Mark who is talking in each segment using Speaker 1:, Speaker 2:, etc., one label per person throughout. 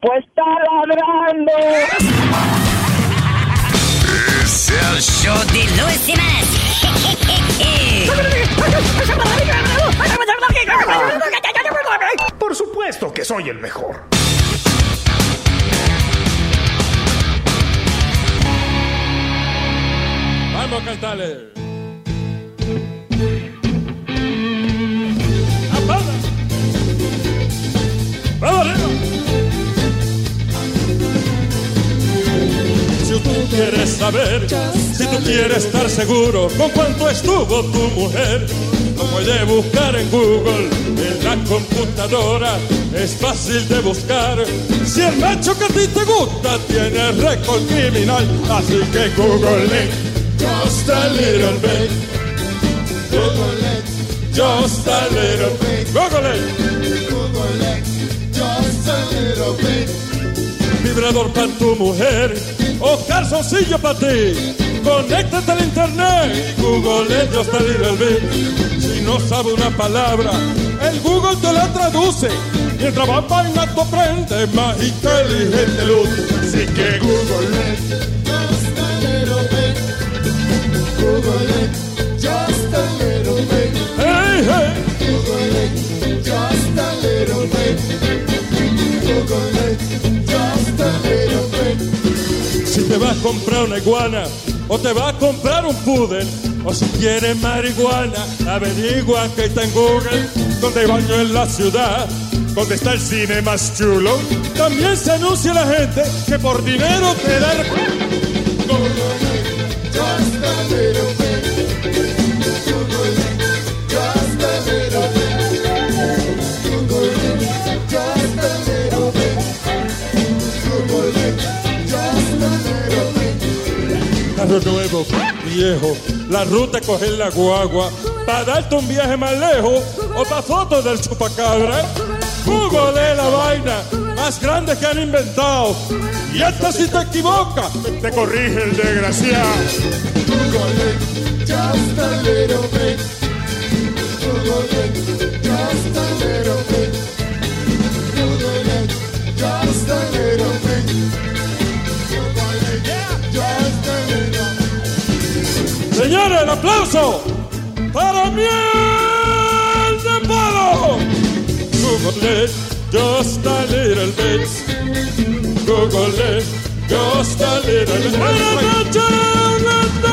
Speaker 1: Pues está ladrando.
Speaker 2: Es el show de Luis
Speaker 3: Por supuesto que soy el mejor.
Speaker 4: Vamos a cantarle. Si tú quieres saber, si tú quieres estar seguro con cuánto estuvo tu mujer, lo puedes buscar en Google, en la computadora, es fácil de buscar. Si el macho que a ti te gusta tiene récord criminal, así que Google it, just a little bit. Google it, just a little bit. Google it, Google it, just a little bit. Vibrador para tu mujer o calzoncillo para ti. Conéctate al internet y Google it, just a little bit. Si no sabe una palabra, el Google te la traduce. Mientras más vaina tú aprendes, más inteligente luz. Así que Google it, just a little bit. Google it, just a little bit. Hey, hey. Google it, just a little bit. Google it, just a little bit. Si te vas a comprar una iguana o te vas a comprar un pudel o si quieres marihuana, averigua que está en Google donde hay baño en la ciudad. Donde está el cine más chulo, también se anuncia la gente que por dinero te da el... Carro nuevo, viejo, la ruta es coger la guagua para darte un viaje más lejos o para fotos del chupacabra. Google es la vaina más grande que han inventado. Y hasta si te equivocas, te corrige el desgraciado. Google it, just a little bit. Google it, just a little bit. Google it, just a little bit. Google it, just a little bit. Señores, el aplauso para miel de palo. Google it, just a little bit. Google it, just a little bit. Buenas noches,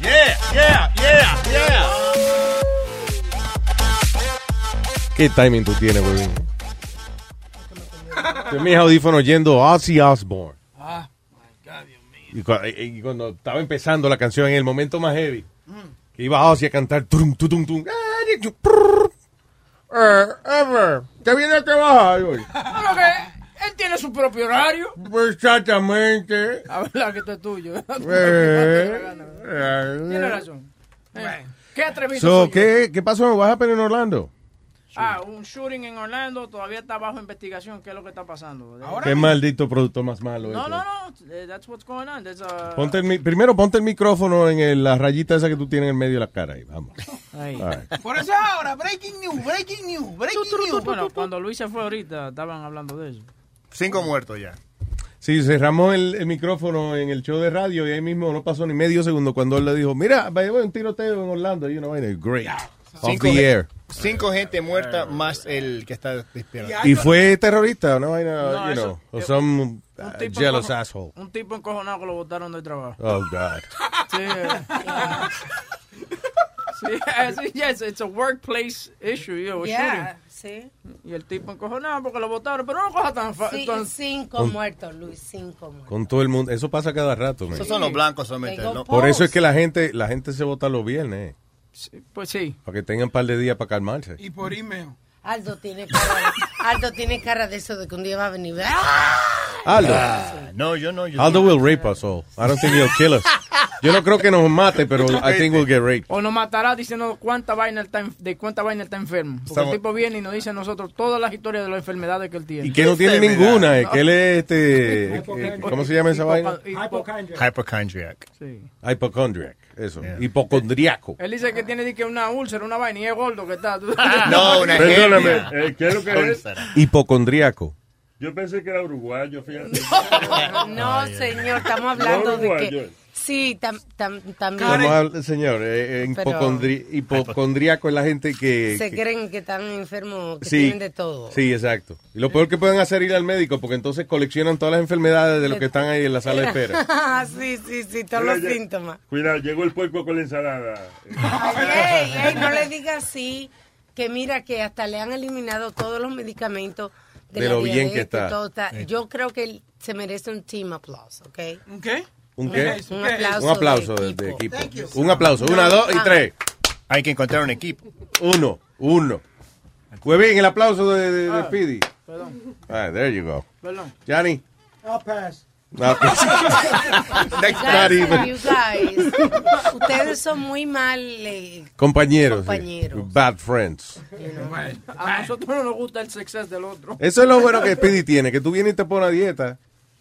Speaker 5: Yeah, yeah, yeah, yeah.
Speaker 6: ¿Qué timing tú tienes, güey? Yo mis audífonos yendo Ozzy Osbourne.
Speaker 7: Ah.
Speaker 6: Y, cua- y- y cuando estaba empezando la canción, en el momento más heavy, que iba Ozzy a cantar. Trum, tu, tum, tum, ah, y Mm. yo, prrr, eh, ever, ¿Qué viene que baja? Y yo,
Speaker 8: Claro que él tiene su propio horario.
Speaker 6: Pues Exactamente.
Speaker 8: La verdad que esto es tuyo.
Speaker 6: Eh,
Speaker 8: Tiene
Speaker 6: eh.
Speaker 8: razón. Eh, Qué atrevido.
Speaker 6: So,
Speaker 8: soy yo.
Speaker 6: ¿qué, ¿Qué pasó? ¿Vas a en Orlando?
Speaker 8: Ah, un shooting en Orlando todavía está bajo investigación. ¿Qué es lo que está pasando?
Speaker 6: Qué maldito producto más malo.
Speaker 8: No,
Speaker 6: este.
Speaker 8: no, no. eh, That's what's going on. There's a-
Speaker 6: Ponte el mi- primero ponte el micrófono en el- la rayita esa que tú tienes en el medio de la cara. Ahí, vamos. All right.
Speaker 7: Por eso ahora, breaking news, breaking news, breaking news.
Speaker 8: Bueno, cuando Luis se fue ahorita, estaban hablando de eso.
Speaker 5: Cinco muertos ya.
Speaker 6: Sí, cerramos el, el micrófono en el show de radio y ahí mismo no pasó ni medio segundo cuando él le dijo, mira, va a haber un tiroteo en Orlando y una vaina, great, off
Speaker 5: Cinco,
Speaker 6: the air.
Speaker 5: cinco gente muerta más el que está despierto.
Speaker 6: Y fue terrorista, una vaina,
Speaker 8: No,
Speaker 6: you
Speaker 8: eso-
Speaker 6: know, o some uh,
Speaker 8: Un tipo
Speaker 6: jealous
Speaker 8: encojo-
Speaker 6: asshole.
Speaker 8: Un tipo encojonado que lo botaron del trabajo.
Speaker 6: Oh, God.
Speaker 8: Sí. Sí, así, yes, it's a workplace issue, you know, a
Speaker 9: Yeah, sí.
Speaker 8: shooting. Y el tipo encojonado porque lo botaron, pero no coja tan
Speaker 9: Sí,
Speaker 8: fácil.
Speaker 9: cinco
Speaker 6: Con-
Speaker 9: muertos, Luis, cinco muertos.
Speaker 6: Con todo el mundo, eso pasa cada rato. man.
Speaker 5: Esos son los blancos solamente.
Speaker 9: Tengo
Speaker 5: ¿no?
Speaker 6: Por eso es que la gente, la gente se vota los viernes,
Speaker 8: Pues sí.
Speaker 6: para que tengan un par de días para calmarse.
Speaker 9: Y por email. Aldo tiene cara, Aldo tiene cara de eso de que un día va a venir. ¡Ah!
Speaker 6: Aldo.
Speaker 5: Ah, no, yo no. Yo
Speaker 6: Aldo will rape us all. I don't think he'll kill us. Yo no creo que nos mate, pero I think we'll get raped.
Speaker 8: O nos matará diciendo cuánta vaina él está en- de cuánta vaina él está enfermo. Porque
Speaker 6: Estamos-
Speaker 8: el tipo viene y nos dice a nosotros todas las historias de las enfermedades que él tiene.
Speaker 6: Y que no
Speaker 5: este
Speaker 6: tiene ninguna, eh, que él es este, eh, ¿cómo se llama esa vaina?
Speaker 8: Hipocondriac.
Speaker 5: Hypochondriac.
Speaker 8: Sí.
Speaker 6: Hypochondriac, eso, hipocondriaco.
Speaker 8: Él dice que tiene di que una úlcera, una vaina, y es gordo que está.
Speaker 5: No, una
Speaker 6: Perdóname,
Speaker 5: hernia.
Speaker 10: eh, ¿qué es lo que es?
Speaker 6: Hipocondriaco.
Speaker 10: Yo pensé que era uruguayo, fíjate.
Speaker 9: No, señor, estamos hablando
Speaker 10: No,
Speaker 9: de
Speaker 10: uruguayo.
Speaker 9: que. Sí, tam, tam- también.
Speaker 6: Vamos al- señor, eh, eh,
Speaker 9: Pero-
Speaker 6: hipocondri- hipocondriaco es la gente que...
Speaker 9: Se
Speaker 6: que-
Speaker 9: creen que están enfermos, que
Speaker 6: Sí.
Speaker 9: tienen de todo.
Speaker 6: Sí, exacto. Y lo peor que pueden hacer es ir al médico, porque entonces coleccionan todas las enfermedades de los que están ahí en la sala de espera.
Speaker 9: Ah, sí, sí, sí, todos los
Speaker 10: Mira, ya-
Speaker 9: síntomas.
Speaker 10: Cuidado, llegó el puerco con la ensalada.
Speaker 9: Ey, ey, no le diga así, que mira que hasta le han eliminado todos los medicamentos de,
Speaker 6: De
Speaker 9: la
Speaker 6: lo bien
Speaker 9: diabetes,
Speaker 6: que está.
Speaker 9: todo está.
Speaker 6: Sí.
Speaker 9: Yo creo que él se merece un team applause, ¿ok? ¿Un
Speaker 7: qué?
Speaker 6: ¿Un qué?
Speaker 9: Un aplauso.
Speaker 6: Un aplauso de, de equipo. Un aplauso. Una, dos y tres.
Speaker 5: Hay que encontrar un equipo.
Speaker 6: Uno, uno. Pues bien, el aplauso de, de, de
Speaker 8: Ah.
Speaker 6: Speedy.
Speaker 8: Perdón,
Speaker 6: Ah, there you go.
Speaker 8: perdón.
Speaker 6: Johnny.
Speaker 8: I'll
Speaker 6: pues.
Speaker 8: pass.
Speaker 6: No,
Speaker 9: You
Speaker 6: That's not
Speaker 9: guys,
Speaker 6: even-
Speaker 9: you guys, ustedes son muy mal. eh,
Speaker 6: Compañeros. sí.
Speaker 9: Compañeros.
Speaker 6: Bad friends.
Speaker 8: A nosotros no nos gusta el success del otro.
Speaker 6: Eso es lo bueno que Speedy tiene, que tú vienes y te pones a dieta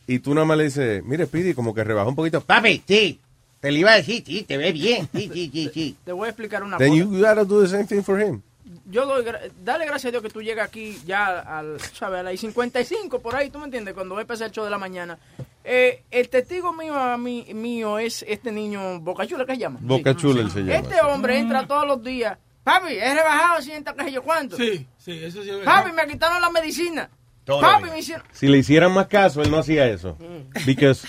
Speaker 6: y tú nada más le dices, mire Speedy, como que rebaja un poquito. Papi, sí. Te lo iba a decir, sí, te ves bien. Sí, sí, sí, sí.
Speaker 8: Te voy a explicar una
Speaker 6: Then
Speaker 8: cosa.
Speaker 6: you gotta do the same thing for him.
Speaker 8: Yo doy, gra- dale gracias a Dios que tú llegas aquí ya al, ¿sabes? A las 55 por ahí, ¿tú me entiendes? Cuando va a empezar el show de la mañana. Eh, el testigo mío, a mí- mío es este niño Bocachula, ¿qué se llama?
Speaker 6: Boca chula el señor.
Speaker 8: Este hombre entra todos los días. Papi, he rebajado 100 qué sé yo cuánto. Sí, sí, eso sí es
Speaker 7: verdad.
Speaker 8: Papi, me quitaron la medicina.
Speaker 6: Todo
Speaker 8: Papi, me hicieron...
Speaker 6: Si le hicieran más caso, él no hacía eso. Because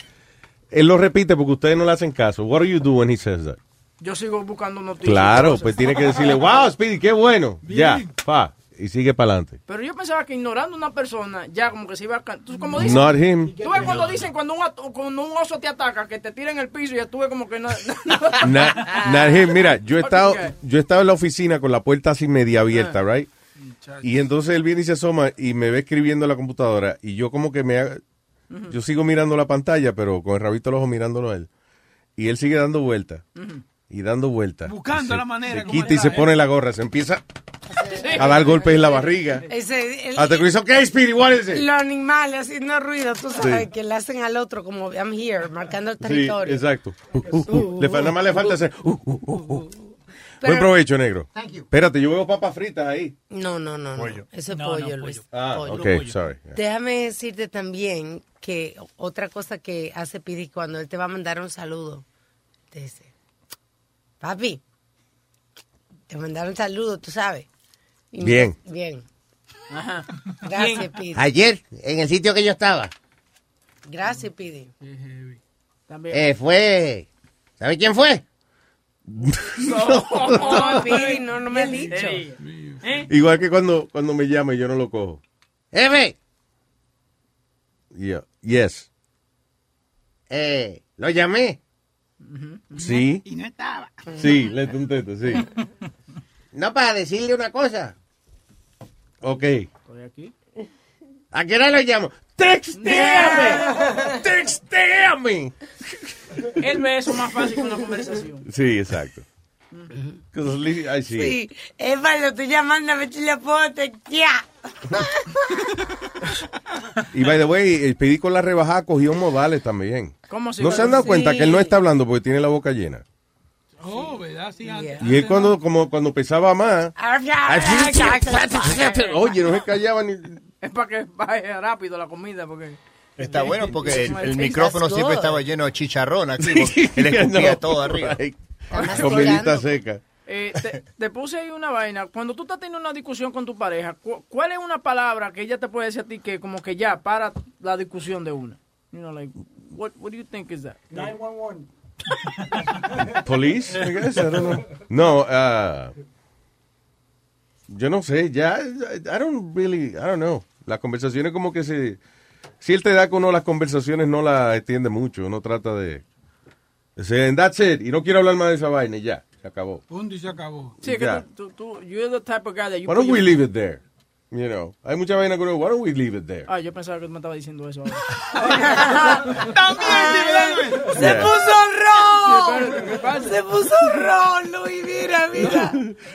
Speaker 6: él lo repite porque ustedes no le hacen caso. What do you do when he says that?
Speaker 8: Yo sigo buscando noticias.
Speaker 6: Claro,
Speaker 8: cosas.
Speaker 6: pues tiene que decirle, wow, Speedy, qué bueno. Ya, pa. Y sigue para adelante.
Speaker 8: Pero yo pensaba que ignorando a una persona, ya como que se iba a... ca- Tú, como dicen,
Speaker 6: Not him.
Speaker 8: Tú ves cuando dicen, cuando un, ato- cuando un oso te ataca, que te tira en el piso y estuve como que... No,
Speaker 6: Na- Najim, mira, yo he estado, yo he estado en la oficina con la puerta así media abierta, right? Y entonces él viene y se asoma y me ve escribiendo en la computadora y yo como que me, ha- yo sigo mirando la pantalla, pero con el rabito al ojo mirándolo a él. Y él sigue dando vueltas y dando vueltas.
Speaker 7: Buscando la manera
Speaker 6: Se
Speaker 7: como
Speaker 6: quita y
Speaker 7: está,
Speaker 6: se pone la gorra, se empieza a dar golpes en la barriga.
Speaker 9: Ese, el-
Speaker 6: Hasta que dice, ok, Speedy, what is it?
Speaker 9: Los animales haciendo ruido, tú sabes,
Speaker 6: Sí.
Speaker 9: que le hacen al otro como I'm here, marcando el
Speaker 6: Sí,
Speaker 9: territorio.
Speaker 6: exacto. Uh, uh, uh. Le fa- nada más le falta hacer. uh, uh, uh, uh. Buen
Speaker 9: Pero-
Speaker 6: provecho, negro.
Speaker 9: Thank you.
Speaker 6: Espérate, yo veo papas fritas ahí.
Speaker 9: No, no, no, no. Eso es
Speaker 6: No, no,
Speaker 9: pollo,
Speaker 6: pollo.
Speaker 9: Luis.
Speaker 6: Ah,
Speaker 9: Pollo.
Speaker 6: ok, sorry.
Speaker 9: Déjame decirte también que otra cosa que hace Pidi cuando él te va a mandar un saludo, te dice, papi, te mandaron un saludo, tú sabes. Y-
Speaker 11: Bien.
Speaker 9: Bien. Gracias, Pidi.
Speaker 11: Ayer, en el sitio que yo estaba,
Speaker 9: Gracias, Pidi. También.
Speaker 11: eh, fue. ¿Sabe quién fue?
Speaker 9: No, Pidi, Oh, no, no me has dicho. ¿Eh?
Speaker 6: Igual que cuando, cuando me llama y yo no lo cojo.
Speaker 11: Jefe,
Speaker 6: Yeah. Yes.
Speaker 11: eh, lo llamé.
Speaker 6: Sí.
Speaker 11: Y no estaba.
Speaker 6: Sí, le contento, sí.
Speaker 11: No para decirle una cosa.
Speaker 6: Ok.
Speaker 8: Estoy aquí.
Speaker 11: ¿A qué hora lo llamo?
Speaker 6: ¡Textéame! ¡Textéame!
Speaker 8: Él ve eso más fácil que una conversación.
Speaker 6: Sí, exacto. 'Cause Lili- ay, sí.
Speaker 9: Sí. Eva, lo estoy llamando a ver si le puedo textear.
Speaker 6: Y by the way, el pedí con la rebajada cogió modales también.
Speaker 8: ¿Cómo se
Speaker 6: ¿No
Speaker 8: iba
Speaker 6: se
Speaker 8: a
Speaker 6: han dado
Speaker 8: decir?
Speaker 6: cuenta
Speaker 8: Sí.
Speaker 6: que él no está hablando porque tiene la boca llena?
Speaker 7: Oh, ¿verdad? Sí, antes.
Speaker 6: Y él cuando, como, cuando pesaba más... Oye, no se callaba ni...
Speaker 8: Es para que vaya rápido la comida, porque...
Speaker 12: Está bueno porque el, el
Speaker 8: It's
Speaker 12: micrófono
Speaker 8: good.
Speaker 12: siempre estaba lleno de chicharrón aquí. porque Él escupía
Speaker 6: No,
Speaker 12: todo arriba.
Speaker 6: right.
Speaker 8: Además,
Speaker 6: Comidita
Speaker 8: colgando.
Speaker 6: seca.
Speaker 8: Eh, te, te puse ahí una vaina. Cuando tú estás teniendo una discusión con tu pareja, cu- ¿cuál es una palabra que ella te puede decir a ti que como que ya para la discusión de una? You know, like, what, what do you think is that?
Speaker 7: 911.
Speaker 6: Police, I guess, I don't know. No, ah, yo no sé, ya, I don't really, I don't know. Las conversaciones como que se, si él te da que uno las conversaciones no las extiende mucho, uno trata de, de ser, "And that's it, y no quiero hablar más de esa vaina, y ya, se acabó.
Speaker 7: Punto y se acabó.
Speaker 8: Sí, es que
Speaker 6: Ya.
Speaker 8: tú, tú, tú- you're the type of guy that you
Speaker 6: Why don't
Speaker 8: put
Speaker 6: we
Speaker 8: your-
Speaker 6: leave it there? You know, hay mucha vaina que uno, why don't we leave it there?
Speaker 8: Ah, yo pensaba que tú me estaba diciendo eso. ahora.
Speaker 7: ¡También!
Speaker 6: se Yeah.
Speaker 9: puso
Speaker 8: ron!
Speaker 9: Se puso ron, Luis, mira, mira.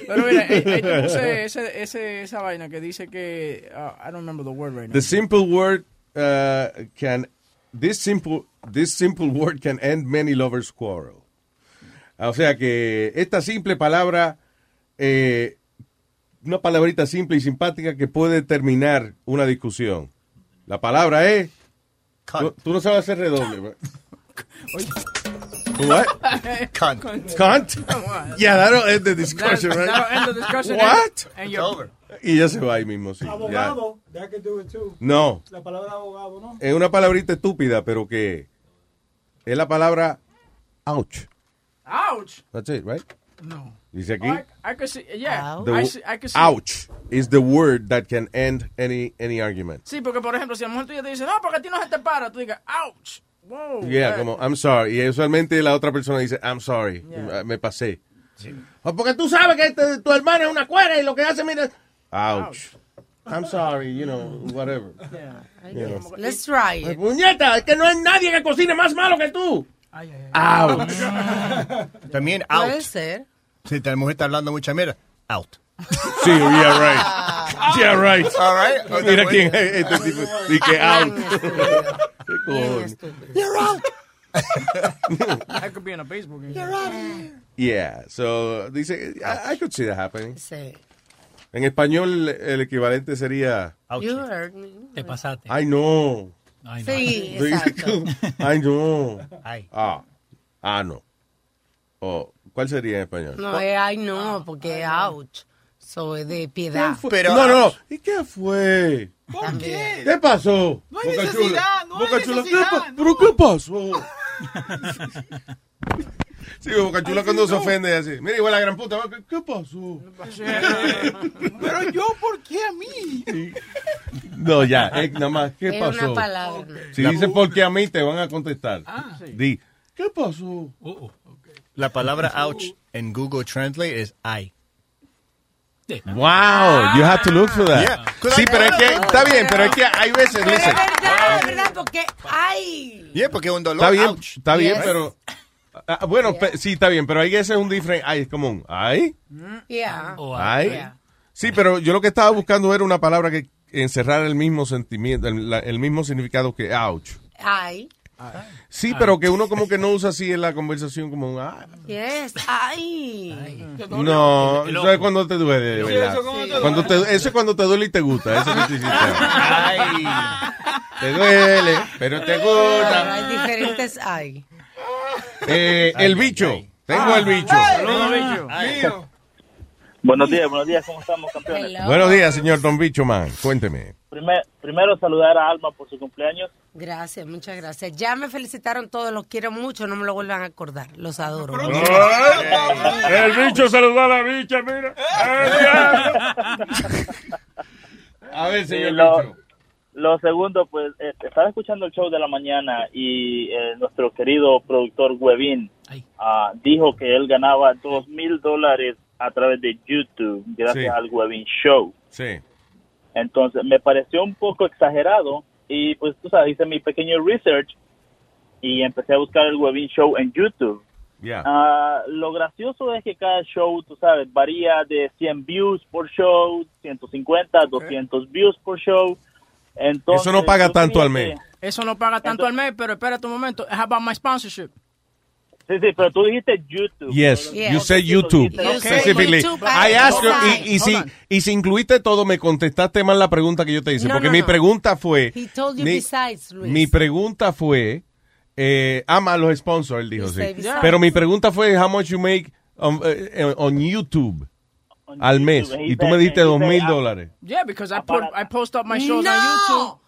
Speaker 8: Pero mira, eh, eh, yo puse ese, ese, esa vaina que dice que... ah, I don't remember the word right now.
Speaker 6: The simple word uh, can this simple this simple word can end many lovers quarrel. O sea que esta simple palabra eh, una palabrita simple y simpática que puede terminar una discusión. La palabra es tú, tú no sabes hacer redoble. bro. What?
Speaker 12: Cunt.
Speaker 6: Cunt? Yeah, that'll end the discussion,
Speaker 7: That'll-
Speaker 6: right?
Speaker 7: that'll end the discussion and-
Speaker 6: What?
Speaker 7: and you're- It's over.
Speaker 6: Y ya se va ahí mismo, sí. ya.
Speaker 7: Abogado, that could do it too.
Speaker 6: No.
Speaker 7: La palabra abogado, ¿no?
Speaker 6: Es una palabrita estúpida, pero que es la palabra ouch.
Speaker 8: Ouch!
Speaker 6: That's it, right?
Speaker 8: No.
Speaker 6: Dice aquí.
Speaker 8: Oh, I, I could see, yeah.
Speaker 6: the-
Speaker 8: I, see, I could see.
Speaker 6: ouch is the word that can end any any argument.
Speaker 8: Sí, porque por ejemplo, si a lo mejor tú ya te dice, no, porque a ti no se te para, tú digas, ouch, wow.
Speaker 6: Yeah,
Speaker 8: eh.
Speaker 6: como I'm sorry. Y usualmente la otra persona dice I'm sorry.
Speaker 8: Yeah.
Speaker 6: Me pasé.
Speaker 11: O Oh, Porque tú sabes que este- tu hermana es una cuera y lo que hace, mira.
Speaker 6: Ouch. I'm sorry, you know, whatever. You know.
Speaker 9: Let's try it.
Speaker 11: pues, Puñeta, es que no hay nadie que cocine más malo que tú.
Speaker 13: Ah,
Speaker 12: Out. También out.
Speaker 9: Puede ser.
Speaker 12: Si la mujer está hablando mucha mierda, out.
Speaker 6: Sí, yeah, right. Yeah, right.
Speaker 12: All right. O sea,
Speaker 6: Mira
Speaker 12: bueno.
Speaker 6: quién es este tipo. Y que
Speaker 2: Ah.
Speaker 6: out. Qué cojones.
Speaker 8: You're out. I could be in a baseball game. You're out.
Speaker 6: Yeah, so dice, I, I could see that happening.
Speaker 9: Sí.
Speaker 6: En español el equivalente sería
Speaker 9: You heard me.
Speaker 14: Te pasaste.
Speaker 6: Ay, no.
Speaker 14: Ay,
Speaker 9: no. Sí, exacto.
Speaker 6: Ay, no.
Speaker 9: Ay.
Speaker 6: Ah, ah, no. O, ¿Cuál sería en español?
Speaker 9: No, es ay
Speaker 14: Ah.
Speaker 9: no, porque es ouch. So es de piedad.
Speaker 6: no, no.
Speaker 9: ah,
Speaker 6: ¿Y qué fue?
Speaker 9: ¿Por qué?
Speaker 6: ¿Qué pasó?
Speaker 9: No hay necesidad, no hay
Speaker 6: ¿qué pa- ¿Pero qué pasó? sí, Boca Chula cuando se ofende así. Mira, igual la gran puta. ¿Qué, qué pasó?
Speaker 7: Pero yo, ¿por qué a mí?
Speaker 6: No, ya, eh, nada más. ¿Qué
Speaker 9: es
Speaker 6: pasó?
Speaker 9: una palabra.
Speaker 6: Si dices porque a mí te van a contestar.
Speaker 2: Ah.
Speaker 6: Di, ¿qué pasó?
Speaker 7: Uh,
Speaker 12: La palabra ouch en Google Translate es I.
Speaker 6: Wow, you have to look for that.
Speaker 12: Yeah.
Speaker 6: Sí, pero es que está bien, pero es que hay veces,
Speaker 9: Pero es
Speaker 6: listen.
Speaker 9: verdad, es verdad, porque ay.
Speaker 12: Bien, porque es un dolor.
Speaker 6: Está bien,
Speaker 12: ouch.
Speaker 6: está bien,
Speaker 9: Yes.
Speaker 6: pero ah, bueno, pe- sí, está bien, pero hay veces un diferente, ay, es como un ay,
Speaker 9: Mm. Yeah.
Speaker 6: ay.
Speaker 9: Yeah.
Speaker 6: Sí, pero yo lo que estaba buscando era una palabra que encerrara el mismo sentimiento, el, la- el mismo significado que ouch.
Speaker 9: Ay.
Speaker 6: Sí, pero que uno como que no usa así en la conversación como un ay.
Speaker 9: Yes. Ay.
Speaker 6: No, eso es cuando te duele, de
Speaker 9: Sí,
Speaker 6: verdad.
Speaker 9: eso cuando te
Speaker 6: Cuando te- eso es cuando te duele y te gusta. Eso que tú hiciste. Te duele, pero te
Speaker 9: Pero
Speaker 6: gusta.
Speaker 9: hay diferentes ay.
Speaker 6: Eh, el bicho. Tengo el bicho.
Speaker 15: Buenos días, buenos días, ¿cómo estamos, campeones?
Speaker 6: Buenos días, señor Don Bicho Man. Cuénteme.
Speaker 15: Primer- primero, saludar a Alma por su cumpleaños.
Speaker 9: Gracias, muchas gracias. Ya me felicitaron todos, los quiero mucho, no me lo vuelvan a acordar, los adoro.
Speaker 5: Eh.
Speaker 10: El bicho saludó a la bicha, mira.
Speaker 6: A ver,
Speaker 10: señor
Speaker 15: lo, lo segundo, pues, eh, estaba escuchando el show de la mañana y eh, nuestro querido productor Webin ah, dijo que él ganaba dos mil dólares a través de YouTube gracias
Speaker 6: Sí.
Speaker 15: al Webin Show.
Speaker 6: Sí.
Speaker 15: Entonces, me pareció un poco exagerado y pues tú sabes, hice mi pequeño research y empecé a buscar el Webin Show en YouTube.
Speaker 6: Yeah.
Speaker 15: Ah, lo gracioso es que cada show, tú sabes, varía de 100 views por show, 150, 200 views por show. Entonces,
Speaker 6: Eso no paga
Speaker 15: tú
Speaker 6: tanto al
Speaker 15: tienes-
Speaker 6: mes.
Speaker 8: Eso no paga tanto al mes, pero espérate un momento. How about my sponsorship?
Speaker 15: Sí, sí, pero tú dijiste YouTube.
Speaker 6: Yes, you said YouTube
Speaker 8: You said
Speaker 6: specifically.
Speaker 8: YouTube,
Speaker 6: I
Speaker 8: but
Speaker 6: asked you,
Speaker 8: outside.
Speaker 6: y, y si, y si incluiste todo, me contestaste mal la pregunta que yo te hice.
Speaker 9: No,
Speaker 6: porque
Speaker 9: no,
Speaker 6: mi
Speaker 9: no.
Speaker 6: pregunta fue.
Speaker 9: He told you
Speaker 6: mi-
Speaker 9: besides, Luis.
Speaker 6: Mi pregunta fue, eh, ama a los sponsors, él dijo,
Speaker 9: You
Speaker 6: sí.
Speaker 9: say besides.
Speaker 6: Pero mi pregunta fue, how much you make on, eh, eh, on YouTube al mes?
Speaker 8: and he
Speaker 6: Y tú me
Speaker 8: said-
Speaker 6: diste
Speaker 8: and he
Speaker 6: dos mil
Speaker 8: said, ah,
Speaker 6: dólares.
Speaker 8: Yeah, because I put I post up my shows on
Speaker 9: No.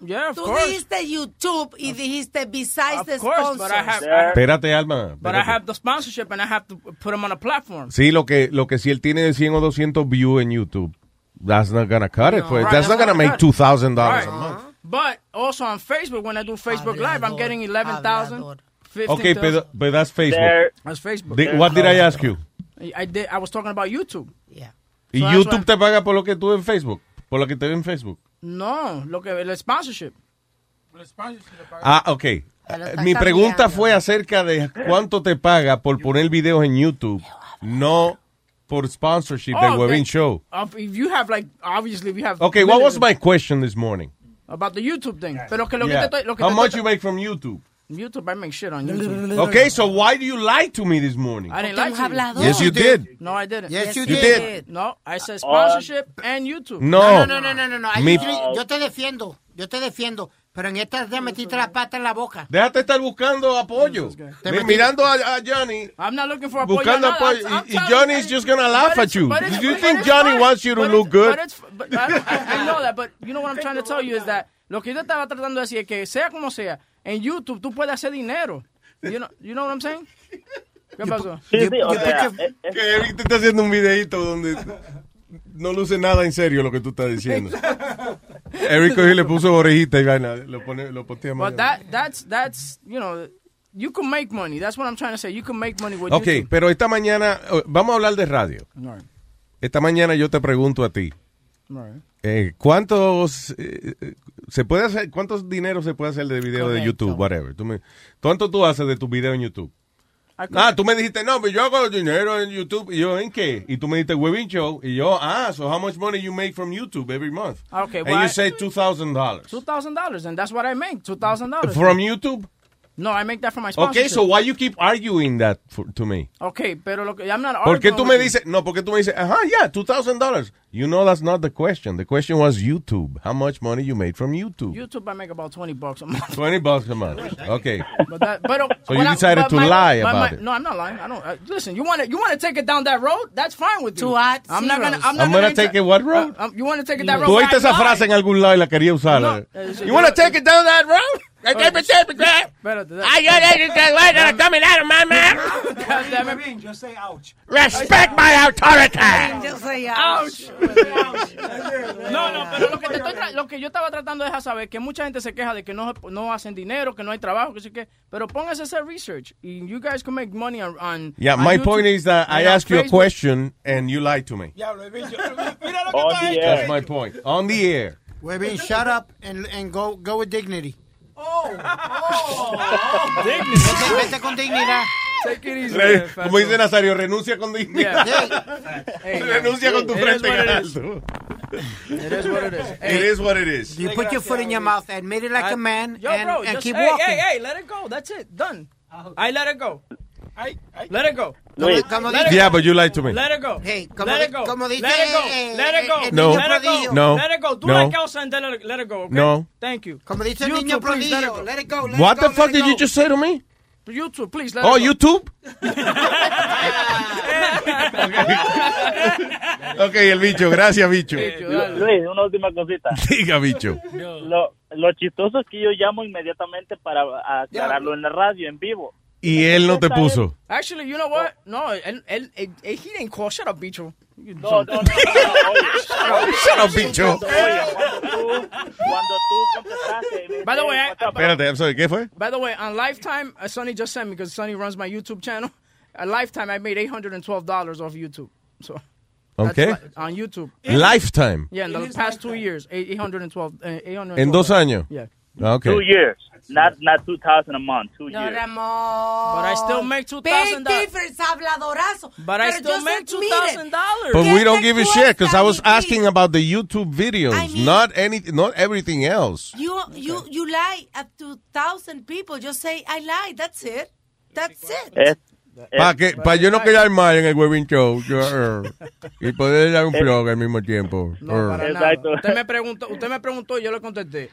Speaker 8: YouTube. Yeah, of
Speaker 9: Tú
Speaker 8: course.
Speaker 9: dijiste YouTube y dijiste besides the
Speaker 8: course, but I have-
Speaker 9: sponsors.
Speaker 8: I have-
Speaker 6: Espérate, Alma.
Speaker 8: But I
Speaker 6: espérate.
Speaker 8: have the sponsorship and I have to put them on a platform.
Speaker 6: Sí, lo que, lo que si él tiene de 100 o 200 views en YouTube, that's not gonna cut it.
Speaker 8: No,
Speaker 6: pues.
Speaker 8: right,
Speaker 6: that's
Speaker 8: that's
Speaker 6: not
Speaker 8: not
Speaker 6: gonna make
Speaker 8: gonna cut it.
Speaker 6: $2,000
Speaker 8: Right.
Speaker 6: a month.
Speaker 8: Uh-huh. But also on Facebook, when I do Facebook Live, I'm getting 11,000. 15,000.
Speaker 6: Okay, but, but that's Facebook.
Speaker 8: There- That's Facebook.
Speaker 6: The- what did I ask you?
Speaker 8: I did. I was talking about YouTube.
Speaker 9: Yeah.
Speaker 6: ¿Y YouTube te paga por lo que tú en Facebook? ¿Por lo que te ve en Facebook?
Speaker 8: No, lo que el sponsorship. El sponsorship le paga.
Speaker 6: Ah, ok.
Speaker 8: está
Speaker 6: Mi pregunta
Speaker 8: cambiando.
Speaker 6: fue acerca de cuánto te paga por poner videos en YouTube, no por sponsorship del Webin Show.
Speaker 8: Oh, Um, If you have like obviously we have.
Speaker 6: Okay, what was
Speaker 8: millions
Speaker 6: my question this morning?
Speaker 8: about the YouTube thing? Pero que lo
Speaker 6: Yeah.
Speaker 8: que te estoy- lo que
Speaker 6: How
Speaker 8: te
Speaker 6: much
Speaker 8: estoy-
Speaker 6: you make from YouTube?
Speaker 8: YouTube, I make shit on YouTube.
Speaker 6: Okay, so why do you lie to me this morning?
Speaker 8: I
Speaker 9: Porque
Speaker 8: didn't like
Speaker 9: hemos
Speaker 8: to
Speaker 9: hablado. Uh,
Speaker 6: Yes, you did.
Speaker 8: No, I didn't.
Speaker 6: Yes, you You did.
Speaker 8: No, I said sponsorship and YouTube.
Speaker 6: No.
Speaker 14: No, no, no, no, no, no. Ahí
Speaker 6: Mi-
Speaker 14: sí, yo te defiendo, yo te defiendo. Pero en esta te metiste la pata en la boca.
Speaker 6: Déjate estar buscando apoyo. Mi-
Speaker 14: metí-
Speaker 6: Mirando a, a Johnny.
Speaker 8: I'm not looking for apoyo.
Speaker 6: Buscando
Speaker 8: I'm not-
Speaker 6: apoyo.
Speaker 8: I'm- I'm
Speaker 6: Y- y
Speaker 8: telling
Speaker 6: Johnny's just gonna laugh
Speaker 8: but
Speaker 6: at you.
Speaker 8: but it's-
Speaker 6: Do you
Speaker 8: but
Speaker 6: think
Speaker 8: it's
Speaker 6: Johnny
Speaker 8: fine.
Speaker 6: wants you to
Speaker 8: But
Speaker 6: look
Speaker 8: it's-
Speaker 6: good?
Speaker 8: But it's, but I, I know that, but you know what I'm trying to tell you is that lo que yo estaba tratando de decir es que sea como sea, en YouTube tú puedes hacer dinero. You know, you know what I'm saying? ¿Qué pasó?
Speaker 15: Sí, sí, o sea, eh, eh,
Speaker 6: Que Eric te está haciendo un videito donde no luce nada en serio lo que tú estás diciendo. Eric cogió y le puso orejita y vaina. Lo, pone, lo postea
Speaker 8: But
Speaker 6: mañana.
Speaker 8: that that's that's you know you can make money. That's what I'm trying to say. You can make money with
Speaker 6: Ok,
Speaker 8: YouTube.
Speaker 6: pero esta mañana, eh, vamos a hablar de radio.
Speaker 8: All right.
Speaker 6: Esta mañana yo te pregunto a ti,
Speaker 8: All right.
Speaker 6: eh, ¿cuántos eh, eh, se puede hacer, cuántos dinero se puede hacer de video de
Speaker 8: Correcto.
Speaker 6: YouTube, whatever? Tú me- ¿Cuánto tú haces de tu video en YouTube? Ah, tú me dijiste, no, pero yo hago dinero en YouTube. Y yo, ¿en qué? Y tú me dijiste, Webin Show. Y yo, ah, so how much money you make from YouTube every month?
Speaker 8: Okay,
Speaker 6: And
Speaker 8: well,
Speaker 6: you
Speaker 8: I-
Speaker 6: say $2,000.
Speaker 8: Two thousand dollars, and that's what I make. Two thousand dollars
Speaker 6: From YouTube?
Speaker 8: No, I make that from my sponsorship.
Speaker 6: Okay, so why you keep arguing that for- to me?
Speaker 8: Okay, pero lo que I'm not
Speaker 6: ¿Por qué
Speaker 8: arguing
Speaker 6: tú me
Speaker 8: with you.
Speaker 6: dices, no, porque tú me dices, ajá, yeah, $2,000. You know that's not the question. The question was YouTube. How much money you made from YouTube?
Speaker 8: YouTube, I make about 20 bucks a month.
Speaker 6: 20 bucks a month. Okay.
Speaker 8: But that, but,
Speaker 6: So you decided to lie about it.
Speaker 8: No, I'm not lying. I don't. Uh, listen, you want to you want to take it down that road? That's fine with you.
Speaker 9: To what?
Speaker 8: I'm not gonna. I'm not
Speaker 6: I'm gonna
Speaker 8: inter-
Speaker 6: take it what road?
Speaker 8: Uh, um, you want to take it that road?
Speaker 6: Tú oíste esa
Speaker 8: I-
Speaker 6: frase en algún lado y la quería usar. You wanna take it down that road?
Speaker 11: I
Speaker 8: Oye,
Speaker 11: can't pretend, pretend.
Speaker 8: Oh, Espérate. that-
Speaker 11: I got it, that light that are coming out of my mouth.
Speaker 8: God damn it.
Speaker 7: Just say ouch.
Speaker 11: Respect my authority.
Speaker 8: Ouch. No, no, pero lo que, te estoy tra- lo que yo estaba tratando de dejar saber es que mucha gente se queja de que no, no hacen dinero, que no hay trabajo, que sí que. Pero póngase a hacer research. Y you guys can make money on. on
Speaker 6: Yeah,
Speaker 8: on
Speaker 6: my
Speaker 8: YouTube
Speaker 6: point is that I
Speaker 8: and on
Speaker 6: asked you a
Speaker 8: Facebook.
Speaker 6: question and you lied to me.
Speaker 15: On the air.
Speaker 6: That's my point. On the air.
Speaker 14: Webin, shut up and, and go, go with dignity. Oh,
Speaker 8: Dignity.
Speaker 14: Vete con dignidad.
Speaker 8: Take it easy,
Speaker 6: Re-
Speaker 8: eh, Fat
Speaker 6: como dice
Speaker 8: Joe.
Speaker 6: Nazario, renuncia con dignidad.
Speaker 8: Hey,
Speaker 6: renuncia con tu
Speaker 8: it
Speaker 6: frente
Speaker 8: is
Speaker 6: en
Speaker 8: what it
Speaker 6: alto.
Speaker 8: is. It is what it is.
Speaker 6: It is what it is.
Speaker 14: You put your foot in your mouth, admit it like a man,
Speaker 8: Yo,
Speaker 14: and,
Speaker 8: bro,
Speaker 14: and
Speaker 8: just,
Speaker 14: keep
Speaker 8: hey,
Speaker 14: walking.
Speaker 8: hey, hey, let it go. That's it. Done. I let it go. let it go.
Speaker 6: Luis.
Speaker 14: Como
Speaker 8: Let it
Speaker 6: Yeah,
Speaker 8: go.
Speaker 6: but you lied to me.
Speaker 8: Let it go.
Speaker 14: Hey, como
Speaker 8: let
Speaker 14: di-
Speaker 8: it go.
Speaker 14: como dice,
Speaker 8: let it go.
Speaker 14: eh,
Speaker 8: let it go.
Speaker 14: eh, el
Speaker 6: No.
Speaker 8: Let it go.
Speaker 6: prodigio. No.
Speaker 8: Let it go. Do
Speaker 6: No.
Speaker 8: like else and then let it, let it go. Okay?
Speaker 6: No.
Speaker 8: Thank you.
Speaker 14: Como dice el
Speaker 8: YouTube,
Speaker 14: niño
Speaker 8: please, let it
Speaker 14: prodigio.
Speaker 8: go.
Speaker 14: Let it go, let
Speaker 6: What
Speaker 14: it go,
Speaker 6: the fuck
Speaker 14: let it
Speaker 6: did you
Speaker 14: go.
Speaker 6: just say to me?
Speaker 8: YouTube, please. Let
Speaker 6: Oh,
Speaker 8: it go.
Speaker 6: YouTube? Ok, el bicho. Gracias, bicho.
Speaker 15: Luis, una última cosita.
Speaker 6: Diga, bicho.
Speaker 15: Lo, lo chistoso es que yo llamo inmediatamente para aclararlo en la radio, en vivo.
Speaker 6: Y él no te puso.
Speaker 8: Actually, you know what? No, and, and, and, and he didn't call. Shut up, bicho. You
Speaker 15: No, no, no, no,
Speaker 8: dumb-
Speaker 15: no, oye,
Speaker 6: Shut up, bicho.
Speaker 15: Oye, cuando tú, cuando tú contestaste... me
Speaker 8: By the way, I-
Speaker 15: dijiste, "What's up?"
Speaker 6: Espérate, I'm sorry, ¿qué fue?
Speaker 8: By the way, on Lifetime, uh, Sonny just sent me because Sonny runs my YouTube channel. At Lifetime, I made eight hundred and twelve dollars off YouTube. So that's
Speaker 6: Okay.
Speaker 8: li- on YouTube.
Speaker 6: Lifetime.
Speaker 8: Yeah, in the past two years, eight hundred and twelve. Uh,
Speaker 6: En dos años.
Speaker 8: Yeah.
Speaker 6: Okay.
Speaker 15: Two years, not not two thousand a month. Two
Speaker 9: No,
Speaker 15: years.
Speaker 9: Ramón.
Speaker 8: But I still make $2,000.
Speaker 9: Big difference, habladorazo.
Speaker 8: But I
Speaker 9: Pero
Speaker 8: still
Speaker 9: yo
Speaker 8: make
Speaker 9: sé- miren,
Speaker 8: $2,000.
Speaker 6: But we don't give a shit because I was asking about the YouTube videos, not any, not everything else.
Speaker 9: You, you, you lie up to thousand people. You say, I lie. That's it. That's it.
Speaker 15: Eh.
Speaker 6: Para que, para yo no quedar mal en el Webin Show yo, eh, y poder dar un blog al mismo tiempo. Eh.
Speaker 8: Para nada. Usted me preguntó, usted me preguntó y yo le contesté.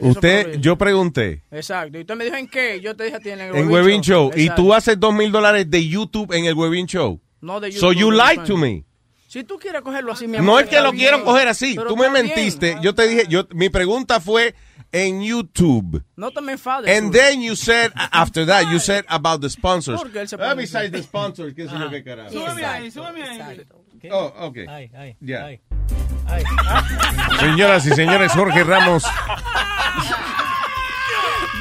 Speaker 6: Usted, yo pregunté
Speaker 8: Exacto. Y usted me dijo en qué. Yo te dije a ti en el
Speaker 6: en Webin Show y tú haces dos mil dólares de YouTube en el Webin Show.
Speaker 8: No, de
Speaker 6: So
Speaker 8: YouTube,
Speaker 6: you
Speaker 8: no,
Speaker 6: lied
Speaker 8: no.
Speaker 6: to me.
Speaker 8: Si tú quieres cogerlo así, mi amor.
Speaker 6: No es que
Speaker 8: está
Speaker 6: lo
Speaker 8: bien.
Speaker 6: quiero coger así.
Speaker 8: Pero
Speaker 6: Tú me
Speaker 8: está bien.
Speaker 6: mentiste. Yo te dije, yo mi pregunta fue en YouTube.
Speaker 8: No te me enfades.
Speaker 6: And then you said after that you said about the sponsors.
Speaker 8: Porque él se
Speaker 6: Ah, besides the sponsors, qué sé yo qué carajo.
Speaker 7: Súbeme ahí, súbeme ahí.
Speaker 6: Oh, okay.
Speaker 7: Ay, ay.
Speaker 6: Ya.
Speaker 7: ay.
Speaker 6: Señoras y señores, Jorge Ramos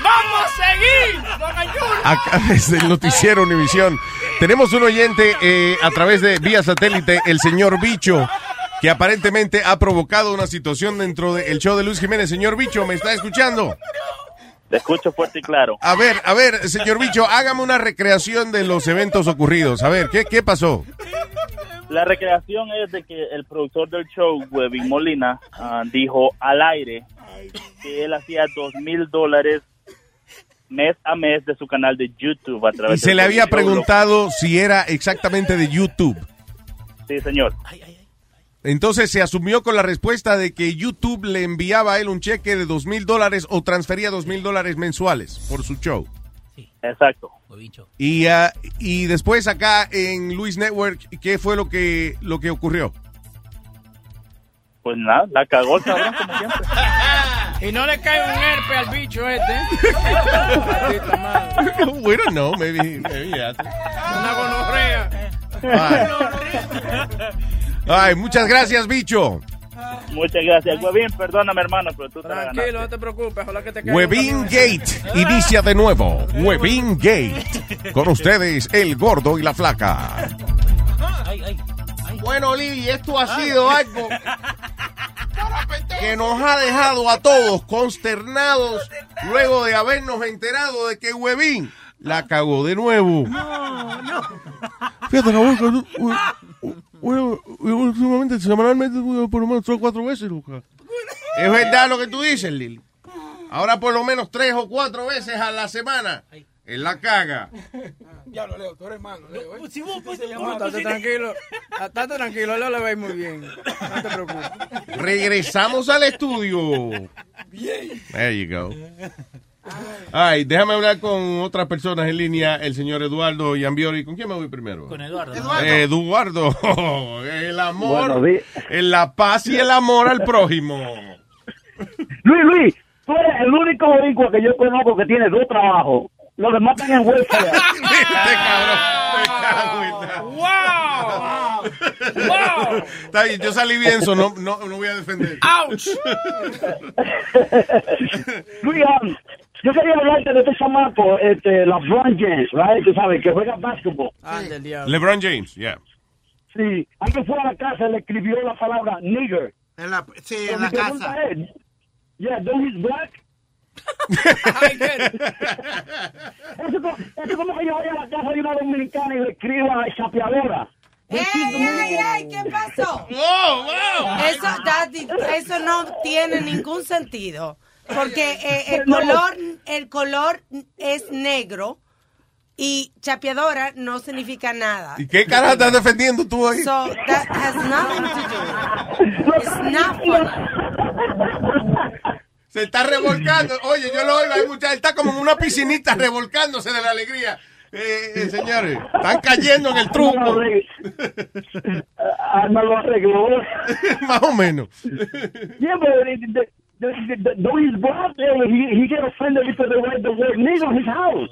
Speaker 8: ¡Vamos a seguir! Boca Juniors!
Speaker 6: acá desde el noticiero Univisión. Tenemos un oyente eh, a través de vía satélite, el señor Bicho, que aparentemente ha provocado una situación dentro del show de Luis Jiménez. Señor Bicho, ¿me está escuchando?
Speaker 15: Te escucho fuerte y claro.
Speaker 6: A ver, a ver, señor Bicho, hágame una recreación de los eventos ocurridos. A ver, ¿qué, qué pasó?
Speaker 15: La recreación es de que el productor del show, Webin Molina, ah, dijo al aire que él hacía dos mil dólares mes a mes de su canal de YouTube a través
Speaker 6: Y se
Speaker 15: del
Speaker 6: le había
Speaker 15: show.
Speaker 6: preguntado si era exactamente de YouTube.
Speaker 15: Sí, señor.
Speaker 6: Entonces se asumió con la respuesta de que YouTube le enviaba a él un cheque de dos mil dólares o transfería dos mil dólares mensuales por su show.
Speaker 15: Exacto.
Speaker 6: Y, ah, y después acá en Luis Network, ¿qué fue lo que, lo que ocurrió?
Speaker 15: Pues nada, la cagó el cabrón. como siempre.
Speaker 8: Y no le cae un herpe al bicho este. Maldita madre.
Speaker 6: We don't know, maybe. maybe yeah.
Speaker 8: Una gonorrea.
Speaker 6: Ay, muchas gracias, bicho.
Speaker 15: Muchas gracias. Webin, perdóname, hermano, pero tú te la ganaste.
Speaker 8: Tranquilo, no te preocupes. Ojalá que te caiga.
Speaker 6: Webin Gate inicia de nuevo. Webin Gate. Con ustedes, el gordo y la flaca.
Speaker 11: Bueno, Libby, esto ha sido algo que nos ha dejado a todos consternados luego de habernos enterado de que Huevín
Speaker 6: La cagó de nuevo.
Speaker 11: No, no.
Speaker 10: Fíjate, cabrón, que tú- bueno, yo últimamente, semanalmente, por lo menos tres o cuatro veces, Lucas.
Speaker 11: Es verdad lo que tú dices, Lili. Ahora por lo menos tres o cuatro veces a la semana. En la caga.
Speaker 6: oh.
Speaker 7: Ya lo leo, tú eres malo, Leo. ¿eh?
Speaker 8: Si vos
Speaker 7: pusiste
Speaker 8: No, estate
Speaker 7: Eh,
Speaker 8: tranquilo. Estate tranquilo, él lo veis muy bien. No te preocupes.
Speaker 6: Regresamos al estudio. There you go. Ay, déjame hablar con otras personas en línea, el señor Eduardo Yambiori. ¿Con quién me voy primero? Con
Speaker 16: Eduardo.
Speaker 6: Eduardo. el amor,
Speaker 16: Buenos días.
Speaker 6: el- la paz y el amor al prójimo.
Speaker 1: Luis, Luis, tú eres el único boricua que yo conozco que tiene dos trabajos. Los demás están en huelga.
Speaker 8: ¡Wow!
Speaker 6: ¡Wow! Está bien, yo salí bien, so no, no, no voy a defender.
Speaker 8: ¡Auch!
Speaker 1: Luis, um, yo quería hablarte de este chamaco, este, LeBron James, ¿right? Tú sabes, que juega básquetbol.
Speaker 8: Ande, diablo.
Speaker 6: LeBron James, yeah.
Speaker 1: Sí, alguien fue a la casa y le escribió la palabra nigger.
Speaker 14: En la, sí,
Speaker 1: Pero
Speaker 14: en
Speaker 1: mi
Speaker 14: la
Speaker 1: pregunta
Speaker 14: casa.
Speaker 1: es, yeah, though he's black. Eso es como- eso es como que yo vaya a la casa de una dominicana y le escriba chapeadora.
Speaker 9: ¡Ey, ey, ey! ¿Qué pasó? Eso, Daddy, eso no tiene ningún sentido. Porque eh, el,
Speaker 1: No.
Speaker 9: color, el color es negro y chapeadora no significa nada.
Speaker 6: ¿Y qué carajo estás defendiendo tú ahí?
Speaker 9: So, that has nothing to do. It's not funny.
Speaker 6: Se está revolcando. Oye, yo lo oigo, hay mucha- está como en una piscinita revolcándose de la alegría. Eh, eh, señores, están cayendo en el truco.
Speaker 1: Ah, no lo arregló.
Speaker 6: Más o menos.
Speaker 1: Yeah, but it- the- the- the- the- though he's black, eh, he, he get offended because they write the word nigger on his house.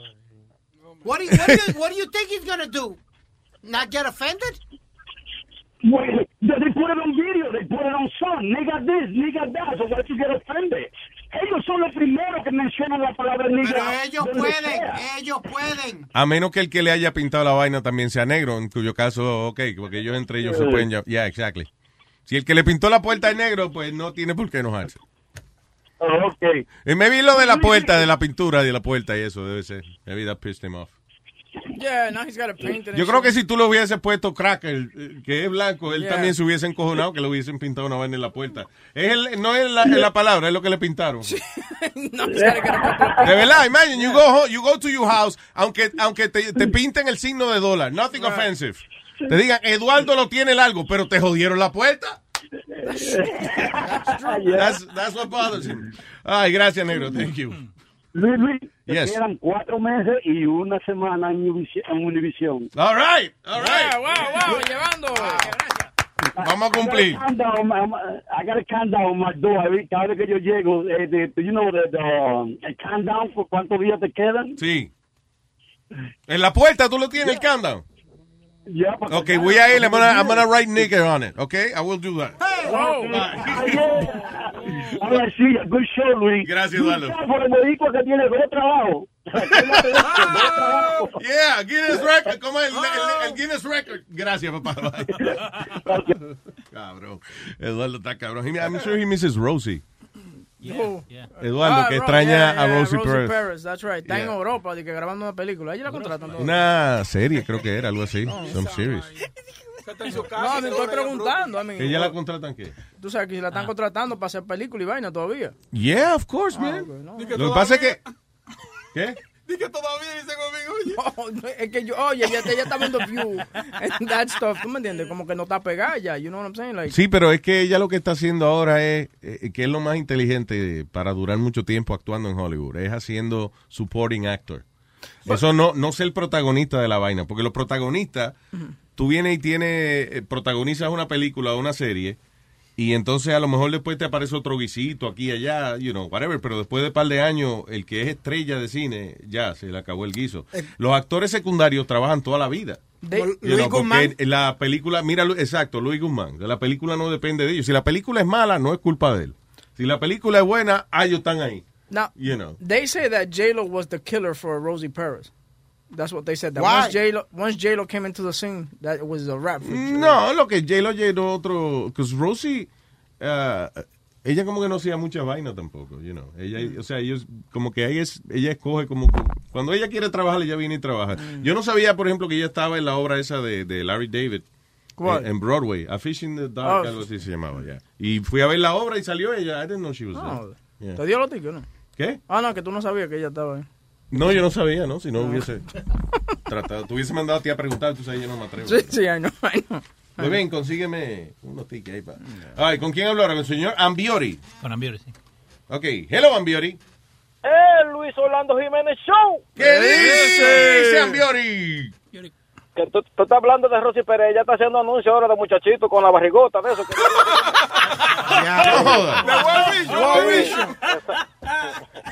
Speaker 14: What do, you, what, do you, what do you think he's gonna do? Not get offended?
Speaker 1: Wait, they Pues, they put it on video, they put it on son, nigga this, nigga that, so why you get offended? Ellos son los primeros que mencionan la palabra nigga.
Speaker 14: Pero ellos
Speaker 1: donde
Speaker 14: pueden,
Speaker 1: sea.
Speaker 14: ellos pueden.
Speaker 6: A menos que el que le haya pintado la vaina también sea negro, en cuyo caso, ok, porque ellos entre ellos se pueden llam- Yeah, exactly. Si el que le pintó la puerta es negro, pues no tiene por qué enojarse.
Speaker 16: Ah,
Speaker 1: Oh, ok.
Speaker 6: Y me vi lo de la puerta, de la pintura de la puerta y eso, debe ser. Maybe that pissed him off.
Speaker 8: Yeah, now he's got a painter. and
Speaker 6: Yo creo
Speaker 8: shit.
Speaker 6: que si tú lo hubieses puesto cracker, eh, que es blanco, él
Speaker 8: Yeah.
Speaker 6: también se hubiese encojonado que le hubiesen pintado una vaina en la puerta. Es el- no es la, es la palabra, es lo que le pintaron.
Speaker 8: No, he's gotta get a-
Speaker 6: De verdad, imagine, you go, home- you go to your house, aunque, aunque te, te pinten el signo de dólar, nothing offensive. Te digan, Eduardo lo tiene largo, pero te jodieron la puerta. That's, that's what bothers him. Ay, gracias, negro, thank you.
Speaker 1: Luis, Luis, te
Speaker 6: Yes.
Speaker 1: quedan cuatro meses y una semana en Univision. en Univision.
Speaker 6: All right, all
Speaker 1: right.
Speaker 8: Wow, wow, llevando.
Speaker 6: Vamos a cumplir.
Speaker 1: I gotta calm down, I'm- I'm- I gotta calm down my door. Every- Cada vez que yo llego, eh, de, you know, the, the, um, el calm down, ¿por cuántos días te quedan?
Speaker 6: Sí. En la puerta tú lo tienes, el countdown.
Speaker 1: Ya, para
Speaker 6: Okay, voy a ir, I'm gonna, I'm gonna write nigger on it, okay? I will do that.
Speaker 1: Ahora sí, good show, Luis.
Speaker 6: Gracias,
Speaker 1: Luis
Speaker 6: Eduardo.
Speaker 1: Castro, el boricua que tiene dos trabajos.
Speaker 6: este Yeah, Guinness Record. ¿Cómo es el, el- el Guinness Record? Gracias, papá. Bye. cabrón. Eduardo está cabrón. He- I'm sure he misses Rosie.
Speaker 8: Yeah, yeah.
Speaker 6: Eduardo, que
Speaker 8: Ro-
Speaker 6: extraña
Speaker 8: Oh. Ah, yeah,
Speaker 6: a
Speaker 8: yeah,
Speaker 6: Rosie Perez.
Speaker 8: That's right. Está en
Speaker 6: Yeah.
Speaker 8: Europa de que grabando una película. Ella la contratan. todo.
Speaker 6: Una serie, creo que era, algo así. Some series.
Speaker 8: No, me estoy preguntando. I mean,
Speaker 6: ¿Ella la contratan qué?
Speaker 8: Tú sabes que la están contratando para hacer película y vaina todavía. Ah,
Speaker 6: Yeah, of course, man. Lo que pasa es que... ¿Qué?
Speaker 8: Dije todavía, dice conmigo. Oye. es que yo, oye, ella, ella está viendo View and that stuff. ¿Tú me entiendes? Como que no está pegada ya. You know what I'm saying? Like,
Speaker 6: Sí, pero es que ella lo que está haciendo ahora es, eh, que es lo más inteligente para durar mucho tiempo actuando en Hollywood, es haciendo supporting actor. Eso no, no ser protagonista de la vaina, porque los protagonistas, tú vienes y tienes, eh, protagonizas una película o una serie, y entonces a lo mejor después te aparece otro guisito aquí y allá, you know, whatever, pero después de par de años, el que es estrella de cine, ya, se le acabó el guiso. Los actores secundarios trabajan toda la vida.
Speaker 8: De-
Speaker 6: You
Speaker 8: Luis
Speaker 6: know, porque
Speaker 8: Guzmán.
Speaker 6: La película, mira, Lu- exacto, Luis Guzmán. La película no depende de ellos. Si la película es mala, no es culpa de él. Si la película es buena, ah, ellos están ahí.
Speaker 8: now,
Speaker 6: You know.
Speaker 8: They say that J-Lo was the killer for Rosie Perez. That's what they said. That
Speaker 6: Why? Mm.
Speaker 8: once J-Lo, once J-Lo came into the scene, that it was a rap. For
Speaker 6: No, lo que J-Lo llenó otro. Because Rosie, ah, ella como que no hacía mucha vaina tampoco, you know.
Speaker 8: Mm.
Speaker 6: Ella, o sea, ellos, como que ella, es- ella escoge como. Cuando ella quiere trabajar, ella viene y trabaja.
Speaker 8: Mm.
Speaker 6: Yo no sabía, por ejemplo, que ella estaba en la obra esa de, de Larry David. eh,
Speaker 8: ¿Cuál?
Speaker 6: En, en Broadway, A Fish in the Dark,
Speaker 8: Ah,
Speaker 6: algo así se llamaba ya. Y fui a ver la obra y salió ella. I didn't know she was
Speaker 8: No.
Speaker 6: there. Yeah.
Speaker 8: Oh, ¿Te dio los tickets, no?
Speaker 6: ¿Qué?
Speaker 8: Ah, no, que tú no sabías que ella estaba ahí.
Speaker 6: No, yo no sabía, ¿no?
Speaker 8: Ah.
Speaker 6: Si no hubiese tratado, te hubiese mandado a ti a preguntar, tú sabes, yo no me atrevo.
Speaker 8: Sí, sí, I know, I know.
Speaker 6: Muy bien, consígueme unos tickets ahí para. Ay, ¿con quién hablo ahora? Con el señor Ambiori.
Speaker 16: Con Ambiori, sí.
Speaker 6: Ok, hello Ambiori.
Speaker 17: ¡Eh, Luis Orlando Jiménez Show!
Speaker 6: ¿Qué dice Ambiori?
Speaker 17: Que tú, tú estás hablando de Rosy Pérez, ella está haciendo anuncios ahora de muchachito con la barrigota, de eso. que-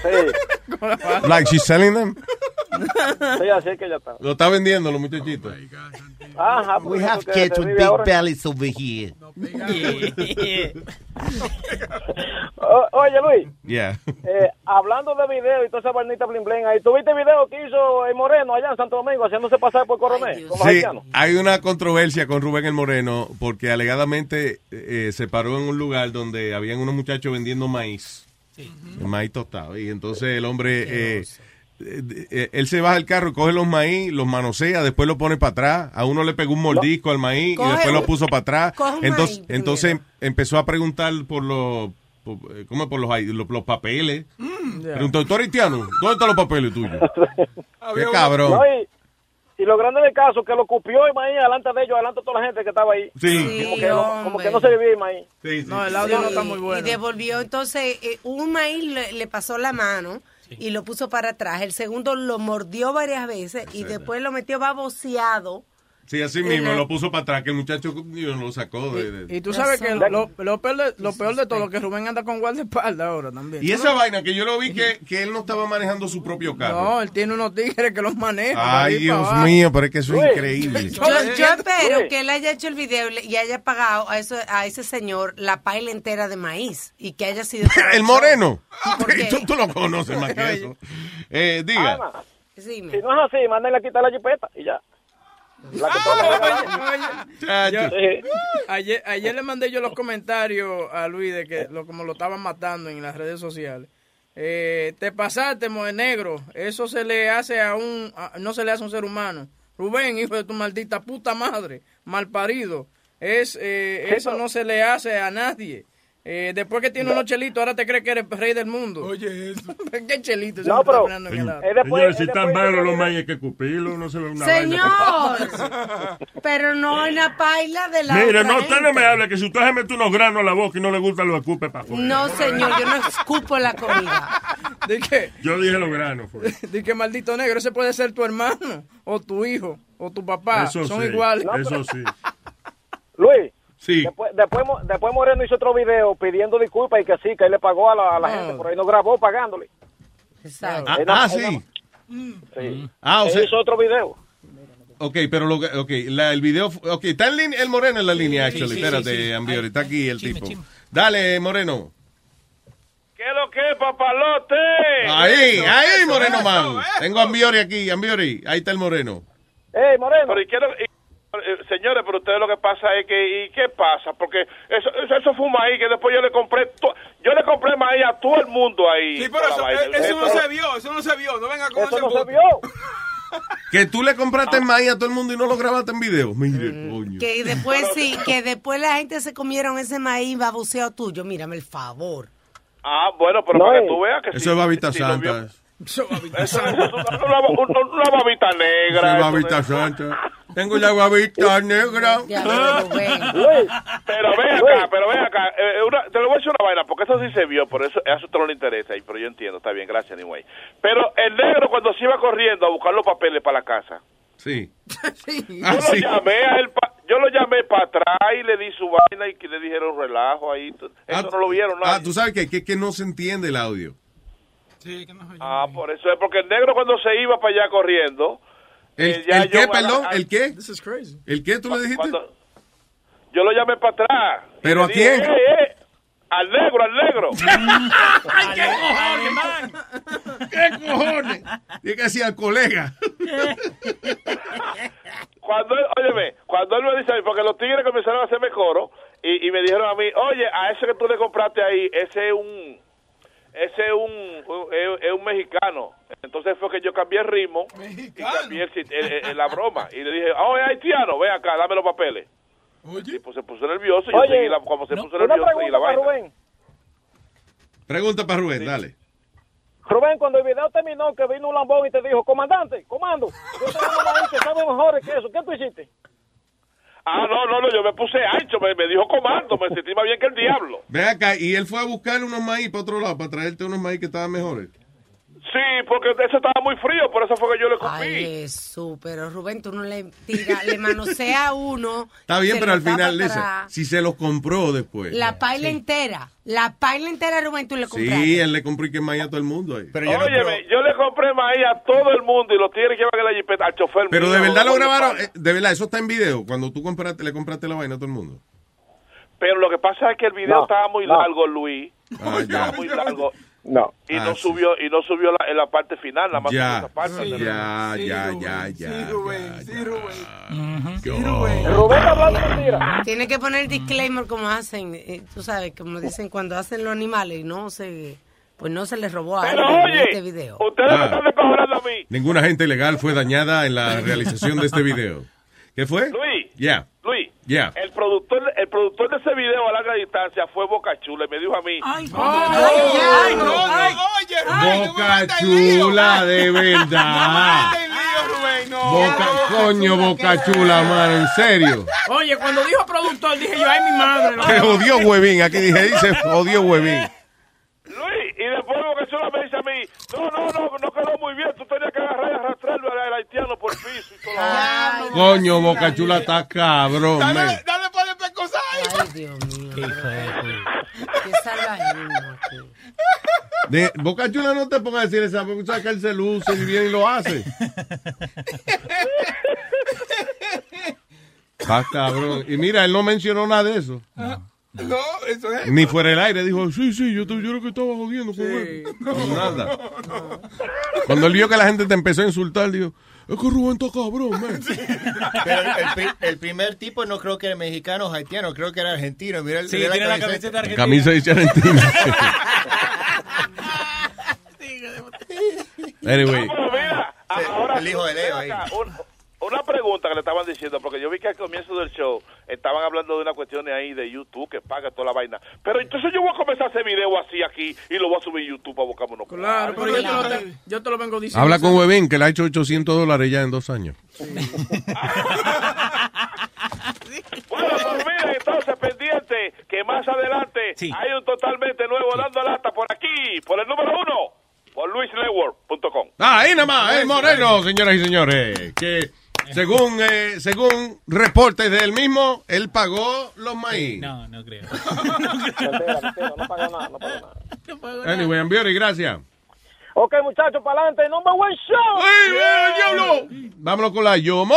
Speaker 17: Sí.
Speaker 6: Like she's selling them.
Speaker 17: Sí, así que ya está.
Speaker 6: Lo está vendiendo los muchachitos.
Speaker 17: Ajá,
Speaker 18: We
Speaker 17: pues eso
Speaker 18: have
Speaker 17: que
Speaker 18: kids
Speaker 17: se
Speaker 18: with
Speaker 17: vive
Speaker 18: big
Speaker 17: ahora.
Speaker 18: bellies over here.
Speaker 17: O- Oye, Luis,
Speaker 6: Yeah.
Speaker 17: eh, hablando de video y toda esa barnita blin blin ahí, ¿tuviste video que hizo el Moreno allá en Santo Domingo haciéndose pasar por coronel con los
Speaker 6: Sí,
Speaker 17: haitianos?
Speaker 6: hay una controversia con Rubén el Moreno porque alegadamente eh, se paró en un lugar donde habían unos muchachos vendiendo maíz. Maíz tostado. Y entonces el hombre, eh, eh, eh, él se baja del carro, coge los maíz, los manosea, después lo pone para atrás. A uno le pegó un mordisco al maíz y
Speaker 11: Coge
Speaker 6: después
Speaker 11: un-
Speaker 6: lo puso para atrás.
Speaker 11: coge un
Speaker 6: Entonces,
Speaker 11: maíz
Speaker 6: entonces em, empezó a preguntar por los... por, eh, ¿Cómo es? por los, ai- los, los papeles?
Speaker 11: Mm.
Speaker 6: Preguntó, ¿tú eres haitiano? ¿Dónde están los papeles tuyos? ¡Qué cabrón!
Speaker 17: No, y, y lo grande del caso que lo cupió el maíz adelante de ellos, adelante de toda la gente que estaba ahí.
Speaker 6: Sí.
Speaker 17: Como que, no, como que
Speaker 9: hombre.
Speaker 17: no se le vio el maíz.
Speaker 8: No, el audio no está muy
Speaker 9: Y
Speaker 8: bueno.
Speaker 9: devolvió, entonces, eh, un maíz le, le pasó la mano y lo puso para atrás. El segundo lo mordió varias veces y después lo metió baboseado.
Speaker 6: Sí, así mismo, lo puso para atrás, que el muchacho yo, lo sacó de... de-
Speaker 8: Y tú sabes que lo, lo peor de, lo peor de todo que Rubén anda con guardaespaldas ahora también.
Speaker 6: Y
Speaker 8: ¿Tú
Speaker 6: esa
Speaker 8: no?
Speaker 6: vaina que yo lo vi que, que él no estaba manejando su propio carro.
Speaker 8: No, eh, él tiene unos tigres que los maneja.
Speaker 6: Ay,
Speaker 8: para arriba,
Speaker 6: Dios
Speaker 8: para
Speaker 6: mío, pero es que eso es
Speaker 8: Uy.
Speaker 6: increíble.
Speaker 9: Yo, yo espero que él haya hecho el video y le- y haya pagado a, eso, a ese señor la paila entera de maíz y que haya sido...
Speaker 6: El moreno.
Speaker 9: ¿Por qué?
Speaker 6: Tú, tú lo conoces más que eso. Eh, diga.
Speaker 17: Ah,
Speaker 9: Ah,
Speaker 17: Ana, si no es así, mándale a quitar la jipeta y ya.
Speaker 1: La
Speaker 8: Ah,
Speaker 1: que toda la gana.
Speaker 8: Yo-
Speaker 1: Eh.
Speaker 8: ayer, ayer le mandé yo los comentarios a Luis de que lo, como lo estaban matando en las redes sociales. Eh, te pasaste, moe negro. Eso se le hace a un, a- no se le hace a un ser humano. Rubén, hijo de tu maldita puta madre, mal parido. Es, eh, eso no se le hace a nadie. Eh, después que tiene unos chelitos, ahora te crees que eres rey del mundo. Oye, eso. ¿Qué chelito?
Speaker 1: No,
Speaker 8: Siempre está
Speaker 1: pero-
Speaker 8: hablando en el lado.
Speaker 16: Señores, si están malos los mayas, hay que cupirlo, no se ve una
Speaker 9: Señor,
Speaker 16: vaina.
Speaker 9: pero no en la paila de la.
Speaker 16: Mire,
Speaker 9: otra
Speaker 16: no, usted
Speaker 9: gente.
Speaker 16: no me hable que si usted se mete unos granos a la boca y no le gusta, lo escupe para afuera.
Speaker 9: No, señor, yo no escupo la comida.
Speaker 8: ¿De qué?
Speaker 16: Yo dije los granos. pues. fue.
Speaker 8: Di que maldito negro, ese puede ser tu hermano, o tu hijo, o tu papá.
Speaker 16: Eso
Speaker 8: Son
Speaker 16: sí,
Speaker 8: iguales.
Speaker 16: Eso sí.
Speaker 17: Luis.
Speaker 6: Sí.
Speaker 17: Después, después, Mo- después Moreno hizo otro video pidiendo disculpas y que sí, que él le pagó a la, a la gente, pero él no grabó pagándole.
Speaker 9: Exacto.
Speaker 6: Ah,
Speaker 17: Él
Speaker 6: ah,
Speaker 17: nada- él
Speaker 6: sí.
Speaker 17: nada- sí.
Speaker 6: Ah, o
Speaker 17: Él
Speaker 6: sea-
Speaker 17: hizo otro video.
Speaker 6: Ok, pero lo que, ok, la- el video, fu- ok, está en línea, el Moreno en la línea, actually,
Speaker 18: sí, sí,
Speaker 6: espérate,
Speaker 18: sí.
Speaker 6: Ambiori, está aquí el tipo. Dale, Moreno.
Speaker 18: ¿Qué es lo que es, papalote?
Speaker 6: Ahí, ahí, Moreno
Speaker 18: Eso,
Speaker 6: Man. Tengo a Ambiori aquí, Ambiori, ahí está el Moreno.
Speaker 17: ¡Ey, Moreno!
Speaker 18: eh. Pero, ¿y qué es lo- y- eh, señores, pero ustedes lo que pasa es que, ¿y qué pasa? Porque eso, eso, eso fue un maíz que después yo le compré, to- yo le compré maíz a todo el mundo ahí.
Speaker 7: Sí, pero
Speaker 18: Toda
Speaker 7: eso,
Speaker 18: la vaina.
Speaker 7: eso no
Speaker 18: Pero-
Speaker 7: se vio, eso no se vio. No venga con
Speaker 17: Eso
Speaker 7: ese
Speaker 17: no se
Speaker 7: embuste.
Speaker 17: vio.
Speaker 6: Que tú le compraste maíz a todo el mundo y no lo grabaste en video. Mire, coño.
Speaker 9: Eh, Que después sí, que después la gente se comieron ese maíz babuceo tuyo. Mírame el favor.
Speaker 18: Ah, bueno, pero para que tú veas Ah, que
Speaker 6: Eso es babita santa.
Speaker 18: Eso, eso es una, una- una- una babita
Speaker 6: Eso
Speaker 18: negra.
Speaker 6: es
Speaker 18: eso
Speaker 6: babita santa. Tengo la babita negra.
Speaker 18: Pero ven acá, pero ven acá. eh, una- te lo voy a decir una vaina, porque eso sí se vio, por eso a eso te no le interesa. y- Pero yo entiendo, está bien, gracias, anyway. Pero el negro cuando se iba corriendo a buscar los papeles para la casa,
Speaker 6: Sí. Ah,
Speaker 18: yo, lo llamé a él pa- yo lo llamé para atrás y le di su vaina y que le dijeron relajo ahí. t- Eso no lo vieron.
Speaker 6: Ah, tú sabes que, que, que no se entiende el audio.
Speaker 18: Ah, por eso es porque el negro cuando se iba para allá corriendo...
Speaker 6: ¿El,
Speaker 18: eh, ya
Speaker 6: el qué,
Speaker 18: yo-
Speaker 6: perdón? ¿El qué?
Speaker 8: This is crazy.
Speaker 6: ¿El qué tú le dijiste?
Speaker 18: Cuando- yo lo llamé para atrás.
Speaker 6: ¿Pero a
Speaker 18: Le dije,
Speaker 6: quién?
Speaker 18: "Eh, eh, al negro, al negro.
Speaker 2: ¡Ay, qué cojones!
Speaker 6: ¿Qué cojones? Dije que decía al colega.
Speaker 18: cuando él, óyeme, cuando él me dice a mí, porque los tigres comenzaron a hacerme coro y, y me dijeron a mí, oye, a ese que tú le compraste ahí, ese es un, ese es un, un- es, es un mexicano. Entonces fue que yo cambié el ritmo y cambié el sit- el- el- la broma. Y le dije, ah, oh, es haitiano, ven acá, dame los papeles. Y pues se puso nervioso y yo
Speaker 17: Oye,
Speaker 18: seguí la, como se puso
Speaker 17: Una
Speaker 18: nervioso seguí la
Speaker 17: pregunta para
Speaker 18: vaina.
Speaker 17: Rubén.
Speaker 6: Pregunta para Rubén, dale.
Speaker 17: Rubén, cuando el video terminó, que vino un lambón y te dijo, comandante, comando, yo tengo una maíz que sabe mejor que eso. ¿Qué tú hiciste?
Speaker 18: Ah, no, no, no, yo me puse ancho, me, me dijo comando, me sentí más bien que el diablo.
Speaker 6: Ve acá, y él fue a buscar unos maíz para otro lado, para traerte unos maíz que estaban mejores.
Speaker 18: Sí, porque eso estaba muy frío, por eso fue que yo le escupí.
Speaker 9: Ay, Jesús, pero Rubén, tú no le tira, le manosea a uno.
Speaker 6: Está bien,
Speaker 9: se
Speaker 6: pero
Speaker 9: lo
Speaker 6: al
Speaker 9: da
Speaker 6: final,
Speaker 9: para
Speaker 6: listen,
Speaker 9: atrás.
Speaker 6: si se los compró después.
Speaker 9: La paila entera, la paila entera, Rubén, tú le compraste.
Speaker 6: Sí, él le compró y que maíz a todo el mundo ahí. Pero,
Speaker 18: Óyeme, yo le compré maíz a todo el mundo y los tigres que van en la jipeta al chofer. mío,
Speaker 6: de verdad lo
Speaker 18: oye,
Speaker 6: grabaron,
Speaker 18: pana.
Speaker 6: eh, de verdad, eso está en video, cuando tú compraste, le compraste la vaina a todo el mundo.
Speaker 18: Pero lo que pasa es que el video
Speaker 6: No,
Speaker 18: estaba muy
Speaker 6: no.
Speaker 18: largo, Luis.
Speaker 6: Ah,
Speaker 18: estaba
Speaker 6: ya.
Speaker 18: muy largo.
Speaker 6: No.
Speaker 18: Y
Speaker 6: Ah,
Speaker 18: no
Speaker 6: sí.
Speaker 18: subió, y no subió la- en la parte final, nada más subió
Speaker 6: Ya,
Speaker 18: esa parte.
Speaker 6: ya, ya, ya, ya.
Speaker 17: Rubén está hablando mentira.
Speaker 9: Tiene que poner disclaimer como hacen, eh, tú sabes, como dicen cuando hacen los animales y no se, pues no se les robó a
Speaker 18: Pero
Speaker 9: alguien en
Speaker 18: oye,
Speaker 9: este video.
Speaker 6: Ah. Ninguna gente legal fue dañada en la realización de este video. ¿Qué fue?
Speaker 18: Luis.
Speaker 6: Ya,
Speaker 18: Luis,
Speaker 6: ya.
Speaker 18: el productor, el productor de ese video a larga distancia fue Boca Chula y me dijo a mí. Ay,
Speaker 7: Ay, no, no, oye, Rubén, no me
Speaker 6: Boca
Speaker 7: metas en lío.
Speaker 6: chula, de
Speaker 7: No
Speaker 6: verdad.
Speaker 7: me metas en lío, Rubén, no.
Speaker 6: Boca, coño, boca chula, mano, en serio.
Speaker 8: Oye, cuando dijo productor, dije yo, ay, mi madre.
Speaker 6: Se jodió huevín, aquí dije, dice, jodió huevín.
Speaker 18: Luis, y después Boca Chula me dice a mí, no, no, no, no quedó muy bien, tú tenías que agarrar y arrastrarlo al al haitiano por el piso y todo.
Speaker 6: Coño, boca chula está cabrón, man.
Speaker 7: Dale, dale para el pescozo ahí.
Speaker 9: Ay, Dios mío. Qué salvajismo.
Speaker 6: De, Boca Chula no te ponga a decir esa, porque tú sabes que él se luce y bien lo hace. Ah, Está cabrón. Y mira, él no mencionó nada de eso.
Speaker 19: No, eso es.
Speaker 6: Ni fuera el aire, dijo, sí, sí, yo, te- yo creo que estaba jodiendo con él. Nada. Cuando él vio que la gente te empezó a insultar, dijo, es que Rubén está cabrón, man.
Speaker 12: Pero el, pri- el primer tipo no creo que era mexicano o haitiano, creo que era argentino. Mira, el-
Speaker 2: Sí,
Speaker 12: mira
Speaker 2: tiene la camiseta
Speaker 6: La Camisa de Charentino. anyway,
Speaker 12: el hijo de Leo ahí.
Speaker 18: Una pregunta que le estaban diciendo, porque yo vi que al comienzo del show estaban hablando de una cuestión ahí de YouTube que paga toda la vaina. Pero entonces yo voy a comenzar a hacer video así aquí y lo voy a subir a YouTube para buscarme unos
Speaker 8: Claro, pero yo te, lo, te- yo te lo vengo diciendo.
Speaker 6: habla con Webin, que le ha hecho 800 dólares ya en dos años.
Speaker 18: Bueno, pues miren, entonces pendiente que más adelante hay un totalmente nuevo dando lata por aquí, por el número uno, por luisnetwork.com.
Speaker 6: Ah, ahí nada más, el Moreno, señoras y señores. Que según, eh, según reportes de él mismo, él pagó los maíz.
Speaker 2: No, no creo.
Speaker 18: No pago nada, no pago nada.
Speaker 6: Anyway, Ambiori, gracias.
Speaker 17: Ok, muchachos, para adelante. Number one show.
Speaker 6: ¡Ay, diablo! Vámonos con la Yomo.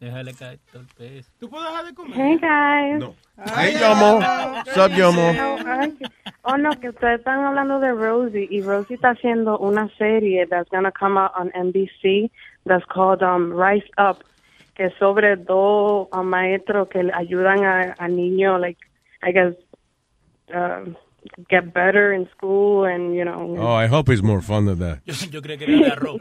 Speaker 2: Déjale caer todo el peso.
Speaker 7: ¿Tú puedes dejar de comer?
Speaker 20: Hey guys.
Speaker 6: No. Hey, Yomo. What's up, Yomo?
Speaker 20: Ay, Oh no, que ustedes están hablando de Rosie y Rosie está haciendo una serie that's gonna come out on NBC that's called um, Rise Up, que es sobre dos um, maestros que le ayudan a, a niños, like I guess, um, get better in school and you know.
Speaker 6: Oh, I hope it's more fun than that.
Speaker 2: Yo, yo creo que era de arroz.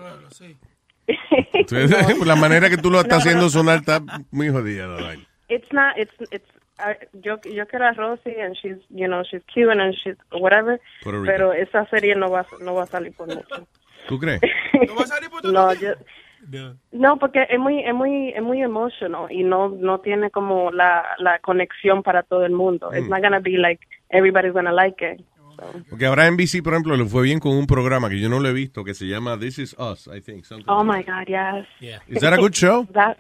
Speaker 6: Entonces, La manera que tú lo estás haciendo sonar está muy jodida. la vaina.
Speaker 20: it's not it's it's I, yo yo quiero a Rosie and she's you know she's cute and she's whatever
Speaker 6: Puerto Rican.
Speaker 20: pero esa serie no va a- no va a salir por mucho
Speaker 6: ¿Tú crees?
Speaker 20: no yo-
Speaker 2: No.
Speaker 20: no porque es muy es muy es muy emotional y no no tiene como la la conexión para todo el mundo it's
Speaker 6: Mm.
Speaker 20: not gonna be like everybody's gonna like it
Speaker 6: Porque ahora NBC, por ejemplo, le fue bien con un programa que yo no lo he visto que se llama This Is Us, I think. something
Speaker 20: oh
Speaker 6: like
Speaker 20: my god yes
Speaker 6: that. Is that a good show?
Speaker 20: that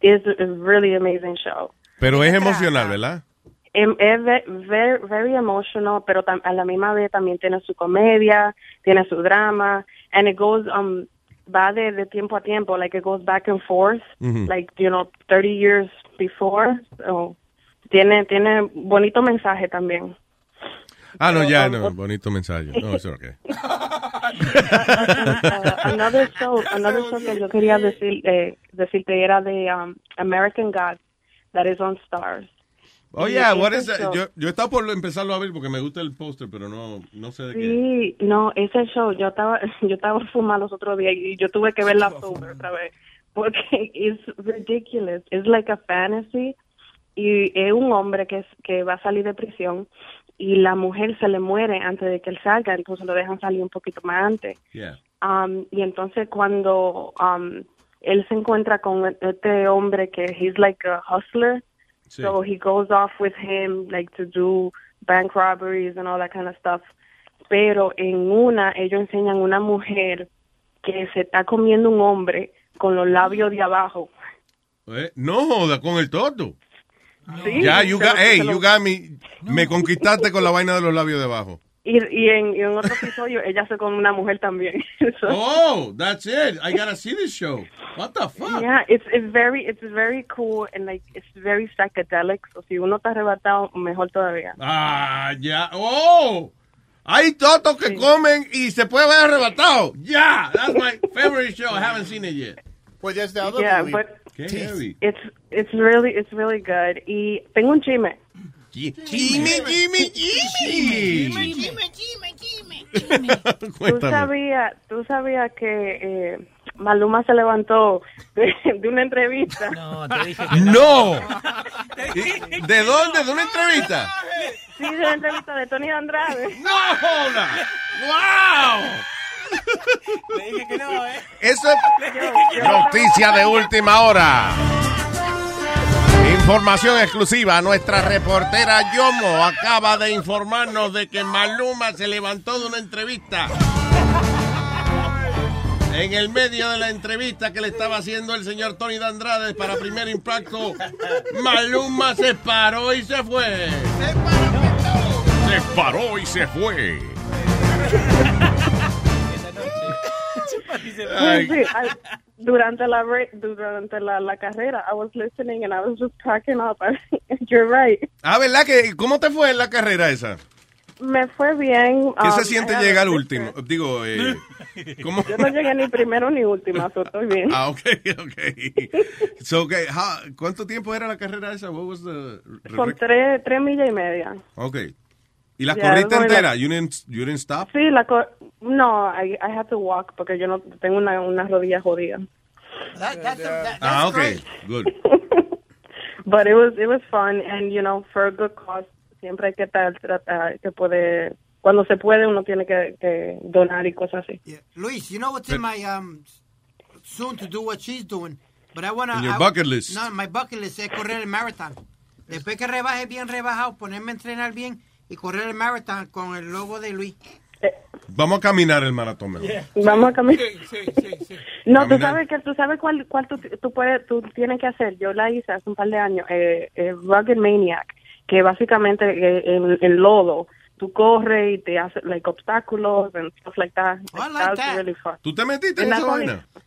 Speaker 20: is a really amazing show
Speaker 6: Pero es emocional, ¿verdad?
Speaker 20: Em- Es ve- ver- very emotional, pero tam- a la misma vez también tiene su comedia, tiene su drama, and it goes um va de, de tiempo a tiempo, like it goes back and forth,
Speaker 6: Ujú.
Speaker 20: like you know 30 years before. So, tiene tiene bonito mensaje también.
Speaker 6: Ah, no, ya, no. Bonito mensaje. No, eso okay.
Speaker 20: Uh, another show, another show que yo quería decir eh, decirte era de um, American God, that is on Stars.
Speaker 6: Oh,
Speaker 20: Y
Speaker 6: yeah,
Speaker 20: ese
Speaker 6: what is that?
Speaker 20: show-
Speaker 6: Yo, yo estaba por empezarlo a ver porque me gusta el póster, pero no, no sé de qué.
Speaker 20: Sí, no, ese show, yo estaba, yo estaba fumando los otros días y yo tuve que verla sober otra vez, porque es ridiculous, es like a fantasy, y es un hombre que, es, que va a salir de prisión y la mujer se le muere antes de que él salga, entonces lo dejan salir un poquito más antes.
Speaker 6: Yeah.
Speaker 20: Um, y entonces cuando um, él se encuentra con este hombre que he's like a hustler,
Speaker 6: Sí.
Speaker 20: so he goes off with him like to do bank robberies and all that kind of stuff. Pero en una ellos enseñan una mujer que se está comiendo un hombre con los labios de abajo.
Speaker 6: Eh, No joda con el toto.
Speaker 20: Sí,
Speaker 6: ya, you
Speaker 20: se lo-
Speaker 6: got, hey,
Speaker 20: se lo-
Speaker 6: you got me. Me conquistaste con la vaina de los labios de abajo.
Speaker 20: Y, y en, y en otro episodio ella se come una mujer también. So-
Speaker 6: Oh, that's it. I gotta see this show. What the fuck?
Speaker 20: Yeah, it's it's very it's very cool and like it's very psychedelic. So si uno está arrebatado, mejor todavía.
Speaker 6: Ah, ya. Oh, hay totos que comen y se puede ver arrebatado. Yeah, that's my favorite show. I haven't seen it yet.
Speaker 12: Pues ya está.
Speaker 20: Yeah, but
Speaker 6: Qué heavy.
Speaker 20: it's it's really it's really good. Y tengo un chisme.
Speaker 6: Jimmy, Jimmy, Jimmy.
Speaker 20: Tú sabías tú sabía que eh, Maluma se levantó de, de una entrevista.
Speaker 2: No, te dije.
Speaker 6: No. ¿De dónde? ¿De una entrevista?
Speaker 20: Sí, de una entrevista de Tony Andrade.
Speaker 6: No, hola. ¡Wow!
Speaker 2: Le dije que no, ¿eh?
Speaker 6: Eso es noticia de última hora. Información exclusiva. Nuestra reportera Yomo acaba de informarnos de que Maluma se levantó de una entrevista. En el medio de la entrevista que le estaba haciendo el señor Tony de Andrade para primer impacto, Maluma se paró y se fue. Se paró y se fue.
Speaker 20: Sí, sí, ay, durante la re- durante la, la carrera, I was listening and I was just cracking up. You're right.
Speaker 6: Ah, ¿verdad? que ¿Cómo te fue en la carrera esa?
Speaker 20: Me fue bien.
Speaker 6: ¿Qué se
Speaker 20: um, I
Speaker 6: siente
Speaker 20: had-
Speaker 6: llegar al último? Digo, eh, ¿cómo?
Speaker 20: Yo no llegué ni primero ni última, so estoy bien.
Speaker 6: Ah, ok, ok. So, okay, how- ¿Cuánto tiempo era la carrera esa? What was the
Speaker 20: Son tres, tres millas y media.
Speaker 6: Ok. ¿Y la
Speaker 20: Ya,
Speaker 6: corriste
Speaker 20: algo de la-
Speaker 6: entera? You didn't, you didn't stop?
Speaker 20: Sí, la co no, I, I had to walk porque yo no tengo una, una rodilla jodida.
Speaker 6: Ah, ok. Good.
Speaker 20: But it was it was fun and you know for a good cause siempre hay que tra- tratar que puede cuando se puede uno tiene que, que donar y cosas así.
Speaker 14: Luis, you know what's in my um soon to do what she's doing, but I wanna.
Speaker 6: In your
Speaker 14: I-
Speaker 6: bucket list.
Speaker 14: No, my bucket list es correr el marathon. Después que rebaje bien rebajado, ponerme a entrenar bien y correr el marathon con el logo de Luis.
Speaker 6: Vamos a caminar el maratón mejor.
Speaker 20: Vamos a caminar. No, tú
Speaker 6: Caminar.
Speaker 20: sabes que tú sabes cuál cuál tú, tú puedes tú tienes que hacer. Yo la hice hace un par de años. Eh, eh, Rugged Maniac, que básicamente eh, en, en lodo tú corres y te haces like obstáculos and stuff like that. Like, that was really fun.
Speaker 6: ¿Tú te metiste en
Speaker 20: And
Speaker 6: esa
Speaker 20: that's
Speaker 6: vaina?
Speaker 9: Yo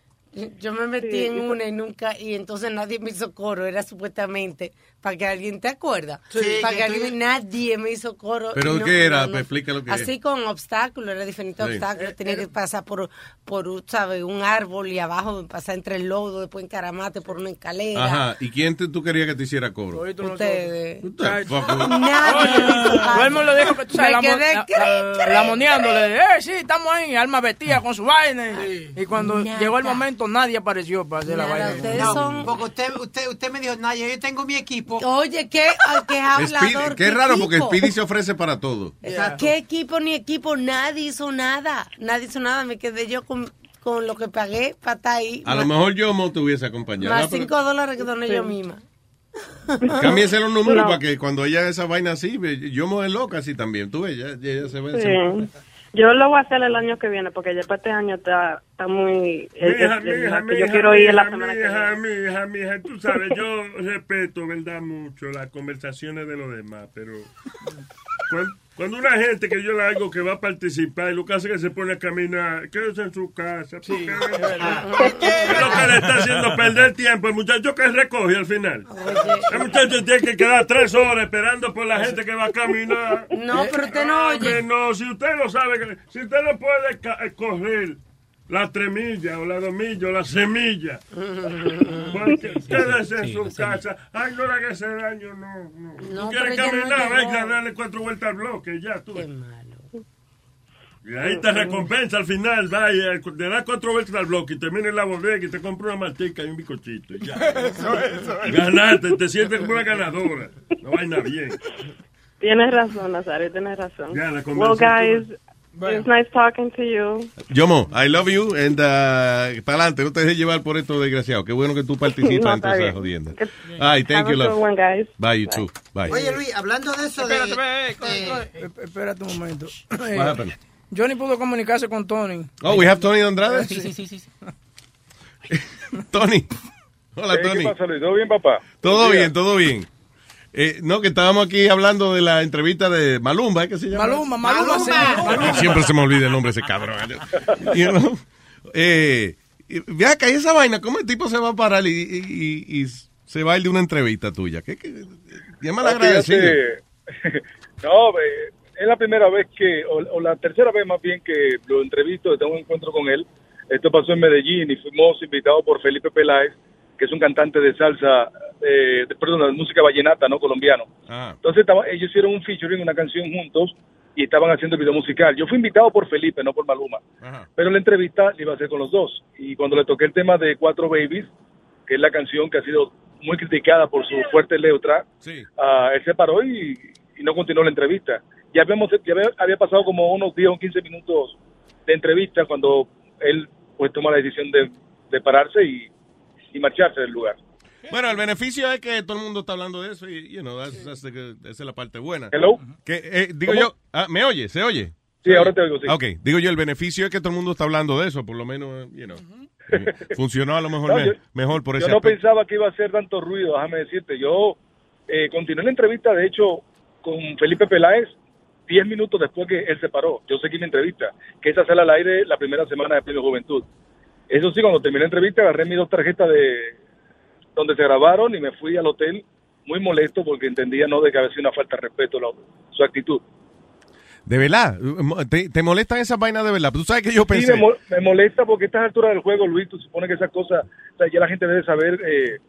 Speaker 9: yo me metí
Speaker 20: Sí,
Speaker 9: en
Speaker 20: yo-
Speaker 9: una y nunca, y entonces nadie me hizo coro, era supuestamente para que alguien te acuerda.
Speaker 14: Sí,
Speaker 9: para
Speaker 14: que
Speaker 9: que
Speaker 14: tú-
Speaker 9: alguien, nadie me hizo coro. y
Speaker 6: ¿Pero
Speaker 9: no-
Speaker 6: qué era?
Speaker 9: no, no.
Speaker 6: Pues Explica lo que
Speaker 9: Así con obstáculos, era diferentes
Speaker 6: Sí.
Speaker 9: obstáculos. Tenía que pasar por, por un, ¿sabe? un árbol y abajo, pasar entre el lodo, después encaramate por una escalera.
Speaker 6: Ajá. ¿Y quién te- tú querías que te hiciera coro?
Speaker 9: Ustedes.
Speaker 6: Fuck,
Speaker 9: Nadie me hizo
Speaker 8: Todo el
Speaker 9: caso.
Speaker 8: mundo dijo que tú sabes,
Speaker 9: Me
Speaker 8: la, mo-
Speaker 9: quedé
Speaker 8: la-
Speaker 9: cri,
Speaker 8: la-
Speaker 9: cri,
Speaker 8: lamoneándole, eh, sí, estamos ahí, alma vestida con su vaina. Y, y cuando
Speaker 14: Nada.
Speaker 8: llegó el momento, nadie apareció para hacer la vaina.
Speaker 14: no, porque usted, usted, usted me dijo, Naya, yo tengo mi equipo.
Speaker 9: Oye, qué, qué hablador.
Speaker 6: Speedy- Qué raro porque
Speaker 9: tipo.
Speaker 6: Speedy se ofrece para todo.
Speaker 9: ¿Qué equipo ni equipo? Nadie hizo nada. Nadie hizo nada. Me quedé yo con, con lo que pagué para estar ahí.
Speaker 6: A lo
Speaker 9: Más-
Speaker 6: mejor yo no te hubiese acompañado.
Speaker 9: Más
Speaker 6: Ah, pero-
Speaker 9: cinco dólares que doné yo misma.
Speaker 6: Cámbiense los números
Speaker 9: No.
Speaker 6: para que cuando ella haga esa vaina así, ve- yo me loca así también. Tú ves, ya, ya- ya se ve.
Speaker 20: Sí. Yo lo voy a hacer el año que viene porque ya para este año está, está muy... el- el-
Speaker 16: Mija,
Speaker 20: el-
Speaker 16: mija,
Speaker 20: que yo
Speaker 16: mija,
Speaker 20: quiero ir Eh, la
Speaker 16: mija,
Speaker 20: semana que
Speaker 16: mija,
Speaker 20: viene.
Speaker 16: mija, mija, tú sabes, yo respeto, ¿verdad? Mucho las conversaciones de los demás, pero cuan- cuando, una gente que yo la hago que va a participar y lo que hace es que se pone a caminar, quédese en su casa, porque es lo que le está haciendo perder tiempo. El muchacho que recoge al final. El muchacho tiene que quedar tres horas esperando por la gente que va a caminar.
Speaker 9: No, pero usted no
Speaker 16: Ay,
Speaker 9: oye.
Speaker 16: que No, si usted no sabe, que- si usted no puede ca- eh, correr la tremilla o la domilla o la semilla, porque quédese en su casa. Ay, no le haga ese daño, no, no.
Speaker 9: No,
Speaker 16: Tú quieres
Speaker 9: pero ya no
Speaker 16: caminar,
Speaker 9: llegó.
Speaker 16: venga, dale cuatro vueltas al bloque, ya tú. Y ahí te recompensa al final, vaya, te da cuatro vueltas al bloque y te mira en la bodega y te compra una manteca y un bicochito. y Ya.
Speaker 21: Eso es, eso es.
Speaker 16: Ganaste, te sientes como una ganadora. No vaina bien.
Speaker 20: Tienes razón, Nazario, tienes razón.
Speaker 16: Ya, la
Speaker 20: well, guys,
Speaker 16: conversación.
Speaker 20: it's nice talking to you.
Speaker 6: Yomo, I love you and uh, para adelante, no te dejes llevar por esto desgraciado. Qué bueno que tú
Speaker 20: No,
Speaker 6: participas en
Speaker 20: está
Speaker 6: todas esas
Speaker 20: bien.
Speaker 6: jodiendas. Ay, thank
Speaker 20: Have
Speaker 6: you,
Speaker 20: a good
Speaker 6: love.
Speaker 20: one, guys.
Speaker 6: Bye, you too. Bye.
Speaker 14: Oye, Luis, hablando de eso de...
Speaker 8: Eh, Espérate un momento. Eh,
Speaker 6: What happened?
Speaker 8: Johnny pudo comunicarse con Tony.
Speaker 6: Oh, we have Tony Andrade.
Speaker 8: Sí, sí, sí, sí.
Speaker 6: Tony. Hola,
Speaker 19: Eh,
Speaker 6: Tony.
Speaker 19: ¿Qué pasa, Luis? ¿Todo bien, papá?
Speaker 6: Todo
Speaker 19: Mira,
Speaker 6: bien, todo bien. Eh, no, que estábamos aquí hablando de la entrevista de Malumba, ¿eh? ¿qué se llama?
Speaker 8: Maluma, Maluma. sí, Maluma.
Speaker 6: Siempre se me olvida el nombre de ese cabrón. You know? eh, y- ve acá, y esa vaina, ¿cómo el tipo se va a parar y, y- y- y se va a ir de una entrevista tuya? ¿Qué, qué? Ya me la
Speaker 19: no, fíjate,
Speaker 6: agradecido.
Speaker 19: no, eh, es la primera vez que, o, o la tercera vez más bien que lo entrevisto, tengo un encuentro con él. Esto pasó en Medellín y fuimos invitados por Felipe Peláez, que es un cantante de salsa, eh, de- perdón, de música vallenata, ¿no? Colombiano.
Speaker 6: Ah.
Speaker 19: Entonces estaba- ellos hicieron un featuring, una canción juntos y estaban haciendo el video musical. Yo fui invitado por Felipe, no por Maluma. Pero la entrevista la iba a hacer con los dos. Y cuando le toqué el tema de Cuatro Babies, que es la canción que ha sido muy criticada por su fuerte letra, ah, él se paró y, y no continuó la entrevista. Ya, habíamos, ya había, había pasado como unos 10 o 15 minutos de entrevista cuando él pues toma la decisión de, de pararse y, y marcharse del lugar.
Speaker 6: Bueno, el beneficio es que todo el mundo está hablando de eso y, you know, that's- that's the good- esa es la parte buena.
Speaker 19: Hello.
Speaker 6: Que, eh, digo
Speaker 19: ¿Cómo?
Speaker 6: yo, ah, ¿me oye? ¿Se oye?
Speaker 19: Sí, ahora te oigo, sí.
Speaker 6: Ah, Ok, digo yo, el beneficio es que todo el mundo está hablando de eso, por lo menos, you know. Eh, Funcionó a lo mejor
Speaker 19: No,
Speaker 6: me-
Speaker 19: yo-
Speaker 6: mejor por
Speaker 19: Yo
Speaker 6: ese
Speaker 19: no
Speaker 6: aspecto.
Speaker 19: pensaba que iba a hacer tanto ruido, déjame decirte. Yo eh, continué la entrevista, de hecho, con Felipe Peláez 10 minutos después que él se paró. Yo seguí mi entrevista, que esa sale al aire la primera semana de Premio Juventud. Eso sí, cuando terminé la entrevista agarré mis dos tarjetas de donde se grabaron y me fui al hotel muy molesto porque entendía no de que había sido una falta de respeto la- su actitud.
Speaker 6: De verdad, ¿Te, te molestan esas vainas de verdad? Tú sabes que yo
Speaker 19: Sí,
Speaker 6: pensé.
Speaker 19: me, mo- me molesta porque a estas alturas del juego, Luis, tú supone que esas cosas, o sea, ya la gente debe saber eh,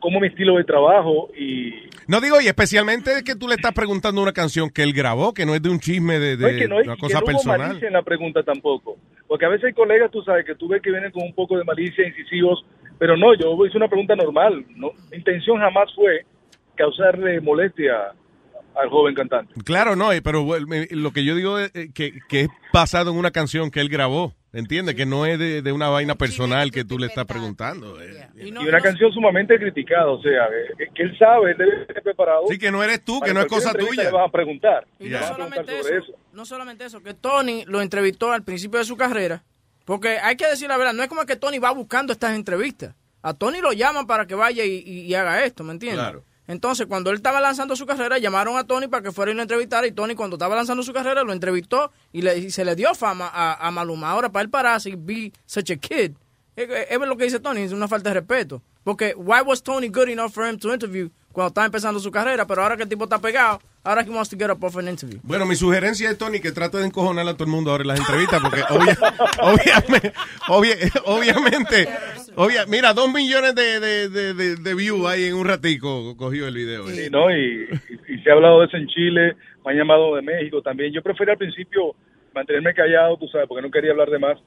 Speaker 19: cómo mi estilo de trabajo y...
Speaker 6: No digo, y especialmente que tú le estás preguntando una canción que él grabó, que no es de un chisme de, de
Speaker 19: no, es que no es
Speaker 6: una
Speaker 19: que
Speaker 6: cosa
Speaker 19: no hubo
Speaker 6: personal.
Speaker 19: malicia en la pregunta tampoco. Porque a veces hay colegas, tú sabes, que tú ves que vienen con un poco de malicia, incisivos, pero no, yo hice una pregunta normal. No, mi intención jamás fue causarle molestia al joven cantante.
Speaker 6: Claro, no, eh, pero bueno, me- lo que yo digo es eh, que, que es basado en una canción que él grabó. ¿Entiendes? Que no es de, de una vaina personal que tú le estás preguntando. eh.
Speaker 19: Y, una canción sumamente criticada, o sea, eh, que, que él sabe, él debe estar preparado. Sí,
Speaker 6: que no eres tú,
Speaker 19: que no es cosa tuya. Le vas a preguntar.
Speaker 8: Y
Speaker 19: Le
Speaker 8: no
Speaker 19: vas a preguntar
Speaker 8: solamente
Speaker 19: sobre
Speaker 8: eso, no solamente eso, que Tony lo entrevistó al principio de su carrera, porque hay que decir la verdad, no es como que Tony va buscando estas entrevistas. A Tony lo llaman para que vaya y, y- y haga esto, ¿me entiendes?
Speaker 6: Claro.
Speaker 8: Entonces, cuando él estaba lanzando su carrera, llamaron a Tony para que fuera y lo entrevistara. Y Tony, cuando estaba lanzando su carrera, lo entrevistó y, le- y se le dio fama a, a Maluma. Ahora, para él pararse y be such a kid, es, es lo que dice Tony, es una falta de respeto. Porque, why was Tony good enough for him to interview cuando estaba empezando su carrera? Pero ahora que el tipo está pegado, ahora he wants to get up off an interview.
Speaker 6: Bueno, mi sugerencia es, Tony, que trate de encojonar a todo el mundo ahora en las entrevistas, porque obvia- obviamente, obvia- obviamente, obvia- mira, dos millones de, de, de, de- de views ahí en un ratico cogió el video. eh.
Speaker 19: Sí, ¿no? Y, y- y se ha hablado de eso en Chile, me han llamado de México también. Yo prefería al principio mantenerme callado, tú sabes, porque no quería hablar de más,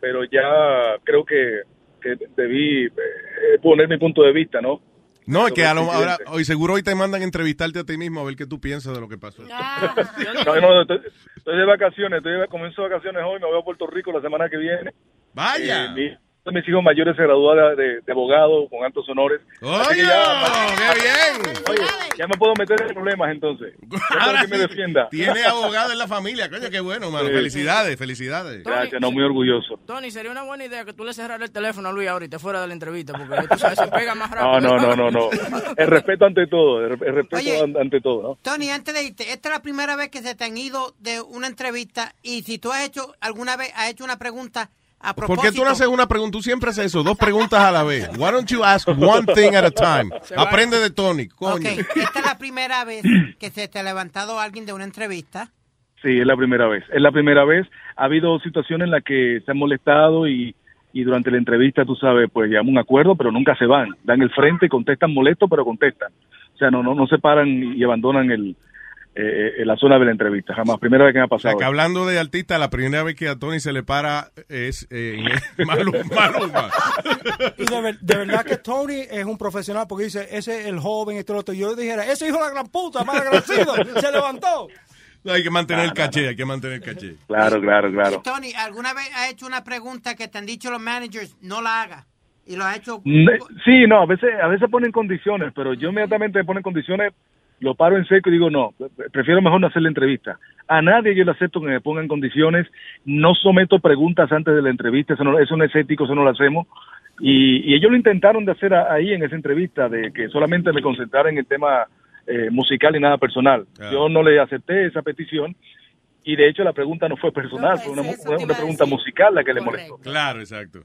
Speaker 19: pero ya creo que, que debí eh, poner mi punto de vista, ¿no?
Speaker 6: No, es que a lo-
Speaker 19: Sobre el
Speaker 6: ahora, hoy seguro hoy te mandan a entrevistarte a ti mismo a ver qué tú piensas de lo que pasó.
Speaker 19: Ah, No, no, estoy, estoy de vacaciones, estoy de, comienzo de vacaciones hoy, me voy a Puerto Rico la semana que viene.
Speaker 6: Vaya.
Speaker 19: Eh, mi- uno de mis hijos mayores se gradúa de, de- de abogado con altos honores. Así que ya- Oye, ya me puedo meter en problemas entonces. Ya tengo
Speaker 6: Ahora
Speaker 19: que me
Speaker 6: sí,
Speaker 19: defienda.
Speaker 6: Tiene abogado en la familia, coño, qué bueno, mano.
Speaker 19: Sí.
Speaker 6: Felicidades, felicidades.
Speaker 19: Gracias, no, muy orgulloso.
Speaker 8: Tony, sería una buena idea que tú le cerraras el teléfono a Luis ahorita fuera de la entrevista, porque tú sabes, se pega más
Speaker 19: No,
Speaker 8: rápido.
Speaker 19: no, no, no, no. El respeto ante todo, el re- el respeto an- ante todo, ¿no?
Speaker 14: Tony, antes de irte, esta es la primera vez que se te han ido de una entrevista y si tú has hecho alguna vez, has hecho una pregunta a propósito.
Speaker 6: ¿Por qué tú no haces una pregunta? Tú siempre haces eso, dos preguntas a la vez. Why don't you ask one thing at a time?
Speaker 14: Se va.
Speaker 6: Aprende de Tony, coño.
Speaker 14: Ok, esta es la primera vez que se te ha levantado alguien de una entrevista.
Speaker 19: Sí, es la primera vez. Es la primera vez. Ha habido situaciones en las que se han molestado y, y durante la entrevista, tú sabes, pues llegamos a un acuerdo, pero nunca se van. Dan el frente, y contestan molestos, pero contestan. O sea, no, no, no se paran y abandonan el, eh, eh, la zona de la entrevista, jamás. Primera vez que me ha pasado.
Speaker 6: Que hablando de artista, la primera vez que a Tony se le para es eh, en- Maluma. Maluma.
Speaker 22: Y de, ver- de verdad que Tony es un profesional porque dice, ese es el joven, esto, lo otro. Yo dijera, ese hijo de la gran puta, mal agradecido, se levantó.
Speaker 6: No, hay que mantener el caché, hay que mantener el caché.
Speaker 19: Claro, claro, claro.
Speaker 14: Tony, ¿alguna vez has hecho una pregunta que te han dicho los managers, no la hagas? Y lo has hecho...
Speaker 19: Ne- Sí, no, a veces, a veces ponen condiciones, pero yo inmediatamente me ponen condiciones, lo paro en seco y digo, no, pre- prefiero mejor no hacer la entrevista. A nadie yo le acepto que me pongan condiciones, no someto preguntas antes de la entrevista, eso no, eso no es ético, eso no lo hacemos. Y, y ellos lo intentaron de hacer a- ahí en esa entrevista, de que solamente me concentrara en el tema eh, musical y nada personal.
Speaker 6: Ah.
Speaker 19: Yo no le acepté esa petición y de hecho la pregunta no fue personal, fue una, una- una pregunta musical la que le molestó.
Speaker 6: Claro, exacto.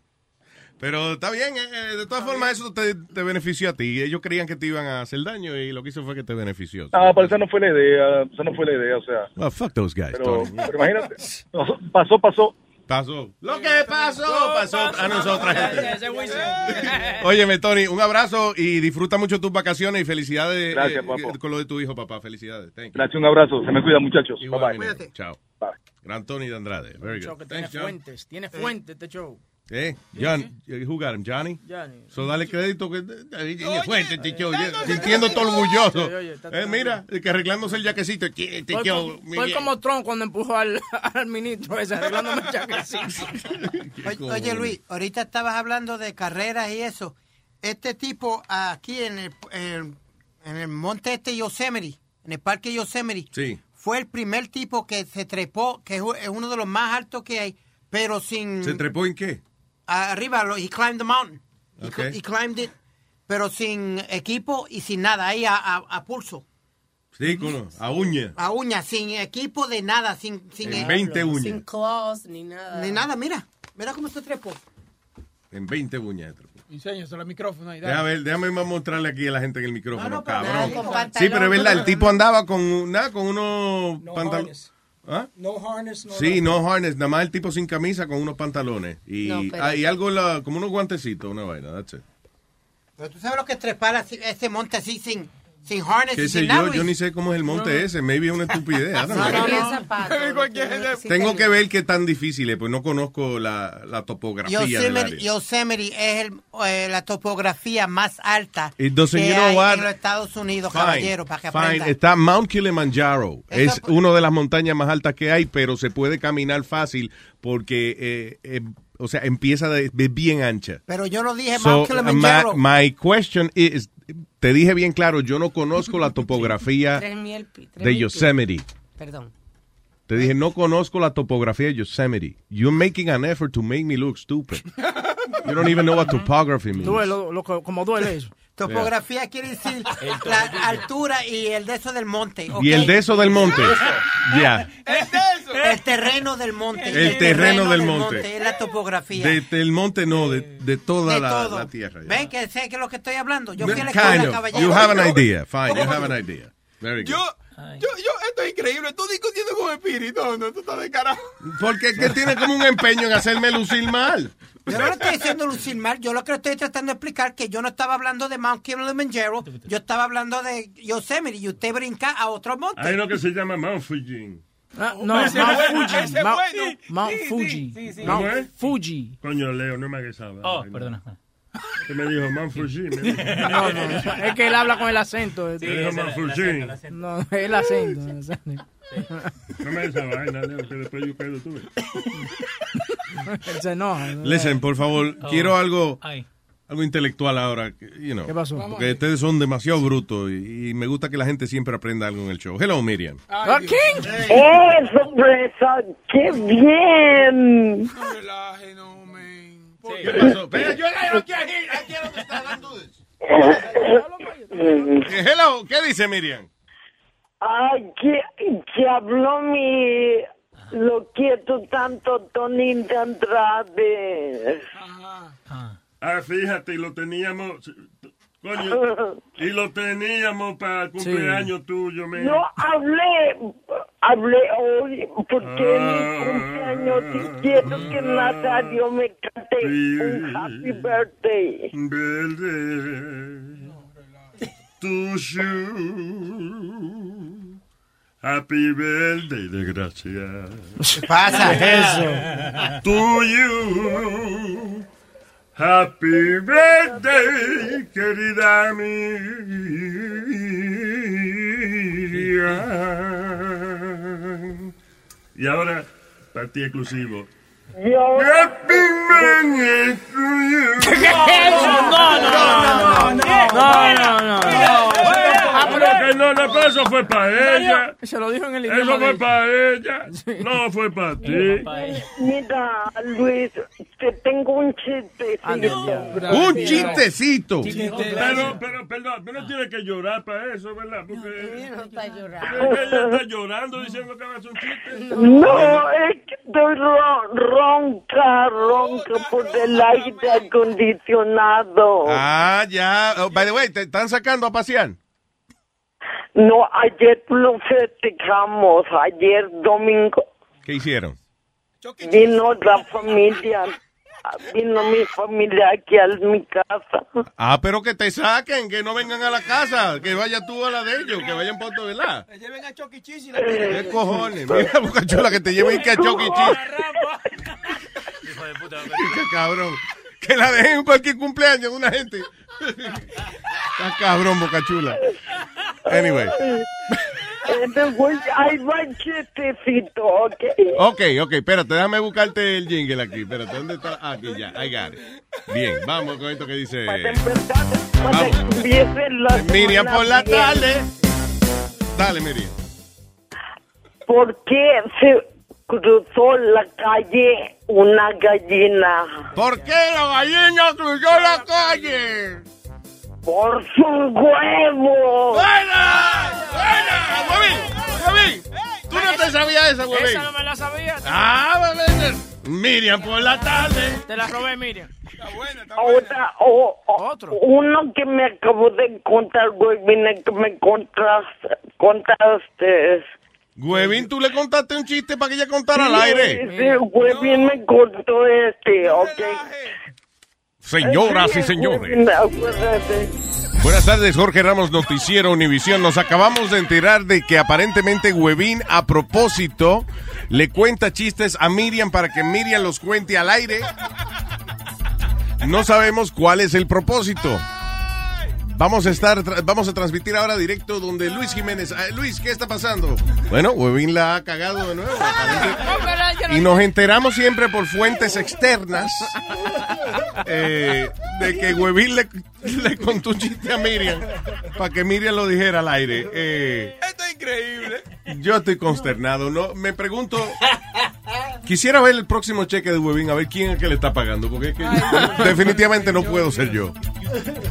Speaker 6: Pero está bien, eh, eh, de todas formas eso te, te benefició a ti. Ellos creían que te iban a hacer daño y lo que hizo fue que te benefició.
Speaker 19: No, Ah, pero esa no fue la idea, esa no fue la idea, o sea.
Speaker 6: Well, fuck those guys,
Speaker 19: Pero,
Speaker 6: Tony.
Speaker 19: pero imagínate, no, pasó, pasó.
Speaker 6: Pasó.
Speaker 11: Lo que pasó, pasó.
Speaker 6: Ah, no, es otra gente.
Speaker 11: Ese Wilson.
Speaker 6: Óyeme, Tony, un abrazo y disfruta mucho tus vacaciones y felicidades
Speaker 19: Gracias,
Speaker 6: eh,
Speaker 19: papo.
Speaker 6: con lo de tu hijo, papá. Felicidades. Thank you.
Speaker 19: Gracias, un abrazo. Se me cuida, muchachos. Bye, bye.
Speaker 6: Igualmente. Chao. Gran Tony de Andrade. Very
Speaker 8: Show que
Speaker 6: good.
Speaker 8: tiene
Speaker 6: Thanks, John.
Speaker 8: fuentes, tiene fuentes este show.
Speaker 6: Eh, John, who got him? Johnny?
Speaker 8: Johnny.
Speaker 6: So dale crédito que eh, tiene fuente, Ticho. Sintiéndote orgulloso.
Speaker 8: Oye, oye, está
Speaker 6: Eh, mira, que arreglándose el jaquecito. Ticho,
Speaker 8: Estoy, como-
Speaker 6: muy
Speaker 8: estoy
Speaker 6: bien.
Speaker 8: como Trump cuando empujó al, al ministro ese, arreglándome el chaquecito.
Speaker 14: Oye, oye, Luis, ahorita estabas hablando de carreras y eso. Este tipo aquí en el, en- en el monte este Yosemite, en el parque Yosemite,
Speaker 6: Sí.
Speaker 14: fue el primer tipo que se trepó, que es u- es uno de los más altos que hay, pero sin...
Speaker 6: ¿Se trepó en qué?
Speaker 14: Arriba, lo- he climbed the mountain. He,
Speaker 6: Ok.
Speaker 14: cl- he climbed it, pero sin equipo y sin nada, ahí a, a- a pulso,
Speaker 6: Sí, cono, a uña.
Speaker 14: a uña, sin equipo de nada, sin... sin
Speaker 6: En 20 uñas.
Speaker 23: Sin claws ni nada.
Speaker 14: Ni nada, mira, mira cómo se trepó.
Speaker 6: En 20 puñetas.
Speaker 11: Enséñaselo al micrófono ahí. dale.
Speaker 6: Déjame, ver, déjame más mostrarle aquí a la gente en el micrófono,
Speaker 11: No, no, pero
Speaker 6: cabrón.
Speaker 11: nada, con
Speaker 6: sí, pero es
Speaker 11: pantalón,
Speaker 6: verdad,
Speaker 11: no,
Speaker 6: el
Speaker 11: no,
Speaker 6: tipo andaba con, nada, con unos
Speaker 24: No
Speaker 6: pantalones.
Speaker 24: harness.
Speaker 6: ¿Ah?
Speaker 24: No harness, no.
Speaker 6: Sí, no harness, nada más el tipo sin camisa con unos pantalones. Y,
Speaker 14: No, pero-
Speaker 6: ah, y algo, en la- como unos guantecitos, una vaina, that's it.
Speaker 14: Pero tú sabes lo que es trepar así- este monte así sin, sin harness
Speaker 6: ¿Qué
Speaker 14: y
Speaker 6: sé
Speaker 14: sin
Speaker 6: yo?
Speaker 14: nada,
Speaker 6: Yo ni sé cómo es el monte
Speaker 14: No, no.
Speaker 6: ese, maybe es una estupidez. I don't know.
Speaker 14: Cualquier-
Speaker 6: Tengo que ver qué tan difícil es, pues no conozco la, la topografía del
Speaker 14: Yosemite,
Speaker 6: área.
Speaker 14: Yosemite es el, eh, la topografía más alta
Speaker 6: It doesn't-
Speaker 14: que
Speaker 6: you know
Speaker 14: hay
Speaker 6: what?
Speaker 14: en los Estados Unidos,
Speaker 6: Fine,
Speaker 14: caballero, para que
Speaker 6: fine.
Speaker 14: aprenda.
Speaker 6: Está Mount Kilimanjaro.
Speaker 14: Esa-
Speaker 6: es una de las montañas más altas que hay, pero se puede caminar fácil porque, eh, eh, o sea, empieza de, de bien ancha.
Speaker 14: Pero yo no dije
Speaker 6: So, uh,
Speaker 14: Mount Kilimanjaro.
Speaker 6: my, my question is, te dije bien claro, yo no conozco la topografía
Speaker 9: Tres mil pi- tres
Speaker 6: de
Speaker 9: mil pi-
Speaker 6: Yosemite.
Speaker 9: Perdón.
Speaker 6: Te dije, no conozco la topografía de Yosemite. You're making an effort to make me look stupid. You don't even know what topography means.
Speaker 8: Duele, lo- lo- como duele eso.
Speaker 14: Topografía quiere decir la altura y el de eso del monte.
Speaker 6: Y el
Speaker 14: ¿ok?
Speaker 6: de eso del monte. Ya.
Speaker 14: El terreno del monte.
Speaker 6: El terreno del monte.
Speaker 14: Es la topografía.
Speaker 6: De- del monte no, de, de toda
Speaker 14: De
Speaker 6: la,
Speaker 14: todo.
Speaker 6: la tierra. ya.
Speaker 14: ¿Ven que sé que lo que estoy hablando? Yo fui a la
Speaker 6: Kind
Speaker 14: escuela,
Speaker 6: of.
Speaker 14: caballero.
Speaker 6: You have an idea. Fine, you have an idea. Very good.
Speaker 11: Yo, yo, yo, esto es increíble. Tú discutiendo con espíritu, no, tú estás de cara.
Speaker 6: Porque es que tiene como un empeño en hacerme lucir mal.
Speaker 14: Yo no le estoy diciendo lucir mal, yo lo que le estoy tratando de explicar que yo no estaba hablando de Mount Kilimanjaro, yo estaba hablando de Yosemite y usted brinca a otro monte. Oh,
Speaker 16: Hay uno que se llama Mount Fuji.
Speaker 8: Ah, no, Mount
Speaker 16: Ese es bueno,
Speaker 8: Fuji.
Speaker 16: ese es
Speaker 8: Mount,
Speaker 16: bueno.
Speaker 8: Mount
Speaker 16: Sí,
Speaker 8: Fuji.
Speaker 16: sí, sí, sí.
Speaker 8: Mount
Speaker 16: ¿Cómo es?
Speaker 8: Fuji.
Speaker 16: Coño, Leo, no me hagas esa vaina.
Speaker 8: Oh, perdona.
Speaker 16: Que me dijo Mount Fuji. Me dijo.
Speaker 8: No, no, es que él habla con el acento. eh.
Speaker 16: Me dijo Mount Fuji.
Speaker 8: No, el acento. el acento.
Speaker 16: No me hagas esa vaina, Leo, que después yo quedo tú.
Speaker 8: Él se enoja. ¿no?
Speaker 6: Listen, por favor,
Speaker 8: Oh.
Speaker 6: quiero algo
Speaker 8: Ay.
Speaker 6: algo intelectual ahora. que, You know,
Speaker 8: ¿Qué pasó?
Speaker 6: Porque ustedes son demasiado brutos y, y me gusta que la gente siempre aprenda algo en el show. Hello, Miriam.
Speaker 8: ¿Ah, King?
Speaker 25: ¡Eh, sorpresa! ¡Qué bien!
Speaker 6: ¿Qué pasó? Espera, yo- Eh, Hello, ¿qué dice Miriam?
Speaker 25: Ay, que, que habló mi lo quieto tanto Tony de Andrade.
Speaker 16: Ah, fíjate, y lo teníamos. Coño, y lo teníamos para el cumpleaños tuyo, me.
Speaker 25: No hablé, hablé hoy porque
Speaker 6: Ah.
Speaker 25: es mi cumpleaños y quiero que en la radio me cante un happy birthday.
Speaker 16: Verde, tu shoe. Happy birthday, desgracia.
Speaker 14: ¿Qué pasa? Eso.
Speaker 16: To you. Happy birthday, querida mía. Y ahora, para ti exclusivo.
Speaker 25: Yo,
Speaker 16: Happy birthday to you.
Speaker 8: No, no, no, no, no,
Speaker 16: Ah, pero que no, no, pero eso fue para ella.
Speaker 8: Se lo dijo en el idioma
Speaker 16: Eso
Speaker 8: de
Speaker 16: fue
Speaker 8: él.
Speaker 16: para ella. No fue para ti.
Speaker 25: mira, Luis, te tengo un
Speaker 16: Ah,
Speaker 25: chistecito.
Speaker 6: Un chistecito.
Speaker 16: Pero, pero, perdón, pero no tiene que llorar para eso, ¿verdad? Porque
Speaker 9: No está llorando.
Speaker 16: ella está llorando diciendo que va a hacer un chiste.
Speaker 25: No, es que estoy ro- ronca, ronca por el aire acondicionado.
Speaker 6: Ah, ya. Oh, by the way, ¿te están sacando a pasear?
Speaker 25: No, ayer lo festejamos, ayer domingo
Speaker 6: ¿Qué hicieron?
Speaker 25: vino la familia, vino mi familia aquí a mi casa.
Speaker 6: Ah, pero que te saquen, que no vengan a la casa, que vaya tú a la de ellos, que vayan por tu ¿verdad?
Speaker 11: Lleven a Chucky Cheese y la
Speaker 6: ¿Qué cojones? Mira, Bucachola, que te lleven que a Chucky Cheese. Qué cabrón. Que la dejen en cualquier cumpleaños una gente. Está cabrón, Bocachula. Anyway.
Speaker 25: eh, Entonces, ahí va el chistecito, ¿ok?
Speaker 6: Ok, ok, espérate, déjame buscarte el jingle aquí. Espérate, ¿dónde está? Ah, Aquí ya, I got it. Bien, vamos con esto que dice.
Speaker 25: Para que empiece la
Speaker 6: Miriam por la
Speaker 25: semana bien.
Speaker 6: tarde. Dale, Miriam.
Speaker 25: ¿Por qué se cruzó la calle una gallina?
Speaker 6: ¿Por qué la gallina cruzó la calle?
Speaker 25: Por su huevo.
Speaker 6: ¡Huevín! ¡Huevín! ¡Tú no te sabías esa, huevín!
Speaker 8: Esa no me la sabía.
Speaker 6: ¡Ah, huevín! Miriam por la tarde.
Speaker 8: Te la robé, Miriam.
Speaker 25: Ahora, o- o- uno que me acabo de encontrar, güey, vine que me contaste. contaste.
Speaker 6: Güevín, tú le contaste un chiste para que ella contara al aire.
Speaker 25: Sí, sí, güey, bien me contó este, ok.
Speaker 6: Señoras
Speaker 25: Sí,
Speaker 6: y señores.
Speaker 25: güey, acuérdate.
Speaker 6: Buenas tardes, Jorge Ramos, Noticiero Univisión. Nos acabamos de enterar de que aparentemente Huevín, a propósito, le cuenta chistes a Miriam para que Miriam los cuente al aire. No sabemos cuál es el propósito. Vamos a estar, tra- vamos a transmitir ahora directo donde Luis Jiménez. Ah, Luis, ¿qué está pasando? Bueno, Huevín la ha cagado de nuevo. Y nos enteramos siempre por fuentes externas eh, de que Huevín le, le contó un chiste a Miriam para que Miriam lo dijera al aire. Esto es increíble. Yo estoy consternado. No, me pregunto. Quisiera ver el próximo cheque de Huevín, a ver quién es el que le está pagando, porque es que definitivamente no puedo ser yo.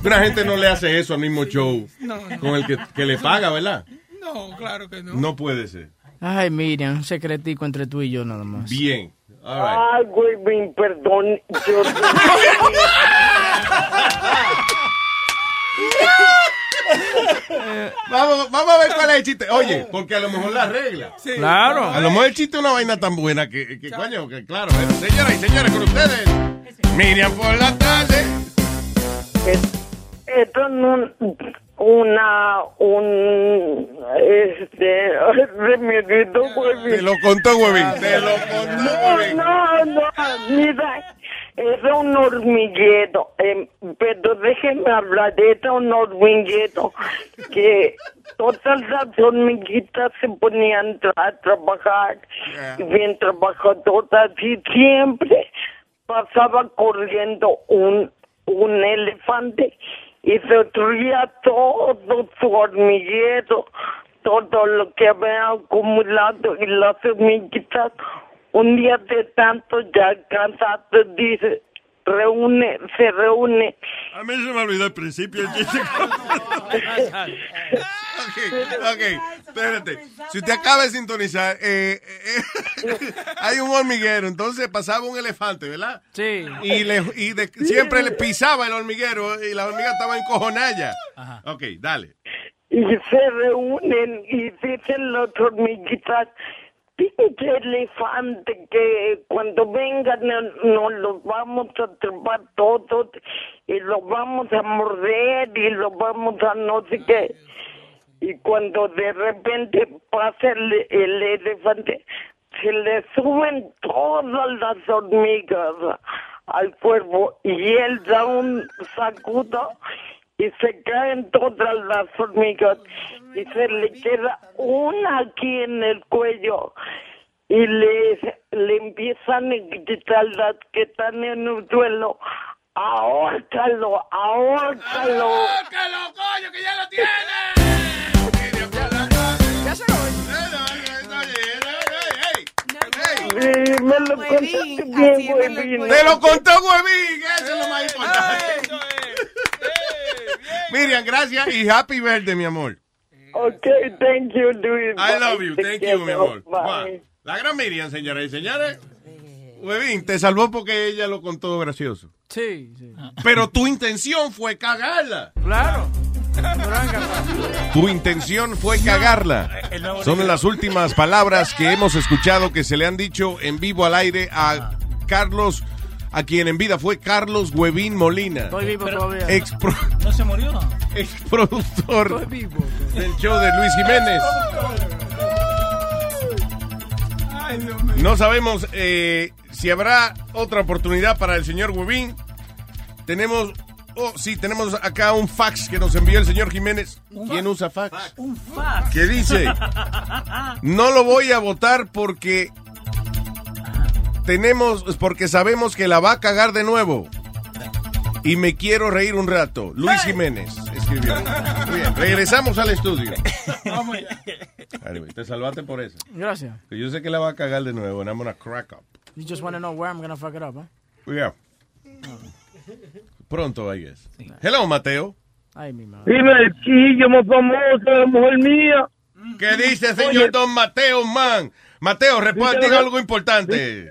Speaker 6: Una gente no le hace eso al mismo show
Speaker 2: No, no.
Speaker 6: con el que, que le paga, ¿verdad?
Speaker 2: No, claro que no.
Speaker 6: No puede ser.
Speaker 8: Ay, Miriam, un secretico entre tú y yo nada más.
Speaker 6: Bien.
Speaker 25: Ay, güey, bien, perdón. Yo...
Speaker 6: Eh, Vamos, vamos a ver cuál es el chiste. Oye, porque a lo mejor la regla.
Speaker 8: Claro.
Speaker 6: A lo mejor el chiste es una vaina tan buena que, que coño, que claro. eh. Señoras y señores, con ustedes. Miriam por la tarde.
Speaker 25: Esto es Eh, un, una, un, este, remedito, güey. Ah,
Speaker 6: Te lo contó, huevín. Te lo
Speaker 25: No, no, no, mira, era un hormiguero, eh, pero déjenme hablar, era un hormiguero que todas las hormiguitas se ponían tra- a trabajar, bien trabajadoras, y siempre pasaba corriendo un, un elefante y destruía todo su hormiguero, todo lo que había acumulado y las hormiguitas un día de tanto ya cansado dice reúne se reúne
Speaker 16: A mí se me olvidó al principio el chiste.
Speaker 6: Ok, espérate. Si usted acaba de sintonizar, eh, eh, hay un hormiguero, entonces pasaba un elefante, ¿verdad?
Speaker 8: Sí.
Speaker 6: Y, le, y de- siempre le pisaba el hormiguero y la hormiga estaba en cojonalla. Ok, dale.
Speaker 25: y se reúnen y dicen los hormiguitas pinche elefante que cuando vengan no- nos los vamos a atrapar todos y los vamos a morder y los vamos a no sé qué y cuando de repente pasa el, el elefante, se le suben todas las hormigas al cuerpo y él da un sacudo y se caen todas las hormigas y se le queda una aquí en el cuello y le, le empiezan a gritar las que están en el duelo, ahórcalo, ahórcalo. Sí, me lo contaste bien, huevín.
Speaker 6: Te lo contó Huevín, eso es lo más importante. Miriam, gracias y happy birthday, mi amor.
Speaker 25: Ok, thank you, Luis.
Speaker 6: I
Speaker 25: Bye,
Speaker 6: love you,
Speaker 25: te
Speaker 6: thank you, mi
Speaker 25: quiero.
Speaker 6: amor. Ah, Bye. La gran Miriam, señoras y señores. Huevín, te salvó porque ella lo contó gracioso.
Speaker 8: Sí, sí.
Speaker 6: Pero tu intención fue cagarla.
Speaker 8: Claro.
Speaker 6: Tu intención fue cagarla.
Speaker 2: El nuevo
Speaker 6: Son las últimas palabras que hemos escuchado que se le han dicho en vivo al aire
Speaker 2: Ah.
Speaker 6: a Carlos, a quien en vida fue Carlos Huevín Molina,
Speaker 8: Estoy vivo todavía.
Speaker 6: ex pro-
Speaker 2: No se murió.
Speaker 6: ex productor
Speaker 8: Estoy vivo.
Speaker 6: del show de Luis Jiménez.
Speaker 2: Ay, no.
Speaker 6: No sabemos eh, si habrá otra oportunidad para el señor Huevín. Tenemos, oh, sí, tenemos acá un fax que nos envió el señor Jiménez. ¿Quién usa fax?
Speaker 2: Un fax.
Speaker 6: ¿Qué dice? No lo voy a votar porque tenemos, porque sabemos que la va a cagar de nuevo. Y me quiero reír un rato. Luis Jiménez escribió. Muy bien, regresamos al estudio.
Speaker 2: Vamos ya.
Speaker 6: Anyway, te salvaste por eso.
Speaker 8: Gracias.
Speaker 6: Que Yo sé que la va a cagar de nuevo, and I'm gonna crack up.
Speaker 8: You just want to know where I'm gonna fuck it up, ¿eh?
Speaker 6: Yeah. Pronto, I guess. Hello, Mateo.
Speaker 8: Ay, mi madre.
Speaker 6: Dime
Speaker 8: el chillo más famoso, la mujer mía.
Speaker 6: ¿Qué dice, señor Don Mateo Man? Mateo, responda, diga algo importante.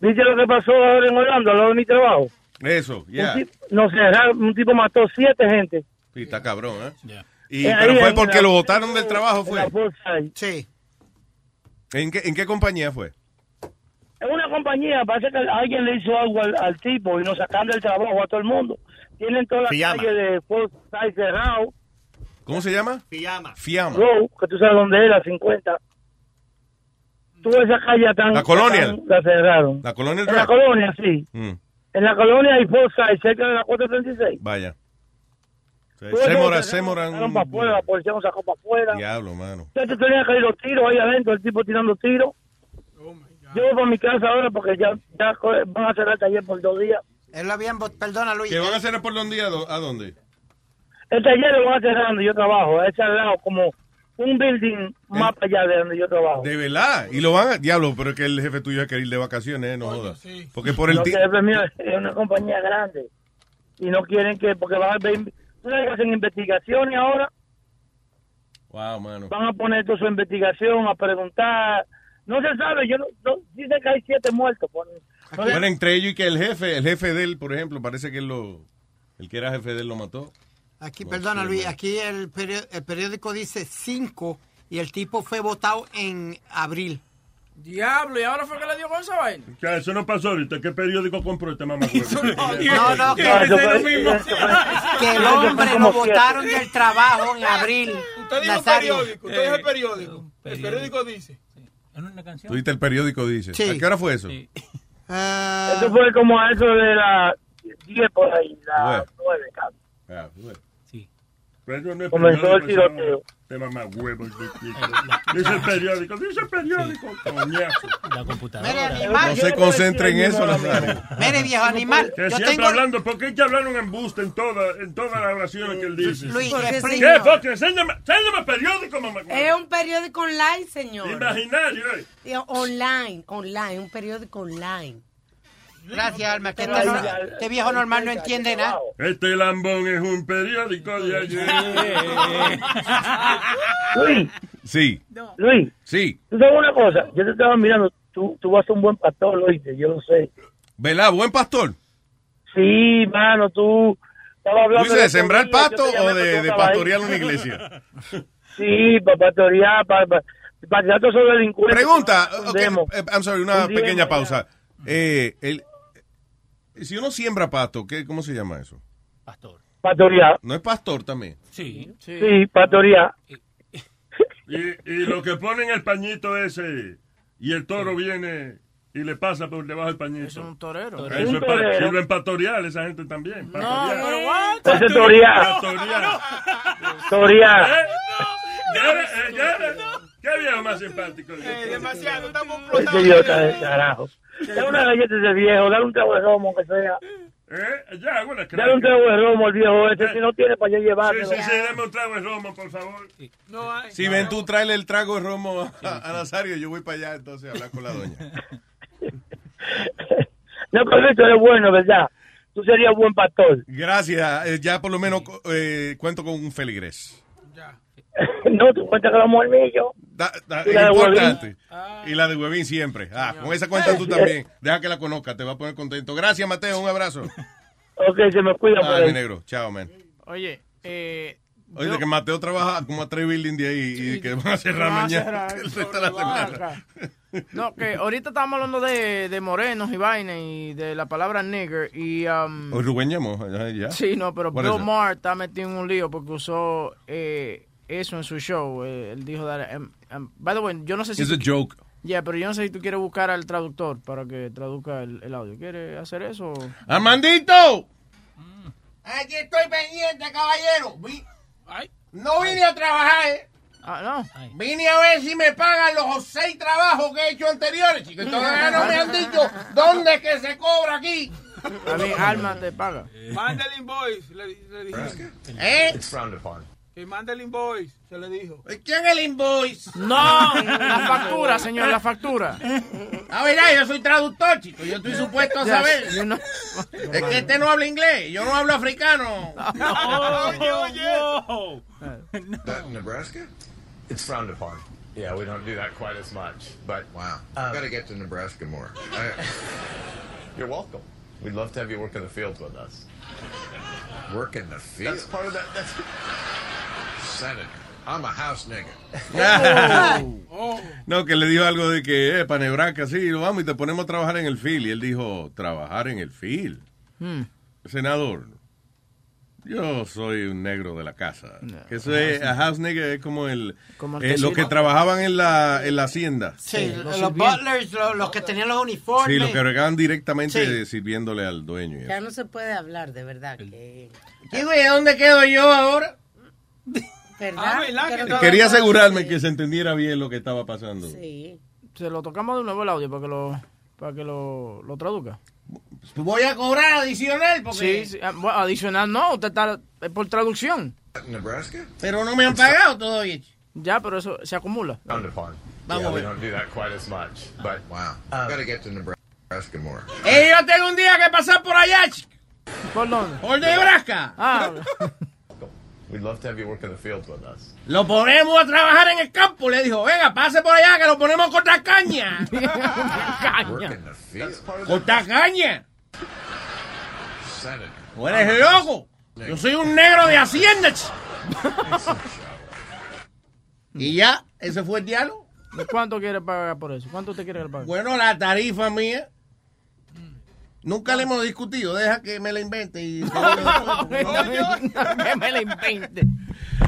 Speaker 1: ¿Viste lo que pasó ahora en Holanda, al lado de mi trabajo?
Speaker 6: Eso, ya.
Speaker 1: Un tip- no sé, un tipo mató siete gente.
Speaker 6: Sí, está cabrón, ¿eh? Y,
Speaker 1: Eh,
Speaker 6: pero
Speaker 1: ahí
Speaker 6: fue
Speaker 1: en
Speaker 6: porque
Speaker 1: la-
Speaker 6: lo botaron del trabajo,
Speaker 1: en
Speaker 6: fue.
Speaker 1: la bolsa.
Speaker 14: Sí.
Speaker 6: ¿En qué, en qué compañía fue?
Speaker 1: Es una compañía, parece que alguien le hizo algo al, al tipo y nos sacan del trabajo a todo el mundo. Tienen toda la
Speaker 6: Se llama.
Speaker 1: calle de Forsyth cerrado.
Speaker 6: ¿Cómo se llama?
Speaker 1: Fiamma.
Speaker 6: Fiamma.
Speaker 1: Row, que tú sabes dónde es, la 50. Tú esa calle tan...
Speaker 6: La Colonial.
Speaker 1: tan- La cerraron.
Speaker 6: La Colonial
Speaker 1: En la
Speaker 6: Drive.
Speaker 1: colonia, sí.
Speaker 6: Mm,
Speaker 1: En la colonia hay Forsyth, cerca de la 436.
Speaker 6: vaya.
Speaker 1: Tú ves
Speaker 6: Semora,
Speaker 1: que
Speaker 6: Semora.
Speaker 1: sacaron para afuera, la policía nos sacó para afuera.
Speaker 6: Diablo, mano.
Speaker 1: Entonces tenía que ir los tiros ahí adentro, el tipo tirando tiros.
Speaker 6: Oh
Speaker 1: Yo voy para mi casa ahora porque ya, ya co- van a cerrar el taller por dos días.
Speaker 14: Él lo habían, bot- perdona Luis.
Speaker 6: ¿Que van a hacer por un día? ¿A dónde?
Speaker 1: El taller lo van a cerrar donde yo trabajo, es al lado como un building más para allá de donde yo trabajo.
Speaker 6: De verdad. Y lo van a. Diablo, pero es que el jefe tuyo es que ir de vacaciones, ¿eh? No jodas. Porque por el.
Speaker 1: No,
Speaker 6: ti-
Speaker 1: que es pues, mío, es una compañía grande y no quieren que, porque van a ver, tú sabes que hacen investigaciones ahora,
Speaker 6: Wow, mano.
Speaker 1: van a poner toda su investigación, a preguntar, no se sabe, yo no, no- dicen que hay siete muertos. por- no sé-
Speaker 6: Bueno, entre ellos y que el jefe, el jefe de él, por ejemplo, parece que él lo. El que era jefe de él lo mató.
Speaker 14: Aquí,
Speaker 6: No,
Speaker 14: perdona
Speaker 6: Oh, sí,
Speaker 14: Luis,
Speaker 6: no.
Speaker 14: aquí el, perio- el periódico dice 5 y el tipo fue votado en abril.
Speaker 8: Diablo, ¿y ahora fue que le dio con esa vaina?
Speaker 16: Ya, eso no pasó ahorita. ¿Qué periódico compró este mamá? no,
Speaker 14: No, no, que, que el hombre lo votaron del trabajo en abril.
Speaker 7: Usted dijo
Speaker 14: Nazario.
Speaker 7: periódico, usted dijo el periódico. El periódico dice. ¿En una canción?
Speaker 6: Tú viste el periódico, dice.
Speaker 7: Sí.
Speaker 6: ¿A qué hora fue eso?
Speaker 1: Eso fue como a eso de las 10 por ahí, las
Speaker 6: Bueno.
Speaker 1: 9, cabrón.
Speaker 6: Ah, bueno.
Speaker 16: Pero no es
Speaker 1: Comenzó
Speaker 16: periódico,
Speaker 1: el
Speaker 16: eso
Speaker 1: tiroteo.
Speaker 16: no- Te mamá huevos. de ti. Dice el periódico, dice el periódico. Coñazo. La
Speaker 14: Mire,
Speaker 16: computadora.
Speaker 14: animal. No se
Speaker 6: concentre en eso, Nazario.
Speaker 14: Mire, viejo animal,
Speaker 16: Que
Speaker 14: yo
Speaker 16: siempre
Speaker 14: tengo-
Speaker 16: hablando, ¿por qué hay que hablar un embuste en todas en todas las oraciones que él dice?
Speaker 9: Luis,
Speaker 16: ¿Qué,
Speaker 9: porque sí, no.
Speaker 16: fuck? Enséñame, enséñame periódico, mamá.
Speaker 14: Eh.
Speaker 9: Es un periódico online, señor.
Speaker 16: Imaginario, eh.
Speaker 9: Eh, Online, online, un periódico online.
Speaker 14: Gracias, Alma. que
Speaker 9: Pero
Speaker 14: este,
Speaker 9: no-
Speaker 14: no- este viejo normal no entiende nada.
Speaker 16: Este lambón es un periódico de ayer.
Speaker 1: Luis,
Speaker 6: Sí.
Speaker 1: Luis.
Speaker 6: Sí.
Speaker 1: Tú sabes una cosa, yo te estaba mirando, tú, tú vas a ser un buen pastor, oíste, yo lo sé.
Speaker 6: ¿Verdad? ¿Buen pastor?
Speaker 1: Sí, mano, tú estabas
Speaker 6: ¿Tú
Speaker 1: hablando...
Speaker 6: dices de sembrar
Speaker 1: comida, yo
Speaker 6: pato
Speaker 1: te llamé
Speaker 6: o
Speaker 1: para
Speaker 6: de,
Speaker 1: tu
Speaker 6: de
Speaker 1: trabajo.
Speaker 6: pastorear una iglesia?
Speaker 1: Sí, para pastorear, para... para para tratar sobre delincuentes.
Speaker 6: Pregunta,
Speaker 1: No nos
Speaker 6: ok,
Speaker 1: escondemos.
Speaker 6: eh, I'm sorry, una
Speaker 1: Hundemos
Speaker 6: pequeña
Speaker 1: ya.
Speaker 6: pausa. Eh, el- si uno siembra pato, ¿qué, ¿cómo se llama eso?
Speaker 1: Pastorear.
Speaker 6: ¿No es pastor también?
Speaker 16: Sí.
Speaker 1: Sí, pastorear.
Speaker 16: Y, y lo que ponen el pañito ese y el toro viene y le pasa por debajo del pañito. Es un torero. Eso
Speaker 1: Un
Speaker 16: es para-
Speaker 1: torero.
Speaker 16: sirven para torear esa gente también. para
Speaker 8: No,
Speaker 16: torear.
Speaker 8: pero what?
Speaker 1: Entonces, Eh, pues torear.
Speaker 16: Para torear.
Speaker 1: Torear.
Speaker 16: ¿Eh? Ya eres- eh, ya eres- Qué viejo más simpático.
Speaker 1: Eh,
Speaker 16: Eh, demasiado, estamos
Speaker 1: Este idiota de carajo. Dale una galleta ese viejo, dale un trago de romo, aunque sea.
Speaker 16: ¿Eh? Ya, bueno, que-
Speaker 1: Dale un trago de romo al viejo ese, si no tiene para yo
Speaker 16: Sí,
Speaker 1: llevarlo.
Speaker 16: sí, sí, dame un trago de romo, por favor. No hay.
Speaker 6: Si ven tú tráele el trago de romo a, a Nazario, yo voy para allá entonces a hablar con la doña.
Speaker 1: No, pero esto es bueno, ¿verdad? Tú serías buen pastor.
Speaker 6: Gracias, eh, ya por lo menos co- eh, cuento con un feligres.
Speaker 1: No, tú cuentas con los mormillos.
Speaker 6: Da- da-
Speaker 1: Y
Speaker 6: eh,
Speaker 1: la de
Speaker 6: Ah, importante.
Speaker 8: Ah.
Speaker 6: Y la de Huevín siempre. Ah, con esa cuenta
Speaker 1: Eh,
Speaker 6: tú también. Deja que la conozca, te va a poner contento. Gracias, Mateo, un abrazo.
Speaker 1: Ok, se me cuida. pues. por
Speaker 6: Ay,
Speaker 1: ahí.
Speaker 6: mi negro, chao, man.
Speaker 8: Oye, eh,
Speaker 6: Oye,
Speaker 8: yo-
Speaker 6: que Mateo trabaja como a tres building de ahí y que van a cerrar
Speaker 8: Van a
Speaker 6: mañana.
Speaker 8: cerrar,
Speaker 6: el resto de la semana.
Speaker 8: no, que ahorita estábamos hablando de, de morenos y vaina y de la palabra nigger y... um,
Speaker 6: O Rubén llamó. ya, ya.
Speaker 8: Sí, no, pero
Speaker 6: Por
Speaker 8: Bill
Speaker 6: eso.
Speaker 8: Maher está metido en un lío porque usó eh, eso en su show. Eh, él dijo, that, um, um, by the way, yo no sé si...
Speaker 6: It's a joke.
Speaker 8: Ya, pero yo no sé si tú quieres buscar al traductor para que traduzca el, el audio. ¿Quieres hacer eso?
Speaker 6: ¡Amandito!
Speaker 11: Aquí estoy pendiente, caballero. Vi- No vine a trabajar, ¿eh?
Speaker 8: Ah,
Speaker 11: no. Vine a ver si me pagan los seis trabajos que he hecho anteriores, chicos. Todavía no me han dicho dónde es que se cobra aquí. ¿Eh?
Speaker 8: A mí, Alma te paga.
Speaker 7: Mandel invoice, le, le dijeron.
Speaker 11: ¿Eh?
Speaker 7: Que manda el invoice, se le dijo.
Speaker 11: ¿Quién es el invoice?
Speaker 8: No, la factura, señor, la factura.
Speaker 11: A ver, yo soy traductor, chicos. Yo estoy supuesto a
Speaker 8: Yes,
Speaker 11: saber.
Speaker 8: you know.
Speaker 11: Es que este no habla inglés, yo no hablo africano.
Speaker 8: No.
Speaker 5: That in Nebraska? It's frowned upon. Yeah, we don't do that quite as much. But wow, i got to get to Nebraska more. I- you're welcome. We'd love to have you work in the fields with us. Work in the field. That's part of that. That's senator. I'm a house nigger.
Speaker 6: No, que le dijo algo de que, eh, pa' Nebraska, sí, lo vamos y te ponemos a trabajar en el field. Y él dijo, trabajar en el field.
Speaker 14: Hmm.
Speaker 6: Senador, yo soy un negro de la casa. Que eso es, a house nigger es como el,
Speaker 14: Ah, Como el
Speaker 6: eh,
Speaker 14: que
Speaker 6: los
Speaker 14: sirve.
Speaker 6: que trabajaban en la, en la hacienda.
Speaker 14: Sí, los, butlers, lo- los, que tenían los uniformes.
Speaker 6: Sí, los que regaban directamente
Speaker 14: Sí.
Speaker 6: eh, sirviéndole al dueño. y eso.
Speaker 9: Ya no se puede hablar, de verdad. Que,
Speaker 26: Digo, ¿y dónde quedo yo ahora?
Speaker 9: ¿Verdad?
Speaker 8: Ah, ¿verdad?
Speaker 9: Pero
Speaker 8: Que
Speaker 9: no-
Speaker 6: Quería asegurarme que se entendiera bien lo que estaba pasando.
Speaker 9: Sí.
Speaker 8: Se lo tocamos de nuevo el audio para que lo, para que lo, lo traduzca.
Speaker 26: Voy a cobrar adicional porque...
Speaker 8: Sí, sí, ah, bueno, adicional no, usted está es por traducción.
Speaker 5: Nebraska?
Speaker 26: Pero no me han pagado todavía.
Speaker 8: Ya, pero eso se acumula.
Speaker 5: Frowned upon.
Speaker 26: Vamos
Speaker 5: yeah,
Speaker 26: a
Speaker 5: we
Speaker 26: ver.
Speaker 5: don't do that quite as much. But wow, i got to get to Nebraska more.
Speaker 26: Eh, yo tengo un día que pasar por allá, chico.
Speaker 8: ¿Por dónde? Ah.
Speaker 26: Por Nebraska.
Speaker 5: We'd love to have you work in the fields with us.
Speaker 26: Lo ponemos a trabajar en el campo. Le dijo, venga, pase por allá que lo ponemos a cortar caña.
Speaker 5: Work in the fields.
Speaker 26: cortar caña.
Speaker 5: Senator.
Speaker 26: ¿O eres loco? Yo soy un negro de hacienda, chico. Y ya, ese fue el diálogo.
Speaker 8: ¿Cuánto quiere pagar por eso? ¿Cuánto usted quiere pagar?
Speaker 26: Bueno, la tarifa mía. Nunca le hemos discutido, deja que me la invente. Y...
Speaker 8: que me la invente.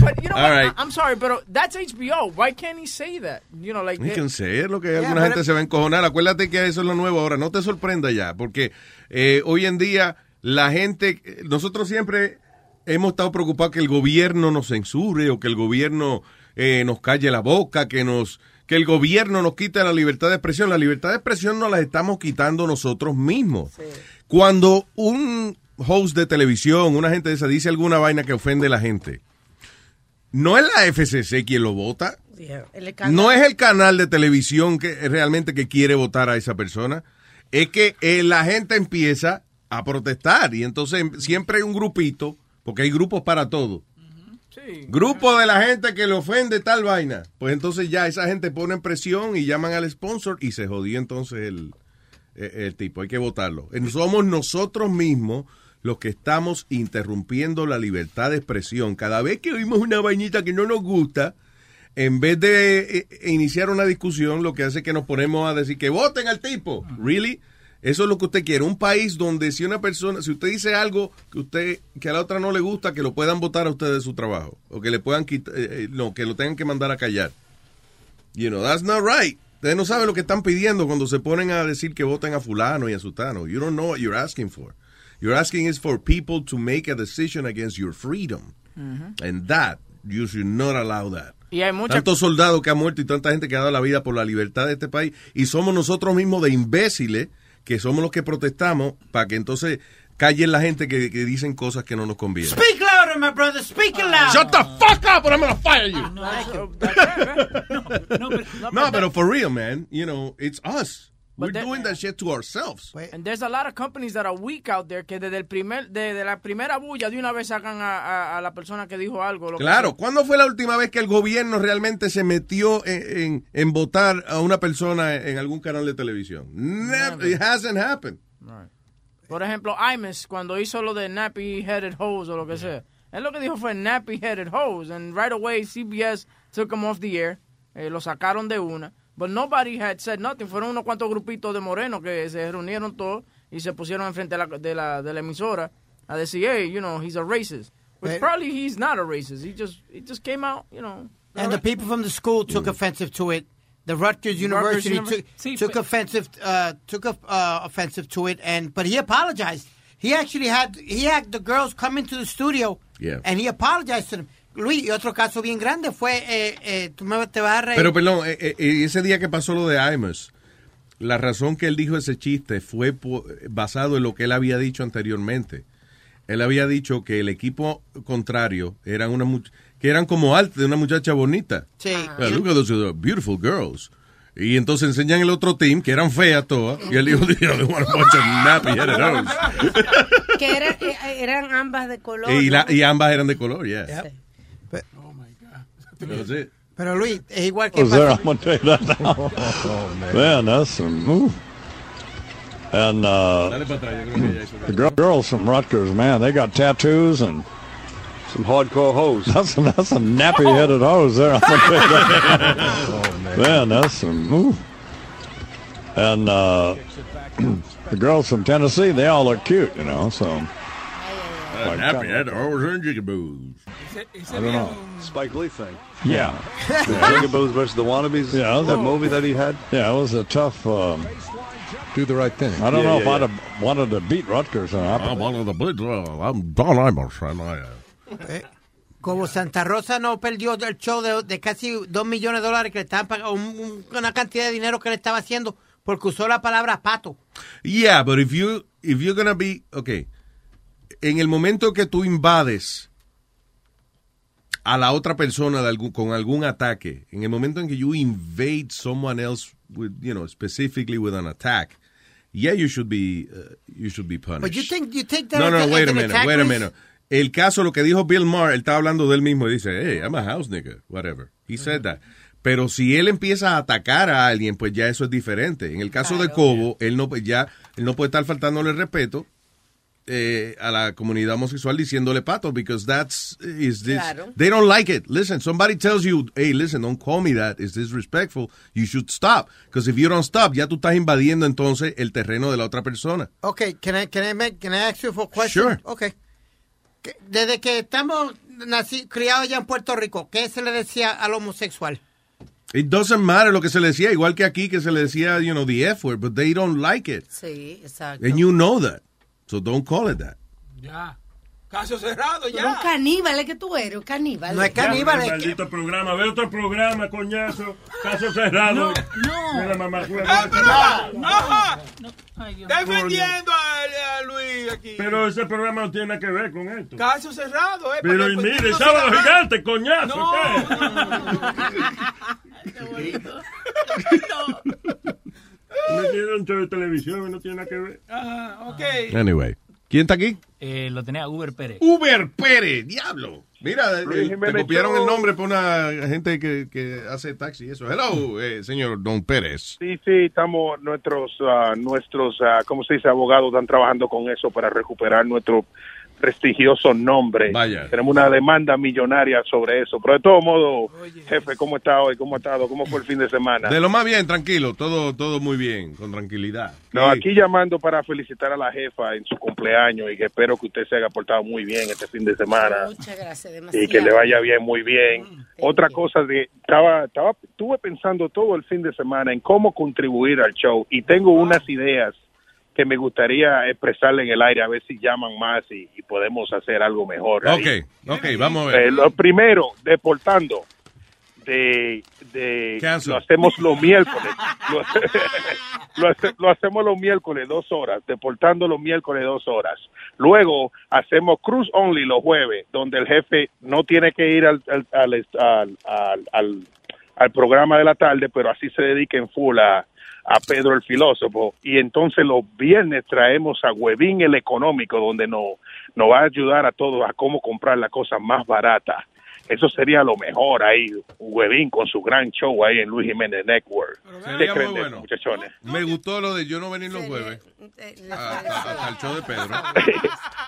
Speaker 8: But you know
Speaker 6: All
Speaker 8: what?
Speaker 6: right.
Speaker 8: I- I'm sorry, pero that's HBO. Why can't he say that? You know, like eh,
Speaker 6: Hay que
Speaker 8: they-
Speaker 6: ser lo que
Speaker 8: Yeah,
Speaker 6: alguna
Speaker 8: pero-
Speaker 6: gente se va a encojonar. Acuérdate que eso es lo nuevo ahora. No te sorprenda ya, porque eh, hoy en día la gente, nosotros siempre hemos estado preocupados que el gobierno nos censure o que el gobierno eh, nos calle la boca, que nos que el gobierno nos quite la libertad de expresión. La libertad de expresión nos la estamos quitando nosotros mismos. Cuando un host de televisión, una gente de esa, dice alguna vaina que ofende a la gente, no es la FCC quien lo vota.
Speaker 9: El escándalo.
Speaker 6: No es el canal de televisión que realmente que quiere votar a esa persona, es que eh, la gente empieza a protestar y entonces em- siempre hay un grupito, porque hay grupos para todo. Grupo de la gente que le ofende tal vaina. Pues entonces ya esa gente pone presión y llaman al sponsor y se jodió entonces el, eh, el tipo. Hay que votarlo. Eh, Somos nosotros mismos los que estamos interrumpiendo la libertad de expresión. Cada vez que oímos una vainita que no nos gusta, en vez de eh, iniciar una discusión, lo que hace es que nos ponemos a decir que voten al tipo. ¿Really? Eso es lo que usted quiere. Un país donde si una persona, si usted dice algo que usted que a la otra no le gusta, que lo puedan votar a usted de su trabajo o que le puedan quitar, eh, eh, no, que lo tengan que mandar a callar. You know, that's not right. Ustedes no saben lo que están pidiendo cuando se ponen a decir que voten a fulano y a sutano. You don't know what you're asking for. You're asking is for people to make a decision against your freedom.
Speaker 8: Ujú.
Speaker 6: And that, you should not allow that.
Speaker 8: Mm-hmm. Y hay mucha-
Speaker 6: Tantos soldados que han muerto y tanta gente que ha dado la vida por la libertad de este país. Y somos nosotros mismos de imbéciles que somos los que protestamos para que entonces callen la gente que, que dicen cosas que no nos convienen.
Speaker 14: Speak louder, my brother. Speak louder. Ah,
Speaker 6: Shut the fuck up or I'm gonna fire you.
Speaker 14: Thank you.
Speaker 6: No, pero for real, man. You know, it's us.
Speaker 8: But
Speaker 6: We're
Speaker 8: that-
Speaker 6: doing that shit to ourselves.
Speaker 8: And there's a lot of companies that are weak out there que desde el primer, desde la primera bulla de una vez sacan a, a- a la persona que dijo algo. lo que
Speaker 6: Claro, ¿cuándo fue la última vez que el gobierno realmente se metió en, en- en votar a una persona en algún canal de televisión? Never. It hasn't happened.
Speaker 8: sea. Por ejemplo, Imus cuando hizo lo de nappy headed hose o lo que sea. Él lo que dijo fue nappy headed hose and right away CBS took him off the air. Eh, lo sacaron de una. But nobody had said nothing. Fueron unos cuantos grupitos de morenos que se reunieron todos y se pusieron enfrente de la, de la, de la emisora a decir, hey, you know, he's a racist. Which
Speaker 14: Pero-
Speaker 8: probably he's not a racist. He just, he just came out, you know.
Speaker 14: And the people from the school took offensive to it. The Rutgers University
Speaker 8: Univers-
Speaker 14: took,
Speaker 8: Sí,
Speaker 14: took
Speaker 8: pe-
Speaker 14: offensive uh, took of- uh, offensive to it, and but he apologized. He actually had he had the girls come into the studio,
Speaker 6: Yeah.
Speaker 14: and he apologized to them. Luis, y otro caso bien grande fue eh, eh, tú me te vas a reír.
Speaker 6: Pero perdón, eh, eh, ese día que pasó lo de Imus, la razón que él dijo ese chiste fue po- basado en lo que él había dicho anteriormente. Él había dicho que el equipo contrario eran una much- que eran como arte de una muchacha bonita.
Speaker 14: Sí.
Speaker 6: Ah, look at those uh, beautiful girls. Y entonces enseñan el otro team que eran feas todas y él dijo, "Yeah, they wanna watch a nappy headed hoes."
Speaker 9: Que era- eh, eran ambas de color.
Speaker 6: Y, la-
Speaker 9: ¿no?
Speaker 6: y ambas eran de color, yeah.
Speaker 9: Sí.
Speaker 6: That's it.
Speaker 14: Pero Luis, es igual que
Speaker 5: was there.
Speaker 14: Pati-
Speaker 5: I'm gonna tell you that now. man. that's some. Ooh. And Mm. uh, the girl, girls from Rutgers, man, they got tattoos and some hardcore hoes. That's some, that's some nappy-headed hoes there. I'm gonna tell you that. man. that's some. Ooh. mm. And uh, the girls from Tennessee, they all look cute, you know. So. Like,
Speaker 4: Happy
Speaker 5: kinda-
Speaker 4: had always earned jiggaboos.
Speaker 5: I don't know.
Speaker 4: Spike Lee thing.
Speaker 5: Yeah. Jiggaboos versus the Wannabes. Yeah, that movie that he had. Yeah, it was a tough. Um, Do the right thing. I don't
Speaker 4: Yeah, yeah,
Speaker 5: know if I'd
Speaker 4: yeah.
Speaker 5: have wanted to beat Rutgers or not.
Speaker 4: I'm one of the blitz. uh, I'm Don Imus, and I. Uh,
Speaker 14: Eh, como Santa Rosa no perdió el show de, de casi dos millones de dólares que le estaban pagando, un- una cantidad de dinero que le estaba haciendo porque usó la palabra pato.
Speaker 6: Yeah, but if you if you're gonna be okay, en el momento que tú invades a la otra persona de algún- con algún ataque, en el momento en que you invade someone else with, you know, specifically with an attack, yeah, you should be uh, you should be punished.
Speaker 14: But you think you think that
Speaker 6: No, no,
Speaker 14: as
Speaker 6: no,
Speaker 14: a-
Speaker 6: wait
Speaker 14: as
Speaker 6: a
Speaker 14: an
Speaker 6: minute,
Speaker 14: attack,
Speaker 6: wait a
Speaker 14: Luis?
Speaker 6: minute. El caso, lo que dijo Bill Maher, él estaba hablando de él mismo y dice, hey, I'm a house nigga, whatever. He said that. Pero si él empieza a atacar a alguien, pues ya eso es diferente. En el caso de Cobo, él no, pues ya, él no puede estar faltándole el respeto eh, a la comunidad homosexual diciéndole pato, because that's, eh, is this,
Speaker 27: Claro.
Speaker 6: they don't like it. Listen, somebody tells you, hey, listen, don't call me that, it's disrespectful, you should stop. Because if you don't stop, ya tú estás invadiendo entonces el terreno de la otra persona.
Speaker 14: Okay, can I can I make can I ask you for question?
Speaker 6: Sure.
Speaker 14: Okay. Que- Desde que estamos nací, criados ya en Puerto Rico, ¿qué se le decía al homosexual?
Speaker 6: It doesn't matter lo que se le decía, igual que aquí que se le decía, you know, the F word, but they don't like it.
Speaker 9: Sí, exacto.
Speaker 6: And you know that. So don't call it that.
Speaker 9: Ya. Caso cerrado, ya. un caníbal, es que tú eres un caníbal.
Speaker 16: Ya, Maldito programa. Ve otro programa, coñazo. Caso cerrado. No, no. Mira, mamá,
Speaker 7: ¡Ah, pero va! ¡Ajá!
Speaker 16: Defendiendo
Speaker 7: a, a Luis aquí.
Speaker 16: Pero ese programa no tiene nada que ver con esto.
Speaker 7: Caso cerrado, ¿eh?
Speaker 16: Pero y mire, sábado gigante, coñazo.
Speaker 7: No.
Speaker 16: ¿qué? No tiene un show de televisión, no tiene nada que ver.
Speaker 7: Ah, ok.
Speaker 6: Anyway. ¿Quién está aquí?
Speaker 11: Eh, lo tenía Uber Pérez.
Speaker 6: Uber Pérez, diablo. Mira, eh,
Speaker 11: Luis
Speaker 6: te
Speaker 11: Jiménez
Speaker 6: copiaron
Speaker 11: Show.
Speaker 6: el nombre por una gente que, que hace taxi y eso. Hello, eh, señor Don Pérez.
Speaker 28: Sí, sí, estamos nuestros, ah, nuestros, ah, ¿cómo se dice? Abogados están trabajando con eso para recuperar nuestro prestigioso nombre.
Speaker 6: Vaya.
Speaker 28: Tenemos una demanda millonaria sobre eso. Pero de todo modo, jefe, ¿cómo está hoy? ¿Cómo ha estado? ¿Cómo fue el fin de semana?
Speaker 6: De lo más bien, tranquilo, todo todo muy bien, con tranquilidad.
Speaker 28: No, aquí llamando para felicitar a la jefa en su cumpleaños y que espero que usted se haya portado muy bien este fin de semana
Speaker 9: Muchas gracias, demasiado. Mm,
Speaker 28: y que le vaya bien, muy bien. Otra cosa de estaba estaba estuve pensando todo el fin de semana en cómo contribuir al show y tengo
Speaker 9: Ah.
Speaker 28: unas ideas que me gustaría expresarle en el aire a ver si llaman más y, y podemos hacer algo mejor. ahí.
Speaker 6: Ok, ok, vamos a ver.
Speaker 28: Eh, lo primero, deportando. De, de,
Speaker 6: Cancel.
Speaker 28: lo hacemos los miércoles. Lo, lo hace- lo hacemos los miércoles dos horas, deportando los miércoles dos horas. Luego hacemos cruise only los jueves, donde el jefe no tiene que ir al, al, al, al- al- al- al programa de la tarde, pero así se dedica en full a, a Pedro el filósofo. Y entonces los viernes traemos a Huevín el económico, donde nos, nos va a ayudar a todos a cómo comprar la cosa más barata. Eso sería lo mejor ahí, Huevín con su gran show ahí en Luis Jiménez Network. ¿Qué
Speaker 6: Sería
Speaker 28: creen
Speaker 6: muy
Speaker 28: de eso,
Speaker 6: bueno.
Speaker 28: muchachones?
Speaker 6: Me gustó lo de yo no venir los jueves a- a- al show de Pedro.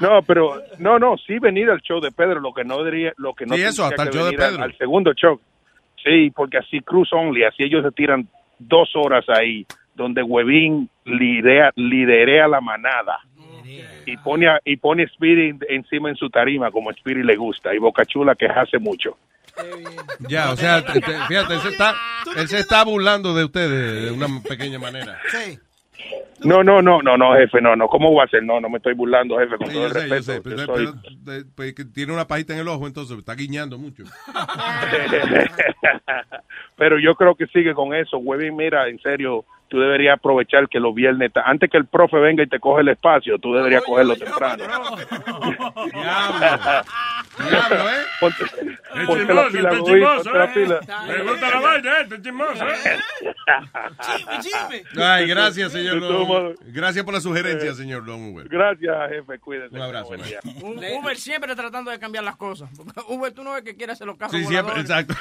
Speaker 28: No, pero no, no, sí venir al show de Pedro, lo que no diría, lo que no
Speaker 6: Sí, eso,
Speaker 28: tendría
Speaker 6: hasta el
Speaker 28: que
Speaker 6: show de
Speaker 28: venir al-
Speaker 6: Pedro.
Speaker 28: Al, segundo show. Sí, porque así Cruz Only, así ellos se tiran dos horas ahí, donde Huevín lidera, liderea la manada. Y pone, a- y pone Speedy en- encima en su tarima, como a Speedy le gusta, y Bocachula que hace mucho.
Speaker 6: Ya, o sea, te- te- fíjate, él se, está, él se está burlando de ustedes de una pequeña manera.
Speaker 28: No, no, no, no, no, jefe, no, no, ¿cómo voy a hacer? No, no me estoy burlando, jefe, con todo el respeto.
Speaker 6: sé, pero-
Speaker 28: yo soy-
Speaker 6: pero- de- pues, que tiene una pajita en el ojo, entonces está guiñando mucho.
Speaker 28: Pero yo creo que sigue con eso, Webin. Mira, en serio, tú deberías aprovechar que los viernes, ta- antes que el profe
Speaker 11: Ah.
Speaker 28: venga y te coge el espacio, tú deberías cogerlo temprano.
Speaker 16: Diablo, ¿eh?
Speaker 28: Ponte,
Speaker 16: Es
Speaker 28: ponte
Speaker 16: chismoso,
Speaker 28: la pila,
Speaker 16: este es
Speaker 28: Luis,
Speaker 16: chismoso,
Speaker 28: ponte la
Speaker 16: ¿eh?
Speaker 28: pila.
Speaker 16: Me gusta la vaina, ¿eh? Este es chismoso, ¿eh?
Speaker 6: Ay, gracias,
Speaker 28: De
Speaker 6: señor
Speaker 28: todos
Speaker 6: Don.
Speaker 28: modos.
Speaker 6: Gracias por la sugerencia, señor Don Uber.
Speaker 28: Gracias, jefe. Cuídense.
Speaker 6: Un abrazo.
Speaker 28: Buen
Speaker 6: man.
Speaker 28: día.
Speaker 8: Uber siempre tratando de cambiar las cosas. Porque Uber, tú no ves que quiere hacer los carros
Speaker 6: Sí, siempre,
Speaker 8: voladores.
Speaker 6: exacto.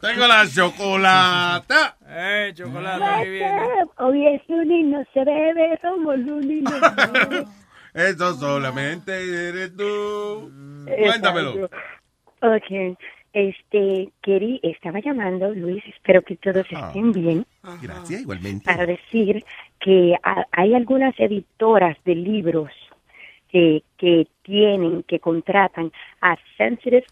Speaker 6: Tengo la chocolata.
Speaker 8: Eh, chocolate, muy bien.
Speaker 29: Hoy es lunes, no se bebe, somos lunes. no se bebe.
Speaker 6: Eso solamente eres tú. Cuéntamelo.
Speaker 29: Exacto. Ok, este, Keri, estaba llamando, Luis, espero que todos estén bien.
Speaker 6: Ah. Gracias, igualmente.
Speaker 29: para decir que a- hay algunas editoras de libros que, que tienen, que contratan a sensitive